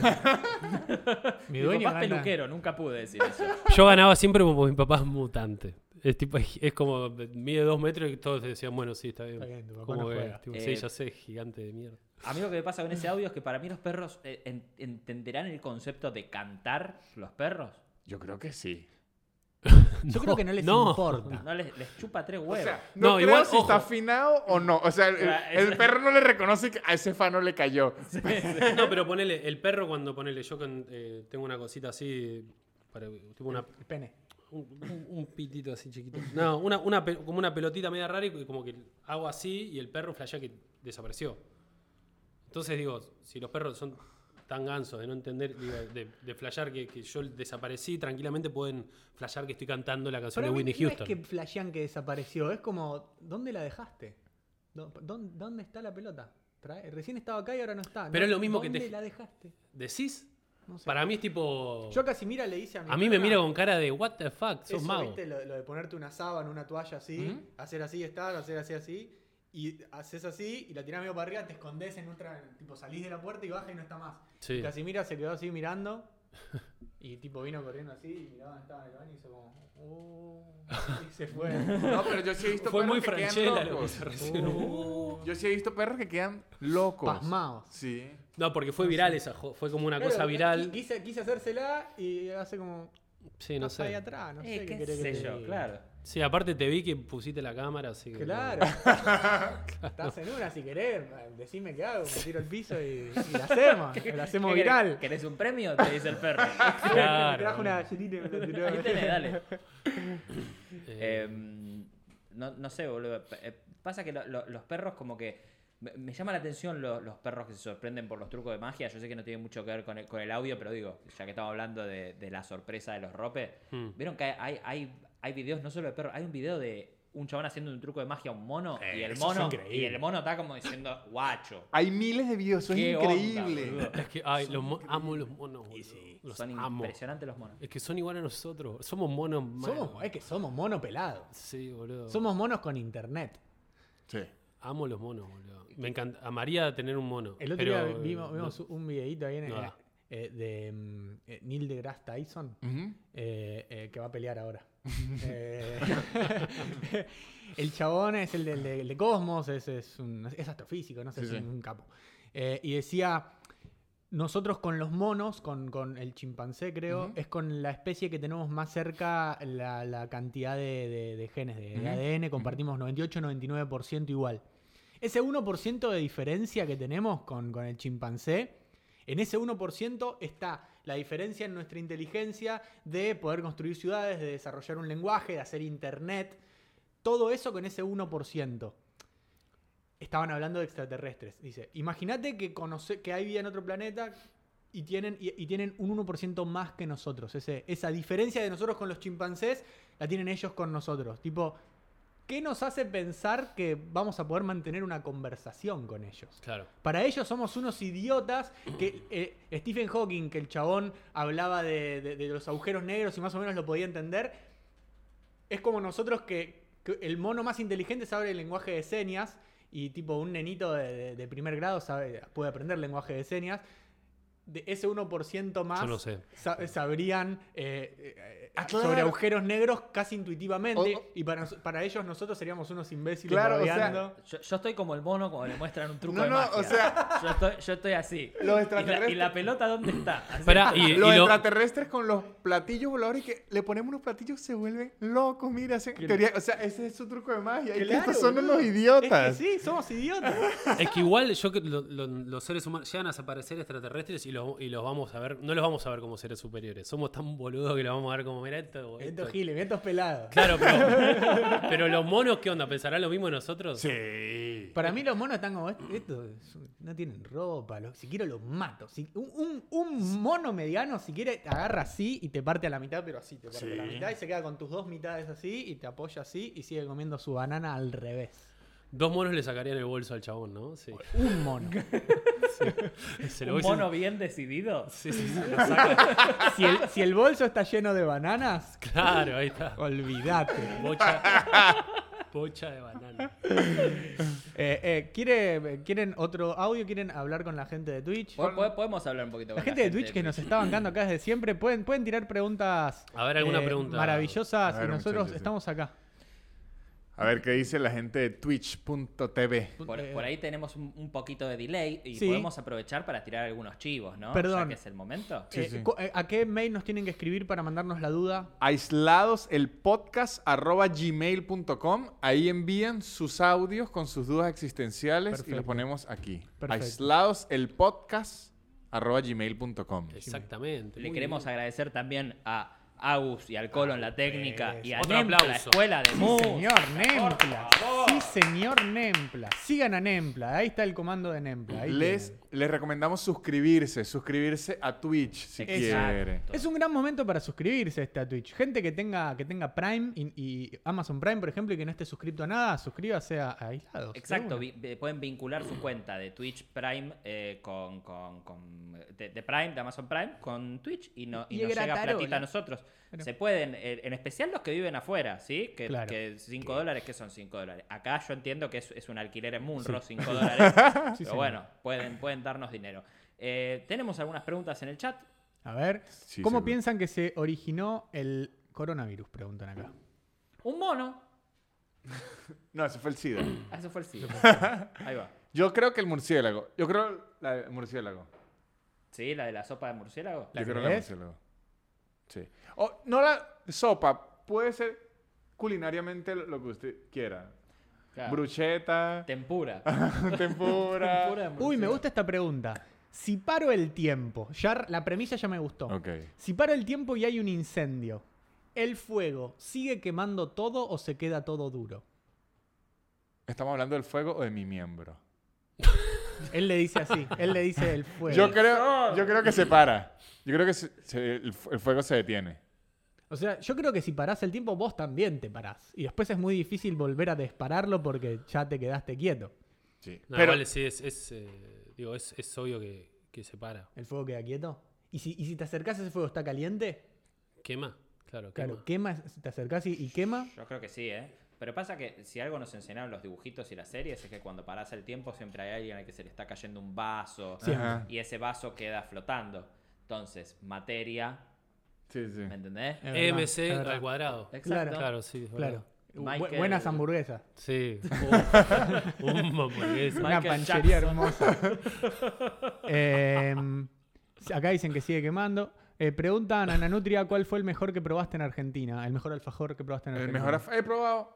Speaker 3: Mi
Speaker 1: Mi
Speaker 3: dueño
Speaker 1: papá es
Speaker 3: gana-
Speaker 1: peluquero, nunca pude decir eso.
Speaker 4: Yo ganaba siempre porque mi papá es mutante. Es, tipo, es como, mide dos metros y todos decían, bueno, sí, está bien.
Speaker 3: Está bien, tu papá
Speaker 4: ¿Cómo
Speaker 3: no
Speaker 4: ves?
Speaker 3: juega.
Speaker 4: Tipo,
Speaker 1: Eh,
Speaker 4: sí, ya sé, gigante de mierda.
Speaker 1: A mí lo que me pasa con ese audio es que para mí los perros eh, en- entenderán el concepto de cantar los perros.
Speaker 2: Yo creo que sí.
Speaker 3: Yo creo que no les
Speaker 4: no.
Speaker 3: importa.
Speaker 1: No les, les chupa tres
Speaker 2: O
Speaker 1: huevos.
Speaker 2: sea, no,
Speaker 4: No,
Speaker 2: creo
Speaker 4: igual,
Speaker 2: si
Speaker 4: ojo.
Speaker 2: está afinado o no. O sea, el,
Speaker 1: sea,
Speaker 2: el
Speaker 1: es-
Speaker 2: perro no le reconoce que a ese fan no le cayó.
Speaker 4: No, pero ponele, el perro cuando ponele, yo con, eh, tengo una cosita así, para, tipo una,
Speaker 3: El pene.
Speaker 4: un, un- un pitito así chiquito. No, una, una pe- como una pelotita media rara y como que hago así y el perro flashea que desapareció. Entonces digo, si los perros son tan gansos de no entender, digo, de, de flashear que, que yo desaparecí, tranquilamente pueden flashear que estoy cantando la canción
Speaker 3: Para
Speaker 4: de
Speaker 3: mí
Speaker 4: Whitney
Speaker 3: no es
Speaker 4: Houston.
Speaker 3: que flashean que desapareció, es como, ¿dónde la dejaste? ¿Dó- ¿Dónde, dónde está la pelota? Trae- recién estaba acá y ahora no está.
Speaker 4: Pero
Speaker 3: ¿No?
Speaker 4: es lo mismo que
Speaker 3: ¿Dónde
Speaker 4: te-
Speaker 3: la dejaste?
Speaker 4: ¿Decís?
Speaker 3: No sé.
Speaker 4: Para mí es tipo...
Speaker 3: Yo a Casimira le hice a mi
Speaker 4: A mí me
Speaker 3: perra,
Speaker 4: mira con cara de, what the fuck, sos
Speaker 3: eso,
Speaker 4: mago.
Speaker 3: ¿viste? Lo, lo de ponerte una sábana, una toalla así, hacer así, estar, hacer así, así. Y haces así y la tirás medio para arriba, te escondes en otra. Tipo, salís de la puerta y baja y no está más.
Speaker 4: Sí.
Speaker 3: Y Casimira se quedó así mirando. Y tipo vino corriendo así y miraba dónde estaba en el baño y hizo como. "Oh", y se fue.
Speaker 2: No, pero yo sí he visto
Speaker 4: Fue
Speaker 2: perros
Speaker 4: muy
Speaker 2: que quedan
Speaker 4: Franchella lo que
Speaker 2: locos. Uh.
Speaker 4: hizo recién.
Speaker 3: Uh,
Speaker 2: Yo sí he visto perros que quedan locos.
Speaker 3: Pasmados.
Speaker 2: Sí.
Speaker 4: No, porque fue viral esa, jo- fue como una
Speaker 3: Claro,
Speaker 4: cosa
Speaker 3: qui-
Speaker 4: viral.
Speaker 3: Quise, quise hacérsela y hace como.
Speaker 4: Sí,
Speaker 3: No,
Speaker 4: no
Speaker 3: está ahí
Speaker 4: sé.
Speaker 3: atrás, no
Speaker 1: Eh,
Speaker 3: sé
Speaker 1: qué
Speaker 3: qué querés que
Speaker 1: sé
Speaker 3: te
Speaker 1: yo,
Speaker 3: diga.
Speaker 1: claro.
Speaker 4: Sí, aparte te vi que pusiste la cámara, así que.
Speaker 3: Claro. Estás en una si querés. Decime qué hago. Me tiro al piso y, y la hacemos. la hacemos
Speaker 1: ¿Qué querés?
Speaker 3: viral.
Speaker 1: ¿Querés un premio? Te dice el perro.
Speaker 4: Claro.
Speaker 3: Me trajo una galletita y me la tiró.
Speaker 1: Ahí tenés, dale.
Speaker 4: Eh,
Speaker 1: Em, no, no sé, boludo. P- eh, Pasa que lo- lo- los perros como que... Me, me llama la atención lo- los perros que se sorprenden por los trucos de magia. Yo sé que no tiene mucho que ver con el, con el audio, pero digo, ya que estamos hablando de, de la sorpresa de los ropes,
Speaker 4: Mm.
Speaker 1: vieron que hay, hay, hay videos no solo de perros, hay un video de un chabón haciendo un truco de magia a un mono
Speaker 4: Eh,
Speaker 1: y el
Speaker 4: eso es
Speaker 1: mono
Speaker 4: increíble.
Speaker 1: y el mono está como diciendo guacho.
Speaker 2: Hay miles de videos, eso
Speaker 1: qué
Speaker 2: es
Speaker 1: onda,
Speaker 2: increíble.
Speaker 1: boludo".
Speaker 4: Es que, ay, los mo- amo los monos, boludo. Los
Speaker 1: Son
Speaker 4: amo.
Speaker 1: impresionantes los monos.
Speaker 4: Es que son igual a nosotros. Somos monos malos.
Speaker 3: Somos, es que somos monos pelados.
Speaker 4: Sí, boludo.
Speaker 3: Somos monos con internet.
Speaker 2: Sí.
Speaker 4: Amo los monos, boludo. Me encanta. Amaría tener un mono.
Speaker 3: El otro
Speaker 4: pero,
Speaker 3: día
Speaker 4: eh,
Speaker 3: vimos,
Speaker 4: no.
Speaker 3: vimos un videito ahí en- en-
Speaker 4: Nada.
Speaker 3: eh, de mm, eh, Neil deGrasse Tyson.
Speaker 2: Ujú.
Speaker 3: eh, eh, que va a pelear ahora. Eh, el chabón es el del de, el de Cosmos, es, es, un- es astrofísico, no sé,
Speaker 2: Sí,
Speaker 3: es
Speaker 2: sí.
Speaker 3: un capo. Eh, y decía, nosotros con los monos, con, con el chimpancé creo,
Speaker 2: Ujú.
Speaker 3: es con la especie que tenemos más cerca la, la cantidad de, de- de genes de, de
Speaker 2: Ujú.
Speaker 3: ADN, compartimos 98-99% igual. Ese 1% de diferencia que tenemos con, con el chimpancé, en ese 1% está la diferencia en nuestra inteligencia de poder construir ciudades, de desarrollar un lenguaje, de hacer internet. Todo eso con ese 1%. Estaban hablando de extraterrestres. Dice, imagínate que, conoce- que hay vida en otro planeta y tienen, y, y tienen un 1% más que nosotros. Ese- esa diferencia de nosotros con los chimpancés la tienen ellos con nosotros. Tipo, ¿qué nos hace pensar que vamos a poder mantener una conversación con ellos?
Speaker 4: Claro.
Speaker 3: Para ellos somos unos idiotas que eh, Stephen Hawking, que el chabón hablaba de, de- de los agujeros negros y más o menos lo podía entender, es como nosotros que, que el mono más inteligente sabe el lenguaje de señas y tipo un nenito de, de- de primer grado sabe, puede aprender lenguaje de señas. De ese 1% más
Speaker 4: Yo no sé.
Speaker 3: sa- sabrían eh, eh,
Speaker 2: Ah,
Speaker 3: sobre
Speaker 2: claro.
Speaker 3: agujeros negros casi intuitivamente
Speaker 2: O- o-
Speaker 3: y para, nos- para ellos nosotros seríamos unos imbéciles
Speaker 2: Claro, o sea,
Speaker 3: babeando.
Speaker 1: Yo, yo estoy como el mono cuando le muestran un truco
Speaker 2: No,
Speaker 1: de
Speaker 2: no,
Speaker 1: magia.
Speaker 2: o sea-
Speaker 1: yo estoy, yo estoy así. Y
Speaker 2: Los
Speaker 1: la- ¿Y la,
Speaker 2: extraterrestres-
Speaker 1: pelota dónde está? Así.
Speaker 4: Pará, y, y
Speaker 2: los
Speaker 4: lo-
Speaker 2: extraterrestres con los platillos voladores que le ponemos unos platillos se vuelven locos, mira, hacen teoría- o sea, ese es su truco de magia, y que
Speaker 3: Claro,
Speaker 2: estos son
Speaker 3: boludo.
Speaker 2: unos
Speaker 3: Es
Speaker 2: idiotas.
Speaker 3: que sí, somos idiotas.
Speaker 4: es que igual yo que lo- lo- los seres humanos llegan a desaparecer extraterrestres y los, y los vamos a ver. No los vamos a ver como seres superiores. Somos tan boludos que los vamos a ver como, mira esto. esto".
Speaker 3: Estos giles, estos pelados.
Speaker 4: Claro, pero, pero los monos, ¿qué onda? ¿Pensarán lo mismo de nosotros?
Speaker 2: Sí.
Speaker 3: Para mí los monos están como, "Est- estos no tienen ropa, los- si quiero los mato. Si- un, un- un mono mediano, si quiere, te agarra así y te parte a la mitad, pero así, te parte a la
Speaker 2: Sí.
Speaker 3: mitad y se queda con tus dos mitades así y te apoya así y sigue comiendo su banana al revés.
Speaker 4: Dos monos le sacarían el bolso al chabón, ¿no? Sí.
Speaker 3: Un mono.
Speaker 4: Se lo
Speaker 1: un
Speaker 4: hubiesen-
Speaker 1: mono bien decidido.
Speaker 4: Sí, sí, sí, lo saca.
Speaker 3: si, el, si el bolso está lleno de bananas,
Speaker 4: Claro, ahí está.
Speaker 3: olvídate.
Speaker 4: Bocha, bocha de banana.
Speaker 3: Eh, eh, ¿quiere- ¿Quieren otro audio? ¿Quieren hablar con la gente de Twitch?
Speaker 1: Po- po- Podemos hablar un poquito
Speaker 3: La
Speaker 1: con
Speaker 3: gente de Twitch que nos está bancando acá desde siempre, pueden, pueden tirar preguntas eh,
Speaker 4: A ver, alguna pregunta.
Speaker 3: maravillosas
Speaker 2: A ver,
Speaker 3: y nosotros
Speaker 2: muchachos, sí.
Speaker 3: estamos acá.
Speaker 2: A ver qué dice la gente de twitch.tv.
Speaker 1: Por,
Speaker 3: Eh,
Speaker 1: por ahí tenemos un, un poquito de delay y
Speaker 3: Sí.
Speaker 1: podemos aprovechar para tirar algunos chivos, ¿no?
Speaker 3: Perdón.
Speaker 1: Ya que es el momento.
Speaker 2: Sí,
Speaker 3: eh,
Speaker 2: sí.
Speaker 3: cu- eh, ¿A qué mail nos tienen que escribir para mandarnos la duda?
Speaker 2: Aislados el podcast arroba gmail.com. Ahí envían sus audios con sus dudas existenciales y
Speaker 3: Perfecto.
Speaker 2: los ponemos aquí.
Speaker 3: Perfecto.
Speaker 2: Aislados el podcast arroba gmail.com.
Speaker 4: Exactamente.
Speaker 1: Le
Speaker 4: muy
Speaker 1: queremos
Speaker 4: bien.
Speaker 1: agradecer también a Agus y al Colo en la técnica y a
Speaker 4: Otro
Speaker 1: Nempla, la
Speaker 4: aplauso.
Speaker 1: escuela de música.
Speaker 3: Señor Nempla. Oh, Sí, señor Nempla. Sigan a Nempla. Ahí está el comando de Nempla. ahí
Speaker 2: Les,
Speaker 3: tienen.
Speaker 2: les recomendamos suscribirse, suscribirse a Twitch si
Speaker 1: Exacto.
Speaker 2: quiere.
Speaker 3: Es un gran momento para suscribirse este, a esta Twitch. Gente que tenga, que tenga Prime y, y Amazon Prime, por ejemplo, y que no esté suscrito a nada, suscríbase a, a Aislados. de una.
Speaker 1: Exacto, vi- vi- pueden vincular su cuenta de Twitch Prime eh, con, con- con- de, de Prime, de Amazon Prime, con Twitch y, no, y
Speaker 3: Y
Speaker 1: nos
Speaker 3: gratarola.
Speaker 1: llega platita a nosotros.
Speaker 3: Claro.
Speaker 1: Se pueden, eh, en especial los que viven afuera, ¿sí? Que,
Speaker 3: Claro.
Speaker 1: 5 dólares, ¿qué son 5 dólares? Acá yo entiendo que es, es un alquiler en Munro, 5
Speaker 3: Sí,
Speaker 1: dólares. pero
Speaker 3: señor.
Speaker 1: bueno, pueden, pueden darnos dinero. Eh, Tenemos algunas preguntas en el chat.
Speaker 3: A ver,
Speaker 2: Sí,
Speaker 3: ¿cómo
Speaker 2: seguro.
Speaker 3: piensan que se originó el coronavirus? Preguntan acá.
Speaker 1: Un mono.
Speaker 2: No, eso fue el SIDA.
Speaker 1: Ah, Eso fue el sí. Ahí va.
Speaker 2: Yo creo que el murciélago. Yo creo la del murciélago.
Speaker 1: Sí, la de la sopa de murciélago.
Speaker 3: ¿La
Speaker 2: Yo creo que el
Speaker 3: crees?
Speaker 2: murciélago. Sí. O, no la sopa. Puede ser culinariamente lo- lo que usted quiera.
Speaker 1: Claro.
Speaker 2: Brucheta,
Speaker 1: Ah. Tempura. Tempura de
Speaker 2: tempura.
Speaker 3: Uy, me
Speaker 1: murciélago.
Speaker 3: gusta esta pregunta. Si paro el tiempo, ya r- la premisa ya me gustó.
Speaker 2: ok.
Speaker 3: Si paro el tiempo y hay un incendio, ¿el fuego sigue quemando todo o se queda todo duro?
Speaker 2: ¿Estamos hablando del fuego o de mi miembro?
Speaker 3: Él le dice así, él le dice el fuego.
Speaker 2: Yo creo, yo creo que se para. Yo creo que se- se- el, fu- el fuego se detiene.
Speaker 3: O sea, yo creo que si parás el tiempo, vos también te parás. Y después es muy difícil volver a despararlo porque ya te quedaste quieto.
Speaker 2: Sí.
Speaker 4: No,
Speaker 2: pero
Speaker 4: vale, sí, es, es, eh, digo, es, es obvio que, que se para.
Speaker 3: ¿El fuego queda quieto? ¿Y si, y si te acercás, ese fuego está caliente?
Speaker 4: Quema, claro,
Speaker 3: Claro,
Speaker 4: quema.
Speaker 3: quema, te acercás y, y quema.
Speaker 1: Yo creo que sí, ¿eh? Pero pasa que si algo nos enseñaron los dibujitos y las series es que cuando parás el tiempo siempre hay alguien al que se le está cayendo un vaso
Speaker 3: Sí.
Speaker 2: Ajá.
Speaker 1: y ese vaso queda flotando. Entonces, materia,
Speaker 2: Sí, sí.
Speaker 1: ¿me entendés?
Speaker 3: Es
Speaker 4: E
Speaker 3: verdad, es
Speaker 4: MC
Speaker 3: verdad.
Speaker 4: al cuadrado.
Speaker 1: Exacto.
Speaker 4: Eh, Claro, sí. es
Speaker 3: Claro.
Speaker 4: verdad.
Speaker 3: Bu-
Speaker 1: Michael-
Speaker 3: buenas hamburguesas.
Speaker 4: Sí. Uf, un hamburguesa.
Speaker 3: Una
Speaker 1: Michael
Speaker 3: panchería
Speaker 1: Jackson.
Speaker 3: hermosa. Eh, acá dicen que sigue quemando. Eh, preguntan a Nanutria cuál fue el mejor que probaste en Argentina. El mejor alfajor que probaste en
Speaker 2: El
Speaker 3: Argentina.
Speaker 2: mejor af- he probado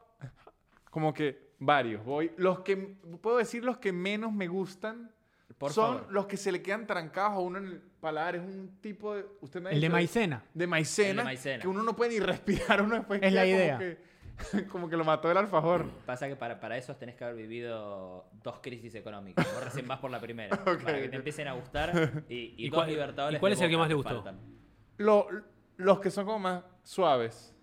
Speaker 2: como que varios. Voy los que puedo decir los que menos me gustan
Speaker 1: Por
Speaker 2: son
Speaker 1: favor.
Speaker 2: los que se le quedan trancados a uno en el paladar, es un tipo de usted me ha
Speaker 3: El de
Speaker 2: dicho-
Speaker 3: maicena.
Speaker 2: de maicena,
Speaker 1: El de maicena.
Speaker 2: que uno no puede ni respirar uno después.
Speaker 3: Es la
Speaker 2: queda como
Speaker 3: idea.
Speaker 2: que- como que lo mató el alfajor.
Speaker 1: Pasa que para, para esos tenés que haber vivido dos crisis económicas. Vos recién vas por la primera. para que
Speaker 2: ok.
Speaker 1: te empiecen a gustar y, y
Speaker 4: ¿Y
Speaker 1: dos
Speaker 4: cuál-
Speaker 1: libertadores.
Speaker 4: y cuál
Speaker 1: de
Speaker 4: es el que
Speaker 1: Boca
Speaker 4: más le
Speaker 1: te
Speaker 4: gustó?
Speaker 1: faltan.
Speaker 2: Lo- los que son como más suaves.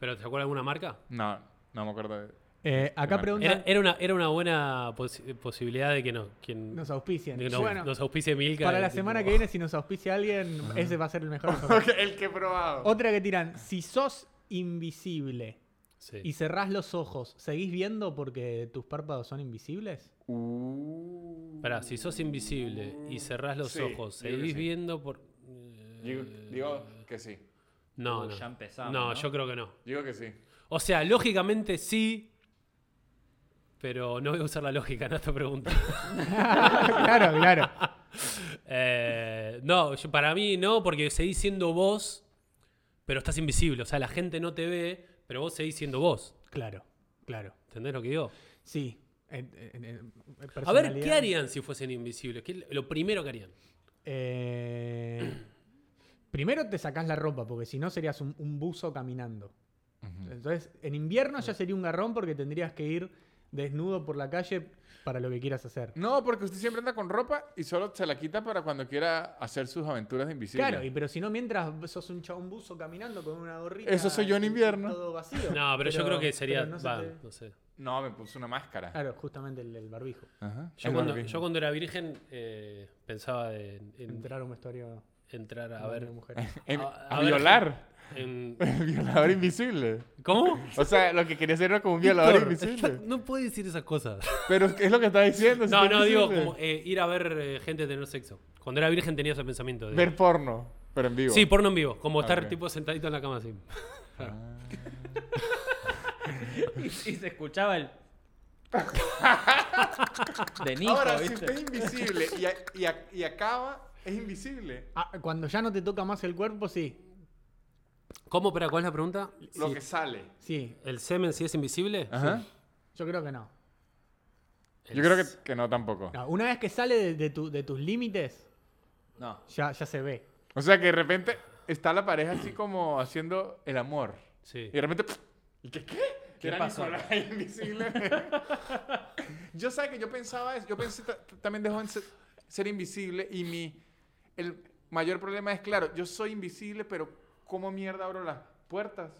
Speaker 4: ¿Pero te acuerdas de alguna marca?
Speaker 2: No, no me acuerdo de
Speaker 3: Eh, acá
Speaker 2: Bueno,
Speaker 3: preguntan.
Speaker 4: Era, era una, era una buena posi- posibilidad de que nos, quien,
Speaker 3: Nos auspician.
Speaker 4: de que nos-
Speaker 3: Bueno,
Speaker 4: nos auspicie Milka.
Speaker 3: para
Speaker 4: y
Speaker 3: la
Speaker 4: tipo,
Speaker 3: semana que viene, si nos auspicia alguien, ese va a ser el mejor alfajor.
Speaker 2: el que he probado.
Speaker 3: Otra que tiran. Si sos invisible
Speaker 4: Sí.
Speaker 3: y cerrás los ojos, ¿seguís viendo porque tus párpados son invisibles?
Speaker 2: Uh.
Speaker 4: Pará, si sos invisible y cerrás los
Speaker 2: Sí,
Speaker 4: ojos,
Speaker 2: digo que
Speaker 4: seguís
Speaker 2: sí.
Speaker 4: viendo por.
Speaker 2: Digo, digo que sí.
Speaker 4: No,
Speaker 1: Uh,
Speaker 4: no.
Speaker 1: ya empezamos,
Speaker 4: no,
Speaker 1: ¿no?
Speaker 4: yo creo que no.
Speaker 2: Digo que sí.
Speaker 4: O sea, lógicamente sí. Pero no voy a usar la lógica, no esta pregunta.
Speaker 3: claro, claro.
Speaker 4: Eh, no, yo- para mí no, porque seguís siendo vos, pero estás invisible. O sea, la gente no te ve, pero vos seguís siendo vos.
Speaker 3: Claro, claro.
Speaker 4: ¿Entendés lo que digo?
Speaker 3: Sí. Eh, eh, eh,
Speaker 4: A ver, ¿qué
Speaker 3: personalidad.
Speaker 4: harían si fuesen invisibles? ¿Qué- lo primero que harían.
Speaker 3: Eh, primero te sacás la ropa, porque si no serías un, un buzo caminando. Entonces, en invierno ya sería un garrón porque tendrías que ir desnudo por la calle para lo que quieras hacer.
Speaker 2: No, porque usted siempre anda con ropa y solo se la quita para cuando quiera hacer sus aventuras de invisible.
Speaker 3: Claro, y, pero si no, mientras sos un chabón buzo caminando con una gorrita.
Speaker 2: Eso soy yo en
Speaker 3: y- y
Speaker 2: invierno.
Speaker 3: Todo vacío.
Speaker 4: No, pero, yo creo que sería.
Speaker 3: pero no se
Speaker 4: va,
Speaker 3: te-
Speaker 4: no sé.
Speaker 2: No, me puse una máscara.
Speaker 4: Ah.
Speaker 3: Claro, justamente el, el barbijo.
Speaker 2: Ajá.
Speaker 4: Yo
Speaker 2: Es
Speaker 4: cuando,
Speaker 2: barbie.
Speaker 4: yo cuando era virgen eh, pensaba en, en
Speaker 3: Entrar a un vestuario
Speaker 4: entrar a
Speaker 3: de
Speaker 4: ver.
Speaker 3: una mujer.
Speaker 2: En-
Speaker 4: Ah, a-
Speaker 2: a,
Speaker 4: a ver-
Speaker 2: violar.
Speaker 4: en-
Speaker 2: El violador invisible.
Speaker 4: ¿Cómo?
Speaker 2: O sea, lo que quería hacer era como un violador
Speaker 4: Víctor, está-
Speaker 2: invisible.
Speaker 4: no puede decir esas cosas.
Speaker 2: Pero es lo que está diciendo. si
Speaker 4: No,
Speaker 2: está
Speaker 4: no, digo,
Speaker 2: invisible.
Speaker 4: como eh, ir a ver eh, gente tener sexo. Cuando era virgen tenía ese pensamiento. de-
Speaker 2: Ver porno, pero en vivo. Ah,
Speaker 4: Sí, porno en vivo. Como estar
Speaker 2: ok.
Speaker 4: tipo sentadito en la cama así.
Speaker 1: Y, y se escuchaba el. de Nico,
Speaker 2: Ahora, si
Speaker 1: ¿viste?
Speaker 2: usted es invisible y, a- y a- y acaba, es invisible.
Speaker 3: Ah, cuando ya no te toca más el cuerpo, sí.
Speaker 4: ¿Cómo? Pero, ¿cuál es la pregunta?
Speaker 2: Lo
Speaker 4: Si
Speaker 2: que Ah. sale.
Speaker 3: Sí,
Speaker 4: ¿El semen sí es invisible?
Speaker 2: Ajá.
Speaker 3: yo creo que no.
Speaker 4: El
Speaker 2: Yo creo que,
Speaker 4: s-
Speaker 2: que no tampoco.
Speaker 3: No, una vez que sale de, de tu- de tus límites,
Speaker 1: No.
Speaker 3: ya, ya se ve.
Speaker 2: O sea que de repente está la pareja así como haciendo el amor.
Speaker 4: Sí.
Speaker 2: Y de repente. ¡pf! ¿Y qué qué?
Speaker 1: ¿Qué
Speaker 2: Que era
Speaker 1: pasó?
Speaker 2: Nicolás invisible. yo sabía que yo pensaba eso. Yo pensé ta- ta- también de joven ser, ser invisible. Y mi. El mayor problema es, claro, yo soy invisible, pero ¿cómo mierda abro las puertas?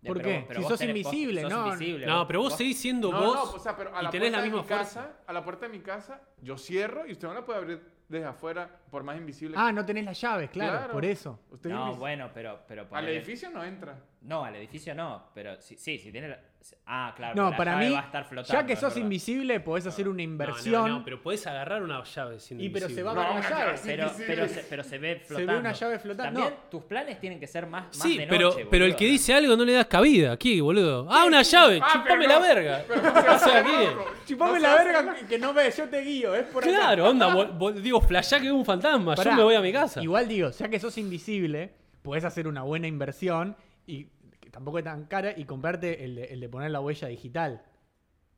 Speaker 1: Ya,
Speaker 3: ¿Por
Speaker 1: pero
Speaker 3: qué?
Speaker 1: vos- pero
Speaker 3: Si
Speaker 1: vos
Speaker 3: sos
Speaker 1: tenés-
Speaker 3: invisible,
Speaker 1: sos
Speaker 3: no, no.
Speaker 1: invisible,
Speaker 4: No,
Speaker 1: vos-
Speaker 4: pero vos
Speaker 1: vos-
Speaker 4: seguís siendo
Speaker 2: No,
Speaker 4: vos.
Speaker 2: no, pues, o sea, pero a
Speaker 4: y
Speaker 2: la
Speaker 4: tenés
Speaker 2: puerta
Speaker 4: la
Speaker 2: de
Speaker 4: misma
Speaker 2: mi
Speaker 4: fuerza.
Speaker 2: casa, a la puerta de mi casa, yo cierro y usted no la puede abrir desde afuera, por más invisible. que-
Speaker 3: Ah, no tenés las llaves, claro,
Speaker 2: Claro.
Speaker 3: por eso.
Speaker 2: usted es
Speaker 1: No,
Speaker 2: invisible.
Speaker 1: bueno, pero. pero
Speaker 2: Al
Speaker 4: pues.
Speaker 1: ponele-
Speaker 2: edificio no entra.
Speaker 1: No, al edificio no. Pero sí, sí, si tiene. la- Ah, claro.
Speaker 3: No,
Speaker 1: la
Speaker 3: para
Speaker 1: llave
Speaker 3: mí,
Speaker 1: va a estar flotando,
Speaker 3: ya que
Speaker 1: es
Speaker 3: sos
Speaker 1: verdad.
Speaker 3: invisible, podés hacer una
Speaker 4: No, no,
Speaker 3: inversión.
Speaker 4: No, pero podés agarrar una llave sin
Speaker 3: Y pero se va a
Speaker 2: No,
Speaker 3: ver
Speaker 2: una
Speaker 3: la llave.
Speaker 2: llave.
Speaker 1: Pero,
Speaker 2: Invisible.
Speaker 1: pero, se, pero se ve
Speaker 3: ve
Speaker 1: flotando.
Speaker 3: una llave flotando.
Speaker 1: También
Speaker 3: No.
Speaker 1: tus planes tienen que ser más, más
Speaker 4: Sí,
Speaker 1: de noche,
Speaker 4: pero, pero el
Speaker 1: boludo.
Speaker 4: que dice algo no le das cabida. Aquí, boludo. Ah, una llave.
Speaker 2: Ah,
Speaker 4: Chupame
Speaker 2: pero
Speaker 4: la
Speaker 2: no-
Speaker 4: verga.
Speaker 2: pero no se
Speaker 4: O sea,
Speaker 2: hace
Speaker 4: ¿qué?
Speaker 2: loco.
Speaker 3: Chupame
Speaker 2: No
Speaker 3: la
Speaker 2: se hace
Speaker 3: verga
Speaker 2: loco.
Speaker 3: que- que no ves, yo te guío, es por acá.
Speaker 4: Claro, onda. vol- vol- digo, flashá que es un fantasma.
Speaker 3: Pará,
Speaker 4: Yo me voy a mi casa.
Speaker 3: Igual digo, ya que sos invisible, podés hacer una buena inversión y que tampoco es tan cara y comprarte el de, el de poner la huella digital.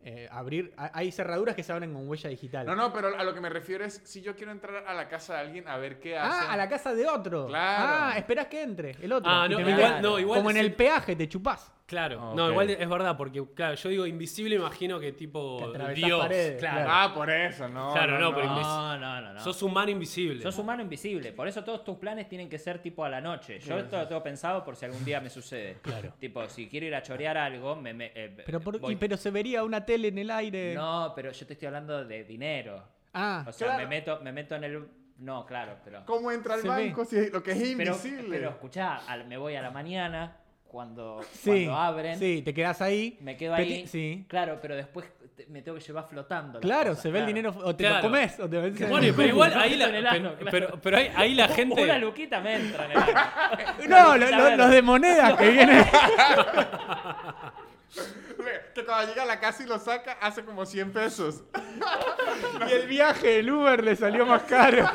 Speaker 3: Eh, abrir, ha- hay cerraduras que se abren con huella digital.
Speaker 2: No, no, pero a lo que me refiero es si yo quiero entrar a la casa de alguien a ver qué hace.
Speaker 3: Ah, a la casa de otro.
Speaker 2: Claro.
Speaker 3: Ah, esperás que entre el otro.
Speaker 4: Ah,
Speaker 3: y
Speaker 4: no,
Speaker 3: te
Speaker 4: igual-
Speaker 3: metés.
Speaker 4: no, igual
Speaker 3: Como en
Speaker 4: es-
Speaker 3: el peaje, te chupás.
Speaker 4: Claro,
Speaker 2: Ah,
Speaker 4: no,
Speaker 2: ok.
Speaker 4: igual es verdad, porque claro, yo digo invisible, imagino que tipo
Speaker 3: Que atravesás
Speaker 4: Dios,
Speaker 3: paredes,
Speaker 4: claro.
Speaker 3: claro.
Speaker 2: Ah, por eso, no.
Speaker 4: Claro, no, pero invis-
Speaker 1: No, no, no, no.
Speaker 4: Sos humano invisible.
Speaker 1: Sos humano invisible, por eso todos tus planes tienen que ser tipo a la noche. Yo esto lo tengo pensado por si algún día me sucede.
Speaker 4: Claro.
Speaker 1: Tipo, si quiero ir a chorear algo, me... me- eh,
Speaker 3: Pero, por-
Speaker 1: voy-
Speaker 3: y- pero eh, se vería una tele en el aire.
Speaker 1: No, pero yo te estoy hablando de dinero.
Speaker 3: Ah,
Speaker 1: O sea,
Speaker 2: claro.
Speaker 1: me, meto, me meto en el... No, claro, pero...
Speaker 2: ¿Cómo entra al
Speaker 3: Se
Speaker 2: banco si es- lo que es
Speaker 1: Pero,
Speaker 2: invisible?
Speaker 1: pero escuchá, al- me voy a la mañana, cuando,
Speaker 3: sí.
Speaker 1: cuando abren,
Speaker 3: Sí, te quedas ahí.
Speaker 1: me quedo
Speaker 3: Peti-
Speaker 1: ahí.
Speaker 3: Sí.
Speaker 1: Claro, pero después te- me tengo que llevar flotando. las
Speaker 3: Claro,
Speaker 1: cosas,
Speaker 3: se ve el
Speaker 1: claro.
Speaker 3: dinero. O te
Speaker 4: Claro.
Speaker 3: lo comes. O te lo metes en el
Speaker 4: Bueno, pero
Speaker 3: culo.
Speaker 4: igual ahí la,
Speaker 1: En el ano,
Speaker 4: pero,
Speaker 1: claro.
Speaker 4: pero- pero ahí, ahí la gente.
Speaker 1: Una luquita me entra en el ano.
Speaker 3: No,
Speaker 1: Una
Speaker 3: lo-
Speaker 1: luquita
Speaker 3: lo-
Speaker 1: verde.
Speaker 3: los de monedas que vienen.
Speaker 2: Que cuando llega a la casa y lo saca, hace como 100 pesos.
Speaker 3: y el viaje del Uber le salió más caro.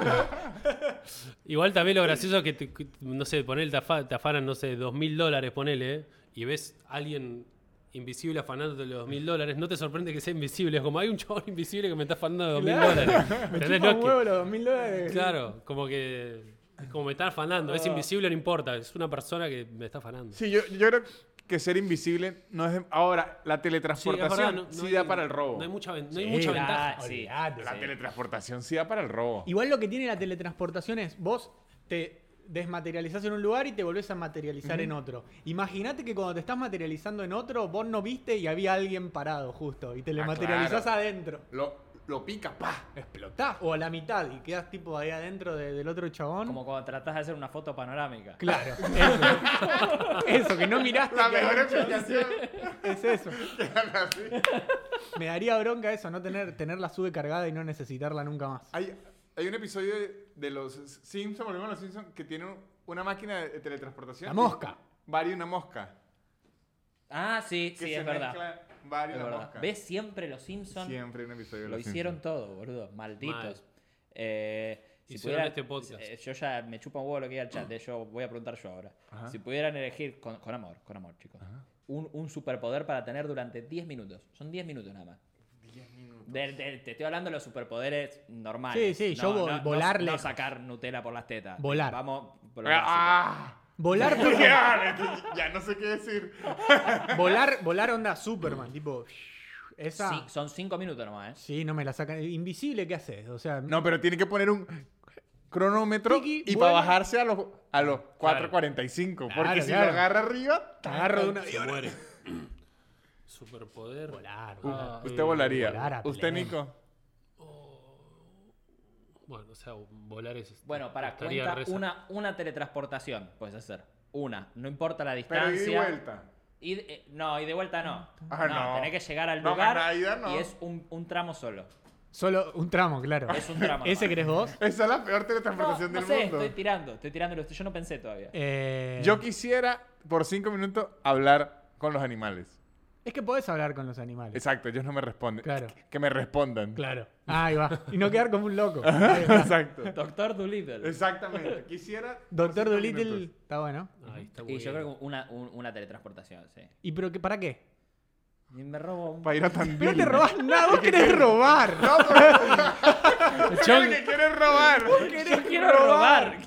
Speaker 4: Igual también lo gracioso es que, te- que, no sé, poner te, afa- te afanan, no sé, dos mil dólares, ponele, y ves a alguien invisible afanándote los dos mil dólares, no te sorprende que sea invisible. Es como hay un chabón invisible que me está afanando dos mil
Speaker 3: Claro.
Speaker 4: dólares.
Speaker 3: Me chupa
Speaker 4: ¿Entendés?
Speaker 3: un
Speaker 4: No es que-
Speaker 3: huevo los 2000 dólares.
Speaker 4: Claro, como que. es Como me está afanando, es invisible, no importa, es una persona que me está afanando.
Speaker 2: Ah. Sí, yo, yo creo que ser invisible no es... de- Ahora, la
Speaker 4: Sí, es verdad,
Speaker 2: teletransportación sí,
Speaker 4: no- no
Speaker 2: da
Speaker 4: hay-
Speaker 2: para el robo.
Speaker 4: No hay mucha, ven- no hay
Speaker 3: Sí,
Speaker 4: mucha
Speaker 3: la-
Speaker 4: ventaja.
Speaker 1: sí.
Speaker 3: Olvidate.
Speaker 2: La teletransportación sí da para el robo.
Speaker 3: Igual lo que tiene la teletransportación es vos te desmaterializás en un lugar y te volvés a materializar en otro. Imagínate que cuando te estás materializando en otro, vos no viste y había alguien parado justo y te le
Speaker 2: Ah,
Speaker 3: materializás
Speaker 2: claro.
Speaker 3: adentro.
Speaker 2: Lo, lo pica, pa.
Speaker 3: Explotás o a la mitad y quedás tipo ahí adentro de- del otro chabón.
Speaker 1: Como cuando tratás de hacer una foto panorámica.
Speaker 3: Claro, eso. eso, que no miraste.
Speaker 2: La
Speaker 3: que
Speaker 2: mejor
Speaker 3: había un chabón.
Speaker 2: explicación.
Speaker 3: Es eso.
Speaker 2: Así.
Speaker 3: Me daría bronca eso, no tener, tener la sube cargada y no necesitarla nunca más.
Speaker 2: Hay, hay un episodio de, de los Simpsons, volvemos a los Simpsons, que tiene un- una máquina de teletransportación.
Speaker 3: La mosca.
Speaker 2: Vario y una mosca.
Speaker 1: Ah, sí,
Speaker 2: Que
Speaker 1: sí,
Speaker 2: se
Speaker 1: es verdad.
Speaker 2: mezcla Vario y
Speaker 1: Es
Speaker 2: la
Speaker 1: verdad.
Speaker 2: mosca.
Speaker 1: ¿Ves siempre los Simpsons?
Speaker 2: Siempre hay un episodio de
Speaker 1: Lo
Speaker 2: los
Speaker 1: hicieron
Speaker 2: Simpsons.
Speaker 1: todo, boludo. Malditos.
Speaker 4: Mal.
Speaker 1: Eh, si
Speaker 4: Hicieron
Speaker 1: pudieran,
Speaker 4: este podcast.
Speaker 1: eh, yo ya me chupa un huevo lo que hay al chat. eh, Yo voy a preguntar yo ahora.
Speaker 2: Ajá.
Speaker 1: Si pudieran elegir, con, con amor, con amor, chicos. Un, un superpoder para tener durante 10 minutos. Son 10 minutos nada más.
Speaker 2: 10 minutos.
Speaker 1: De- de- te estoy hablando de los superpoderes normales.
Speaker 3: Sí, sí, yo vo- volar
Speaker 1: No,
Speaker 3: lejos.
Speaker 1: sacar Nutella por las tetas.
Speaker 3: Volar.
Speaker 1: Vamos. por lo básico.
Speaker 2: ¡Ah!
Speaker 3: Volar, por ejemplo.
Speaker 2: Ya, ya no sé qué decir.
Speaker 3: Volar, volar onda Superman, tipo. Esa.
Speaker 1: Sí, son 5 minutos nomás, ¿eh?
Speaker 3: Sí, no me la sacan. Invisible, ¿qué haces? O sea,
Speaker 2: No, pero tiene que poner un cronómetro
Speaker 3: Tiki,
Speaker 2: y
Speaker 3: vuela.
Speaker 2: para bajarse a los, a los 4.45. Porque
Speaker 3: Claro,
Speaker 2: si
Speaker 3: claro.
Speaker 2: lo agarra arriba,
Speaker 3: te agarro de una.
Speaker 4: Se muere. Superpoder.
Speaker 3: Volar,
Speaker 2: Uh,
Speaker 1: Ah,
Speaker 3: volar.
Speaker 2: usted volaría.
Speaker 3: volar a
Speaker 2: usted,
Speaker 3: pleno.
Speaker 2: Nico.
Speaker 4: Bueno, o sea, volar es. este,
Speaker 1: Bueno, para
Speaker 4: estaría
Speaker 1: cuenta
Speaker 4: re-
Speaker 1: una, una teletransportación puedes hacer. Una. No importa la
Speaker 2: Pero
Speaker 1: distancia.
Speaker 2: ida y vuelta.
Speaker 1: Y de- eh, no, y de vuelta no.
Speaker 2: Ah,
Speaker 1: no,
Speaker 2: no.
Speaker 1: tenés que llegar al
Speaker 2: No,
Speaker 1: lugar
Speaker 2: más la ida no.
Speaker 1: y es un, un tramo solo.
Speaker 3: Solo un tramo, claro.
Speaker 1: Es un tramo.
Speaker 3: ¿Ese
Speaker 1: nomás.
Speaker 3: querés vos?
Speaker 2: Esa es la peor
Speaker 1: No,
Speaker 2: teletransportación
Speaker 1: no
Speaker 2: del
Speaker 1: sé,
Speaker 2: mundo.
Speaker 1: estoy tirando, estoy tirando. Yo no pensé todavía.
Speaker 3: Eh,
Speaker 2: Yo quisiera, por cinco minutos, hablar con los animales.
Speaker 3: Es que podés hablar con los animales.
Speaker 2: Exacto, ellos no me responden.
Speaker 3: Claro.
Speaker 2: Que- Que me respondan.
Speaker 3: Claro. Ah, Ahí va. Y no quedar como un loco.
Speaker 2: Exacto.
Speaker 1: Doctor Doolittle.
Speaker 2: Exactamente. Quisiera. por
Speaker 3: Doctor
Speaker 2: cinco
Speaker 3: Dolittle
Speaker 2: minutos.
Speaker 3: está bueno.
Speaker 4: Ahí está
Speaker 1: Y
Speaker 4: bueno.
Speaker 1: yo creo que una, un- una teletransportación, sí.
Speaker 3: ¿Y pero qué, para qué?
Speaker 1: Y me robo un...
Speaker 2: Para ir a Tandil.
Speaker 3: No te robás nada, vos querés robar.
Speaker 2: No,
Speaker 4: El
Speaker 2: pero
Speaker 4: chabón-
Speaker 2: que quieres robar.
Speaker 1: Yo quiero robar.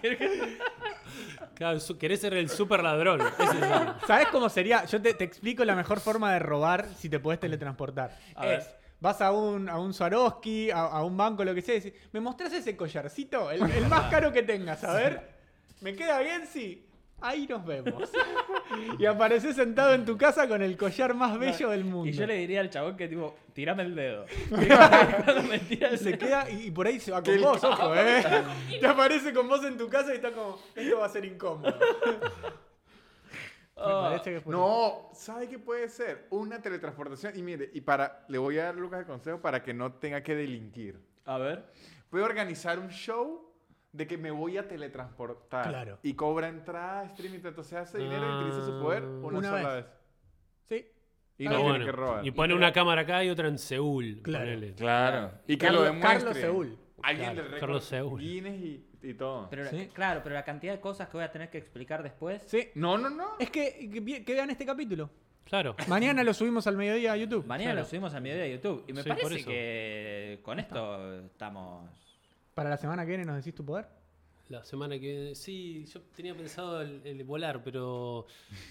Speaker 4: claro, su- querés ser el super ladrón. Ese es el-
Speaker 3: ¿Sabes cómo sería? Yo te, te explico la mejor forma de robar si te podés teletransportar.
Speaker 1: A ver.
Speaker 3: es, vas a un, a un Swarovski, a, a un banco, lo que sea, y decís, ¿me mostrás ese collarcito? El, el más caro que tengas, a ver. ¿Me queda bien? Sí. Ahí nos vemos. y apareces sentado en tu casa con el collar más bello del mundo.
Speaker 1: Y yo le diría al chabón que tipo, tirame el dedo. Cuando me tira el
Speaker 3: se
Speaker 1: dedo.
Speaker 3: queda y, y por ahí se va con vos, ojo, ¿eh? Te aparece con vos en tu casa y está como, esto va a ser incómodo. Me parece que fue-
Speaker 1: Oh.
Speaker 2: No, ¿sabe qué puede ser? Una teletransportación. Y mire, y para, le voy a dar Lucas el consejo para que no tenga que delinquir.
Speaker 1: A ver.
Speaker 2: Voy a organizar un show de que me voy a teletransportar.
Speaker 3: Claro.
Speaker 2: Y cobra entrada, streaming, entonces hace dinero y utiliza su poder una,
Speaker 3: Una
Speaker 2: sola
Speaker 3: vez.
Speaker 2: vez.
Speaker 3: Sí.
Speaker 2: Y
Speaker 4: Ah,
Speaker 2: no
Speaker 4: bueno.
Speaker 2: tiene que robar.
Speaker 4: Y pone una cámara acá y otra en Seúl.
Speaker 3: Claro.
Speaker 4: ponele.
Speaker 2: Claro. Y que
Speaker 3: Carlos-
Speaker 2: lo demuestre.
Speaker 3: Carlos Seúl.
Speaker 2: Alguien
Speaker 4: Claro,
Speaker 2: le
Speaker 4: Carlos Seúl.
Speaker 2: Guinness y, y todo.
Speaker 1: Pero la-
Speaker 3: Sí.
Speaker 1: Claro, pero la cantidad de cosas que voy a tener que explicar después.
Speaker 3: Sí.
Speaker 2: No, no, no.
Speaker 3: Es que, que vi- que vean este capítulo.
Speaker 4: Claro.
Speaker 3: Mañana lo subimos al mediodía a YouTube.
Speaker 1: Mañana
Speaker 4: Claro.
Speaker 1: lo subimos a mi video de YouTube. Y me
Speaker 4: Sí, por
Speaker 1: parece
Speaker 4: eso.
Speaker 1: que con esto estamos.
Speaker 3: Para la semana que viene nos decís tu poder.
Speaker 4: La semana que viene. Sí, yo tenía pensado el, el volar, pero.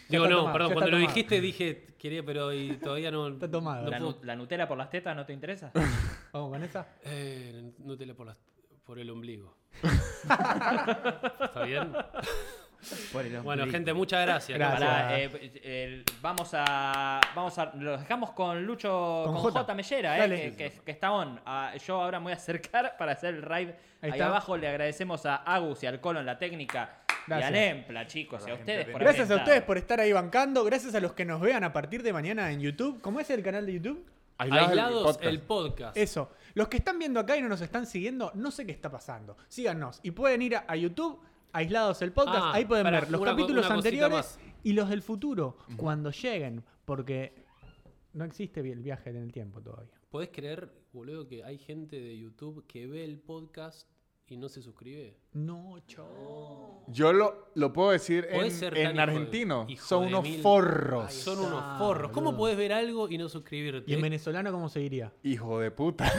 Speaker 4: Digo,
Speaker 3: está
Speaker 4: no,
Speaker 3: tomado,
Speaker 4: perdón.
Speaker 3: ya
Speaker 4: Cuando
Speaker 3: está
Speaker 4: lo
Speaker 3: tomado.
Speaker 4: dijiste dije, quería, pero y todavía no.
Speaker 3: Está tomado.
Speaker 1: ¿La,
Speaker 4: No
Speaker 1: nu-
Speaker 4: puedo-
Speaker 1: la Nutella por las tetas no te interesa?
Speaker 3: Vamos con esa.
Speaker 4: Eh, Nutella por, las- por el ombligo. ¿Está bien? Bueno, gente, muchas gracias.
Speaker 3: Gracias.
Speaker 1: Pará, eh, el- vamos a. Vamos a. Los dejamos con Lucho.
Speaker 3: Con
Speaker 1: Con,
Speaker 3: Jota.
Speaker 1: J. Mellera,
Speaker 3: Dale.
Speaker 1: eh, que, que- que está on. Ah, yo ahora me voy a acercar para hacer el raid.
Speaker 3: Ahí
Speaker 1: Ahí,
Speaker 3: está.
Speaker 1: abajo le agradecemos a Agus y al Colon la técnica.
Speaker 3: Gracias.
Speaker 1: Y al Empla, chicos. Y a ustedes por haber
Speaker 3: Gracias a
Speaker 1: estado.
Speaker 3: ustedes por estar ahí bancando. Gracias a los que nos vean a partir de mañana en YouTube. ¿Cómo es el canal de YouTube?
Speaker 2: Aislados del
Speaker 4: Aislados
Speaker 2: podcast.
Speaker 4: el podcast.
Speaker 3: Eso. Los que están viendo acá y no nos están siguiendo, no sé qué está pasando. Síganos. Y pueden ir a, a YouTube, aislados el podcast.
Speaker 4: Ah,
Speaker 3: ahí pueden
Speaker 4: pará,
Speaker 3: ver los
Speaker 4: una co-
Speaker 3: capítulos
Speaker 4: una cosita
Speaker 3: anteriores y los del futuro, cuando lleguen. Porque no existe vi- el viaje en el tiempo todavía.
Speaker 4: ¿Podés creer, boludo, que hay gente de YouTube que ve el podcast y no se suscribe?
Speaker 3: No, chao.
Speaker 2: Yo lo, lo puedo decir
Speaker 4: Podés
Speaker 2: en,
Speaker 4: ser tan
Speaker 2: en
Speaker 4: hijo de-
Speaker 2: argentino.
Speaker 4: hijo
Speaker 2: son
Speaker 4: de
Speaker 2: unos
Speaker 4: mil.
Speaker 2: forros.
Speaker 4: Son
Speaker 3: está,
Speaker 4: unos forros. ¿Cómo
Speaker 3: boludo.
Speaker 4: podés ver algo y no suscribirte?
Speaker 3: ¿Y en venezolano cómo se diría?
Speaker 2: Hijo de puta.